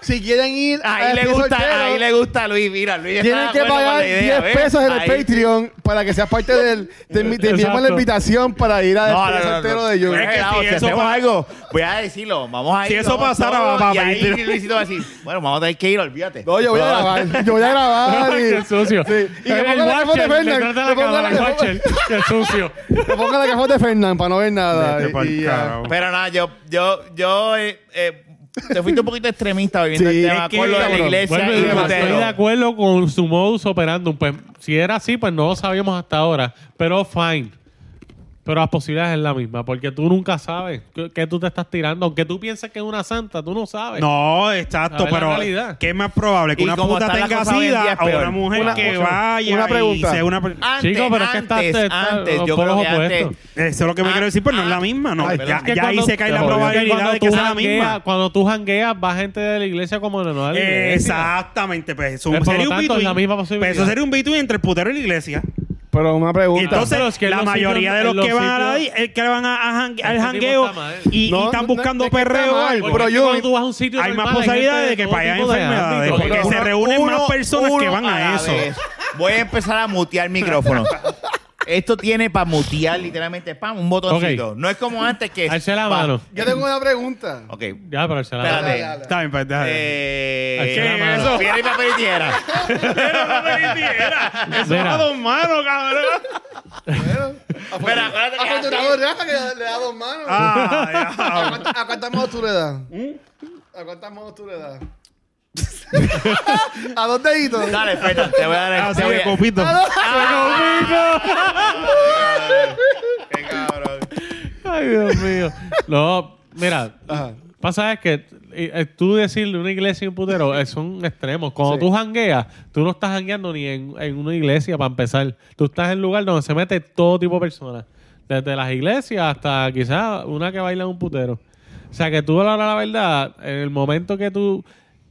[SPEAKER 1] si quieren ir a
[SPEAKER 3] Ahí le
[SPEAKER 1] este
[SPEAKER 3] gusta,
[SPEAKER 1] sorteo,
[SPEAKER 3] ahí le gusta a Luis, mira, Luis
[SPEAKER 1] Tienen
[SPEAKER 3] está
[SPEAKER 1] que
[SPEAKER 3] bueno con
[SPEAKER 1] pagar
[SPEAKER 3] la idea,
[SPEAKER 1] 10
[SPEAKER 3] ¿ves?
[SPEAKER 1] pesos en el
[SPEAKER 3] Ahí.
[SPEAKER 1] Patreon para que seas parte del. Te, envi- te enviamos la
[SPEAKER 2] Exacto.
[SPEAKER 1] invitación para ir a
[SPEAKER 3] No,
[SPEAKER 1] este
[SPEAKER 3] no, no,
[SPEAKER 1] sorteo
[SPEAKER 3] no.
[SPEAKER 1] de Jun.
[SPEAKER 3] Es que
[SPEAKER 4] si
[SPEAKER 3] si
[SPEAKER 4] eso
[SPEAKER 3] hacemos
[SPEAKER 4] pa-
[SPEAKER 3] algo, voy a decirlo, vamos a ir.
[SPEAKER 4] Si eso
[SPEAKER 3] vamos
[SPEAKER 4] pasara,
[SPEAKER 3] todos,
[SPEAKER 4] va- va
[SPEAKER 3] y
[SPEAKER 4] a
[SPEAKER 3] ahí
[SPEAKER 4] pedir.
[SPEAKER 3] Luisito va a decir, bueno, vamos a tener que ir, olvídate.
[SPEAKER 1] No, yo voy a grabar. Yo voy a
[SPEAKER 2] [LAUGHS]
[SPEAKER 1] grabar. y,
[SPEAKER 2] Qué sucio.
[SPEAKER 1] Sí. Y que
[SPEAKER 2] El-
[SPEAKER 1] ponga la
[SPEAKER 2] el
[SPEAKER 1] cajón de
[SPEAKER 2] Watcher,
[SPEAKER 1] Fernan.
[SPEAKER 2] detrás de la
[SPEAKER 1] Que ponga
[SPEAKER 2] cámara,
[SPEAKER 1] la
[SPEAKER 2] el
[SPEAKER 1] cajón-
[SPEAKER 2] Watcher. Qué sucio.
[SPEAKER 1] que ponga la cajón de Fernan para no ver nada.
[SPEAKER 4] Vete este pa'l
[SPEAKER 1] y- y ya.
[SPEAKER 4] carajo.
[SPEAKER 3] Pero nada, yo, yo, yo, eh, eh, te fuiste un poquito extremista viviendo
[SPEAKER 1] Sí,
[SPEAKER 3] el
[SPEAKER 1] es
[SPEAKER 3] tema
[SPEAKER 1] que,
[SPEAKER 3] con lo de la
[SPEAKER 1] cabrón,
[SPEAKER 3] iglesia
[SPEAKER 2] Vuelvo y
[SPEAKER 3] y
[SPEAKER 2] digo,
[SPEAKER 3] Lutero.
[SPEAKER 2] estoy de acuerdo con su modus operandum. Pues si era así, pues no lo sabíamos hasta ahora. Pero fine. Pero las posibilidades es la misma, porque tú nunca sabes que, que tú te estás tirando. Aunque tú pienses que es una santa, tú no sabes.
[SPEAKER 4] No,
[SPEAKER 2] A
[SPEAKER 4] exacto,
[SPEAKER 2] ver la
[SPEAKER 4] pero
[SPEAKER 2] realidad.
[SPEAKER 4] ¿qué es más probable? Que
[SPEAKER 3] Y
[SPEAKER 4] una
[SPEAKER 3] como
[SPEAKER 4] puta
[SPEAKER 3] está la
[SPEAKER 4] tenga
[SPEAKER 3] cosa hoy en día
[SPEAKER 4] sida
[SPEAKER 3] es
[SPEAKER 4] o una
[SPEAKER 3] peor.
[SPEAKER 4] mujer
[SPEAKER 1] Una-
[SPEAKER 4] que
[SPEAKER 1] una-
[SPEAKER 4] vaya
[SPEAKER 1] una pregunta.
[SPEAKER 4] y sea una... per-
[SPEAKER 3] Antes,
[SPEAKER 2] Chico, pero es que está-
[SPEAKER 3] antes,
[SPEAKER 2] está-
[SPEAKER 3] antes,
[SPEAKER 2] los
[SPEAKER 3] yo creo
[SPEAKER 2] polos
[SPEAKER 3] que antes,
[SPEAKER 2] opuestos.
[SPEAKER 4] Eso es lo que me
[SPEAKER 3] Ah,
[SPEAKER 4] quiero decir, pero no es
[SPEAKER 3] ah,
[SPEAKER 4] la misma, ¿no?
[SPEAKER 1] ay,
[SPEAKER 4] ya
[SPEAKER 1] es
[SPEAKER 2] que
[SPEAKER 4] ya ahí
[SPEAKER 2] cuando-
[SPEAKER 4] se cae
[SPEAKER 2] te
[SPEAKER 4] la
[SPEAKER 2] jodió.
[SPEAKER 4] probabilidad
[SPEAKER 2] Cuando
[SPEAKER 4] de que
[SPEAKER 2] tú
[SPEAKER 4] sea la
[SPEAKER 2] jangueas-
[SPEAKER 4] misma.
[SPEAKER 2] Cuando tú jangueas, va gente de la iglesia como de no de la iglesia.
[SPEAKER 4] Exactamente, pues eso
[SPEAKER 2] Eh, por
[SPEAKER 4] sería
[SPEAKER 2] lo
[SPEAKER 4] un
[SPEAKER 2] tanto,
[SPEAKER 4] between.
[SPEAKER 2] es la misma
[SPEAKER 4] Pues,
[SPEAKER 2] posibilidad.
[SPEAKER 4] eso sería un between entre el putero y la iglesia.
[SPEAKER 1] Pero una
[SPEAKER 4] Y
[SPEAKER 1] pregunta.
[SPEAKER 4] entonces,
[SPEAKER 2] pero es que en
[SPEAKER 4] la
[SPEAKER 2] los
[SPEAKER 4] mayoría
[SPEAKER 2] sitios-
[SPEAKER 4] de
[SPEAKER 2] en
[SPEAKER 4] los
[SPEAKER 2] los
[SPEAKER 4] que van a la,
[SPEAKER 2] sitios-
[SPEAKER 4] el que van a, a jangue- al
[SPEAKER 2] tipo
[SPEAKER 4] jangueo
[SPEAKER 2] está mal.
[SPEAKER 4] y, y
[SPEAKER 1] No,
[SPEAKER 4] están
[SPEAKER 1] no,
[SPEAKER 4] buscando
[SPEAKER 1] es que está
[SPEAKER 4] perreo,
[SPEAKER 1] mal,
[SPEAKER 4] algo.
[SPEAKER 2] Porque
[SPEAKER 1] pero
[SPEAKER 2] es que
[SPEAKER 1] yo-
[SPEAKER 2] cuando tú vas a un sitio
[SPEAKER 4] hay más
[SPEAKER 2] normal,
[SPEAKER 4] posibilidades
[SPEAKER 2] gente
[SPEAKER 4] de que
[SPEAKER 2] todo
[SPEAKER 4] vayan
[SPEAKER 2] tipo de
[SPEAKER 4] enfermedades,
[SPEAKER 2] ámbitos.
[SPEAKER 4] porque se reúnen más personas que
[SPEAKER 3] uno
[SPEAKER 4] van a eso.
[SPEAKER 3] vez. Voy a empezar a mutear micrófono. Esto tiene para mutear literalmente, pam, un botoncito. No es como antes que...
[SPEAKER 2] Alce la
[SPEAKER 3] pa-
[SPEAKER 2] mano.
[SPEAKER 1] Yo tengo una pregunta.
[SPEAKER 3] Ok,
[SPEAKER 2] Ya, pero alce la mano.
[SPEAKER 3] espérate.
[SPEAKER 1] dale.
[SPEAKER 4] Está bien, pues, déjala.
[SPEAKER 3] Eh,
[SPEAKER 2] Alce la mano.
[SPEAKER 3] eso? Piedra y papel y tijera.
[SPEAKER 4] Eso
[SPEAKER 2] Mira.
[SPEAKER 4] va dos manos, cabrón.
[SPEAKER 3] Pero acuérdate que
[SPEAKER 1] Afortunado de Rafa que le da dos manos.
[SPEAKER 4] Ah, ya.
[SPEAKER 1] ¿A cuánta- ¿A cuántas manos tú le das? ¿A cuántas manos tú le das? [LAUGHS] ¿A dos deditos?
[SPEAKER 3] Dale, Fernan, te voy a
[SPEAKER 2] Ah,
[SPEAKER 3] dar
[SPEAKER 4] Así
[SPEAKER 3] te voy
[SPEAKER 4] de
[SPEAKER 3] a-
[SPEAKER 4] copito.
[SPEAKER 3] Qué cabrón.
[SPEAKER 2] Ay, Dios mío. No, mira,
[SPEAKER 1] Ajá.
[SPEAKER 2] pasa es que eh, eh, tú decirle una iglesia y un putero eh, son extremos. Cuando
[SPEAKER 1] Sí.
[SPEAKER 2] tú jangueas, tú no estás jangueando ni en, en una iglesia para empezar. Tú estás en un lugar donde se mete todo tipo de personas. Desde las iglesias hasta quizás una que baila en un putero. O sea que tú a la hora de la verdad, en el momento que tú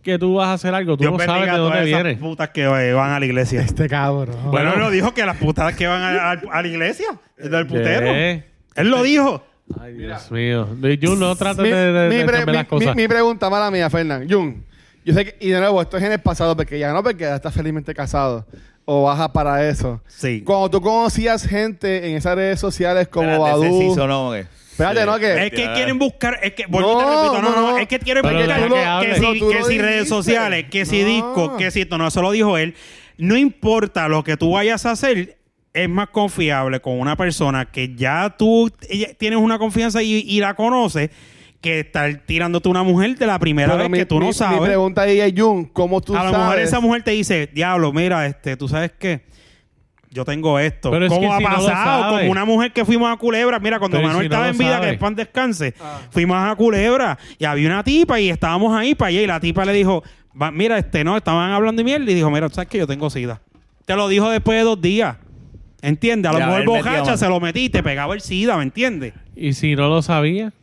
[SPEAKER 2] que tú vas a hacer algo, tú
[SPEAKER 4] Dios
[SPEAKER 2] no
[SPEAKER 4] bendiga
[SPEAKER 2] sabes de
[SPEAKER 4] a
[SPEAKER 2] dónde
[SPEAKER 4] todas esas
[SPEAKER 2] viene.
[SPEAKER 4] putas que eh, van a la iglesia.
[SPEAKER 1] Este cabrón.
[SPEAKER 4] Bueno, él lo dijo que las putas que van a, a- a la iglesia es del putero.
[SPEAKER 2] ¿Qué?
[SPEAKER 4] Él lo dijo.
[SPEAKER 2] Ay, Dios mío. Yo no trato de, de, de
[SPEAKER 1] pre-
[SPEAKER 2] cambiar las
[SPEAKER 1] mi-
[SPEAKER 2] cosas.
[SPEAKER 1] mi- mi pregunta, mala mía, Fernán. Jun, yo sé que, y de nuevo, esto es en el pasado, porque ya no, porque ya estás felizmente casado. O baja para eso.
[SPEAKER 4] Sí.
[SPEAKER 1] Cuando tú conocías gente en esas redes sociales como
[SPEAKER 3] Espérate, ese
[SPEAKER 1] Badu.
[SPEAKER 3] sí sonó, ¿qué?
[SPEAKER 1] Espérate, ¿no? Que
[SPEAKER 4] Es que quieren buscar, es que, vuelvo y
[SPEAKER 1] No,
[SPEAKER 4] te repito, no, no,
[SPEAKER 1] no.
[SPEAKER 4] es que quieren
[SPEAKER 2] Pero
[SPEAKER 4] buscar
[SPEAKER 2] tú lo-
[SPEAKER 4] que,
[SPEAKER 1] pero
[SPEAKER 4] si,
[SPEAKER 1] tú
[SPEAKER 4] que
[SPEAKER 1] lo
[SPEAKER 4] si redes
[SPEAKER 1] dijiste.
[SPEAKER 4] sociales, que si
[SPEAKER 1] No.
[SPEAKER 4] discos, que si esto, no, eso lo dijo él. No importa lo que tú vayas a hacer, es más confiable con una persona que ya tú ella- tienes una confianza y, y la conoces que estar tirándote una mujer de la primera
[SPEAKER 1] Pero
[SPEAKER 4] vez
[SPEAKER 1] mi-
[SPEAKER 4] que tú
[SPEAKER 1] mi-
[SPEAKER 4] no sabes.
[SPEAKER 1] Mi pregunta ahí es, Jun, ¿cómo tú
[SPEAKER 4] a lo
[SPEAKER 1] sabes?
[SPEAKER 4] mejor esa mujer te dice, diablo, mira, este, tú sabes qué, yo tengo esto.
[SPEAKER 2] Pero es
[SPEAKER 4] ¿Cómo
[SPEAKER 2] que
[SPEAKER 4] ha
[SPEAKER 2] si no lo
[SPEAKER 4] pasado?
[SPEAKER 2] sabe.
[SPEAKER 4] Como una mujer que fuimos a Culebra, mira, cuando
[SPEAKER 2] Pero y
[SPEAKER 4] Manuel
[SPEAKER 2] si no
[SPEAKER 4] estaba
[SPEAKER 2] lo
[SPEAKER 4] en vida,
[SPEAKER 2] sabe.
[SPEAKER 4] que después descanse, fuimos a Culebra y había una tipa y estábamos ahí para allá y la tipa le dijo, "Va- mira, este, no, estaban hablando de mierda y dijo, mira, tú sabes que yo tengo sida. Te lo dijo después de dos días. ¿Entiendes? A lo
[SPEAKER 3] Ya,
[SPEAKER 4] mejor
[SPEAKER 3] él metía
[SPEAKER 4] bocacha
[SPEAKER 3] mano.
[SPEAKER 4] se lo metí y te pegaba el sida, ¿me entiendes?
[SPEAKER 2] Y si no lo sabía,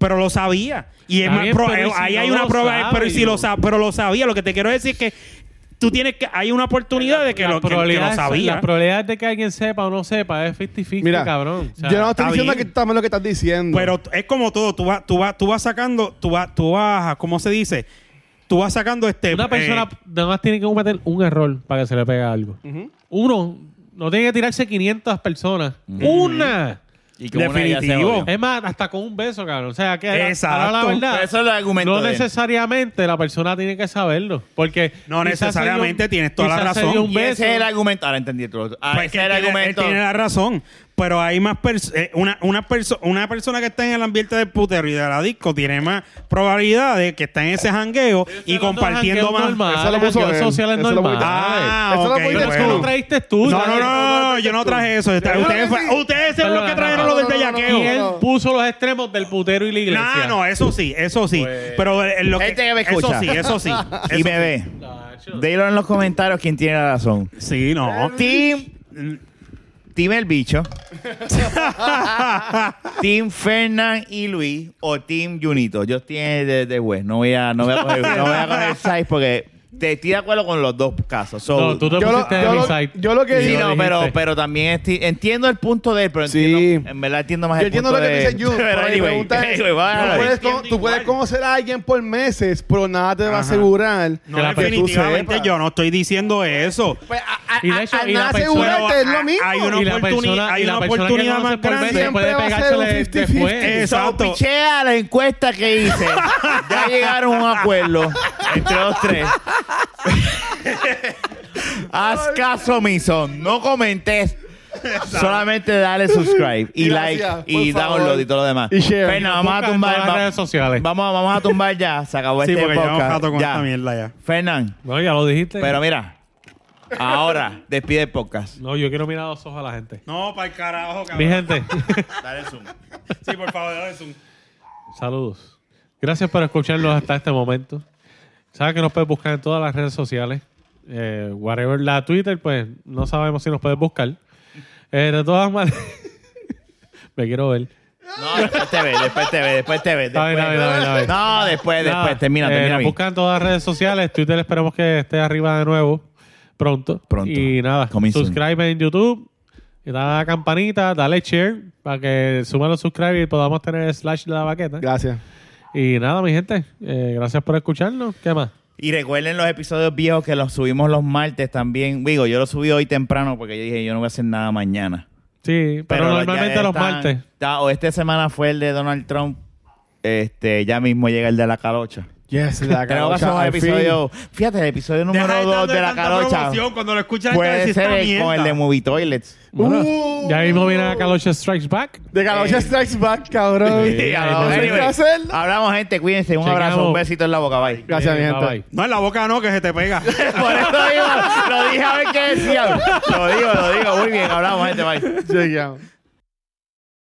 [SPEAKER 4] Pero lo sabía. Y es
[SPEAKER 2] Está
[SPEAKER 4] más
[SPEAKER 2] bien,
[SPEAKER 4] pro-
[SPEAKER 2] pero ¿y
[SPEAKER 4] eh,
[SPEAKER 2] si
[SPEAKER 4] ahí hay
[SPEAKER 2] no
[SPEAKER 4] una
[SPEAKER 2] lo
[SPEAKER 4] prueba.
[SPEAKER 2] sabe,
[SPEAKER 4] pero si
[SPEAKER 2] yo?
[SPEAKER 4] lo sa- pero lo sabía. Lo que te quiero decir es que tú tienes que. Hay una oportunidad de que,
[SPEAKER 2] Las
[SPEAKER 4] lo, que- que lo
[SPEAKER 2] probabilidades-
[SPEAKER 4] sabía.
[SPEAKER 2] Las probabilidades de que alguien sepa o no sepa es 50-50,
[SPEAKER 1] Mira,
[SPEAKER 2] cabrón. O sea,
[SPEAKER 1] yo no estoy
[SPEAKER 4] está
[SPEAKER 1] diciendo
[SPEAKER 4] bien.
[SPEAKER 1] que también lo que estás diciendo.
[SPEAKER 4] Pero t- es como todo, tú vas, tú vas, tú vas sacando, tú vas, tú vas, ¿cómo se dice? Tú vas sacando este.
[SPEAKER 2] Una persona
[SPEAKER 4] eh,
[SPEAKER 2] nada más tiene que cometer un error para que se le pegue algo. Uno, no tiene que tirarse 500 personas. ¡Una!
[SPEAKER 3] Y que una ya se
[SPEAKER 4] Definitivo.
[SPEAKER 3] odió.
[SPEAKER 2] Es más, hasta con un beso, cabrón. O sea, que a la-
[SPEAKER 4] Exacto.
[SPEAKER 2] a la verdad,
[SPEAKER 3] Pero eso es el argumento
[SPEAKER 2] no
[SPEAKER 3] de él.
[SPEAKER 2] necesariamente la persona tiene que saberlo. Porque
[SPEAKER 4] No
[SPEAKER 2] quizás
[SPEAKER 4] necesariamente,
[SPEAKER 2] se dio-
[SPEAKER 4] tienes toda la
[SPEAKER 2] quizás se
[SPEAKER 4] razón.
[SPEAKER 2] dio un
[SPEAKER 3] Y
[SPEAKER 2] beso.
[SPEAKER 3] ese es el argumento. Ahora entendí todo. Ah,
[SPEAKER 4] pues que
[SPEAKER 3] ese es el
[SPEAKER 4] él tiene, él
[SPEAKER 3] argumento.
[SPEAKER 4] tiene la razón. Pero hay más pers- eh, una, una, perso- una persona que está en el ambiente del putero y de la disco tiene más probabilidades que está en ese jangueo y compartiendo más.
[SPEAKER 1] Eso lo puso él.
[SPEAKER 2] sociales
[SPEAKER 1] Eso lo puso-
[SPEAKER 2] normales.
[SPEAKER 4] Ah,
[SPEAKER 1] Eso lo
[SPEAKER 4] ok,
[SPEAKER 1] voy a
[SPEAKER 2] Pero
[SPEAKER 1] decir.
[SPEAKER 2] eso lo
[SPEAKER 4] bueno.
[SPEAKER 2] traíste tú.
[SPEAKER 4] No, no, no,
[SPEAKER 2] ¿sabes?
[SPEAKER 4] no, yo no traje eso. Ustedes,
[SPEAKER 1] Claro que sí.
[SPEAKER 4] ustedes seguro que
[SPEAKER 2] Perdona,
[SPEAKER 4] trajeron
[SPEAKER 2] no,
[SPEAKER 4] lo del
[SPEAKER 1] no, no, no,
[SPEAKER 4] bellaqueo.
[SPEAKER 2] Y él
[SPEAKER 1] No.
[SPEAKER 2] puso los extremos del putero y la iglesia. Pues-
[SPEAKER 4] No, no, eso sí, eso sí. pero eh, lo que,
[SPEAKER 3] Este que me
[SPEAKER 4] eso
[SPEAKER 3] escucha.
[SPEAKER 4] sí, eso [LAUGHS] sí.
[SPEAKER 3] Y
[SPEAKER 4] Eso-
[SPEAKER 3] me ve.
[SPEAKER 2] Nacho.
[SPEAKER 3] Dilo en los comentarios quién tiene la razón.
[SPEAKER 4] Sí, no.
[SPEAKER 3] Team. Team
[SPEAKER 1] [LAUGHS]
[SPEAKER 3] El Bicho. team Fernán y Luis o Team Junito. Yo estoy de, de West. No voy a, no voy a coger, no voy a coger size porque te estoy de acuerdo con los dos casos. So,
[SPEAKER 2] No, tú te
[SPEAKER 1] Yo lo,
[SPEAKER 2] pusiste de
[SPEAKER 1] yo,
[SPEAKER 2] mi
[SPEAKER 1] lo,
[SPEAKER 2] side.
[SPEAKER 1] yo lo que
[SPEAKER 3] Sí,
[SPEAKER 1] digo.
[SPEAKER 3] no,
[SPEAKER 2] lo
[SPEAKER 3] pero,
[SPEAKER 2] dijiste.
[SPEAKER 3] pero también esti- entiendo el punto de él, pero
[SPEAKER 1] Sí.
[SPEAKER 3] entiendo, en verdad entiendo más
[SPEAKER 1] Yo
[SPEAKER 3] el
[SPEAKER 1] entiendo lo
[SPEAKER 3] punto
[SPEAKER 1] que
[SPEAKER 3] de
[SPEAKER 1] dice
[SPEAKER 4] [LAUGHS]
[SPEAKER 1] Jun,
[SPEAKER 3] [LAUGHS] Pero
[SPEAKER 1] pero mi
[SPEAKER 3] anyway,
[SPEAKER 1] pregunta es,
[SPEAKER 3] anyway,
[SPEAKER 1] tú,
[SPEAKER 3] vale.
[SPEAKER 1] puedes, con- tú puedes conocer a alguien por meses, pero nada te va a asegurar.
[SPEAKER 4] No,
[SPEAKER 2] Que la-
[SPEAKER 4] definitivamente
[SPEAKER 1] sepas.
[SPEAKER 4] yo no estoy diciendo eso.
[SPEAKER 1] Pues, a- a-
[SPEAKER 2] Y de hecho,
[SPEAKER 1] a- a
[SPEAKER 2] y la
[SPEAKER 1] nada
[SPEAKER 2] persona-
[SPEAKER 1] asegurarte es lo
[SPEAKER 4] a-
[SPEAKER 1] mismo.
[SPEAKER 4] hay una
[SPEAKER 2] y la
[SPEAKER 4] oportuni-
[SPEAKER 2] persona,
[SPEAKER 4] hay
[SPEAKER 2] y la persona
[SPEAKER 4] una
[SPEAKER 2] que
[SPEAKER 4] oportunidad
[SPEAKER 2] conoce
[SPEAKER 4] más
[SPEAKER 2] por pues,
[SPEAKER 4] grande.
[SPEAKER 2] meses puede
[SPEAKER 1] Siempre va a ser un
[SPEAKER 2] pegársele
[SPEAKER 1] 50-50.
[SPEAKER 2] después.
[SPEAKER 4] Es-
[SPEAKER 3] Exacto.
[SPEAKER 4] Exacto.
[SPEAKER 3] piché a la encuesta que
[SPEAKER 2] [LAUGHS]
[SPEAKER 3] hice. ya llegaron a un acuerdo entre los tres. [LAUGHS] Haz caso omiso, no comentes. Solamente dale subscribe y
[SPEAKER 1] Gracias,
[SPEAKER 3] like y
[SPEAKER 1] por favor.
[SPEAKER 3] download y todo lo demás.
[SPEAKER 1] Y share.
[SPEAKER 3] Fernan, vamos a
[SPEAKER 2] Busca en
[SPEAKER 3] tumbar.
[SPEAKER 2] todas las
[SPEAKER 3] va-
[SPEAKER 2] redes sociales.
[SPEAKER 3] Vamos, vamos a tumbar ya. Se acabó
[SPEAKER 4] Sí,
[SPEAKER 3] este
[SPEAKER 4] porque llevamos
[SPEAKER 3] podcast.
[SPEAKER 4] rato con
[SPEAKER 3] Ya.
[SPEAKER 4] esta mierda ya.
[SPEAKER 3] Fernan,
[SPEAKER 2] No, ya lo dijiste.
[SPEAKER 3] pero mira, ahora despide el podcast.
[SPEAKER 2] no, yo quiero mirar a los ojos a la gente.
[SPEAKER 4] No, para el carajo,
[SPEAKER 2] Mi
[SPEAKER 4] cabrón.
[SPEAKER 2] gente,
[SPEAKER 4] [LAUGHS]
[SPEAKER 3] Dale zoom.
[SPEAKER 4] Sí, por favor, dale zoom.
[SPEAKER 2] saludos. Gracias por escucharnos hasta este momento. Sabes que nos puedes buscar en todas las redes sociales. Eh, whatever, la Twitter, pues no sabemos si nos puedes buscar. Eh, de todas maneras, [LAUGHS] me quiero ver.
[SPEAKER 3] No, después te ve, después te ve, después te ve.
[SPEAKER 2] Está bien,
[SPEAKER 3] después.
[SPEAKER 2] está bien, está bien, está
[SPEAKER 3] No, después,
[SPEAKER 2] Nada,
[SPEAKER 3] después, termina,
[SPEAKER 2] eh,
[SPEAKER 3] termina
[SPEAKER 2] nos
[SPEAKER 3] bien.
[SPEAKER 2] buscan en todas las redes sociales. Twitter esperemos que esté arriba de nuevo pronto.
[SPEAKER 3] Pronto.
[SPEAKER 2] Y nada,
[SPEAKER 3] Coming soon.
[SPEAKER 2] subscribe en YouTube. Y dale a la campanita, dale share para que suman los subscribe y podamos tener slash la baqueta.
[SPEAKER 1] Gracias.
[SPEAKER 2] Y nada, mi gente, eh, gracias por escucharnos. ¿Qué más?
[SPEAKER 3] Y recuerden los episodios viejos que los subimos los martes también. Digo, yo los subí hoy temprano porque yo dije, yo no voy a hacer nada mañana.
[SPEAKER 2] Sí, pero,
[SPEAKER 3] ya
[SPEAKER 2] normalmente los
[SPEAKER 3] están-
[SPEAKER 2] martes.
[SPEAKER 3] está- o esta semana fue el de Donald Trump. Este, ya mismo llega el de la calocha.
[SPEAKER 1] Yes, la
[SPEAKER 3] Tenemos que
[SPEAKER 1] carocha,
[SPEAKER 3] hacer un
[SPEAKER 1] al fin.
[SPEAKER 3] episodio. Fíjate, el episodio número 2 de la calocha.
[SPEAKER 4] Cuando lo escuchas,
[SPEAKER 3] Puede ser el- con el de Movie Toilets.
[SPEAKER 2] Bueno,
[SPEAKER 1] Uh.
[SPEAKER 2] ya mismo viene la Calocha Strikes Back.
[SPEAKER 1] De
[SPEAKER 4] Eh,
[SPEAKER 1] Galocha Strikes Back, cabrón.
[SPEAKER 2] Sí,
[SPEAKER 1] Eso
[SPEAKER 2] hablamos.
[SPEAKER 1] hay que
[SPEAKER 3] Anyway,
[SPEAKER 1] hacerlo.
[SPEAKER 3] Hablamos, gente. Cuídense. Un abrazo,
[SPEAKER 2] Chequeamos.
[SPEAKER 3] un besito en la boca.
[SPEAKER 2] [LAUGHS]
[SPEAKER 3] Bye.
[SPEAKER 1] Gracias, mi
[SPEAKER 2] Eh,
[SPEAKER 1] gente.
[SPEAKER 2] bye, bye.
[SPEAKER 4] No, en la boca no, que se te pega.
[SPEAKER 3] Por eso digo, lo dije a ver qué decían. Lo digo, lo digo. Muy bien, hablamos, gente. Bye.
[SPEAKER 1] Chequeamos.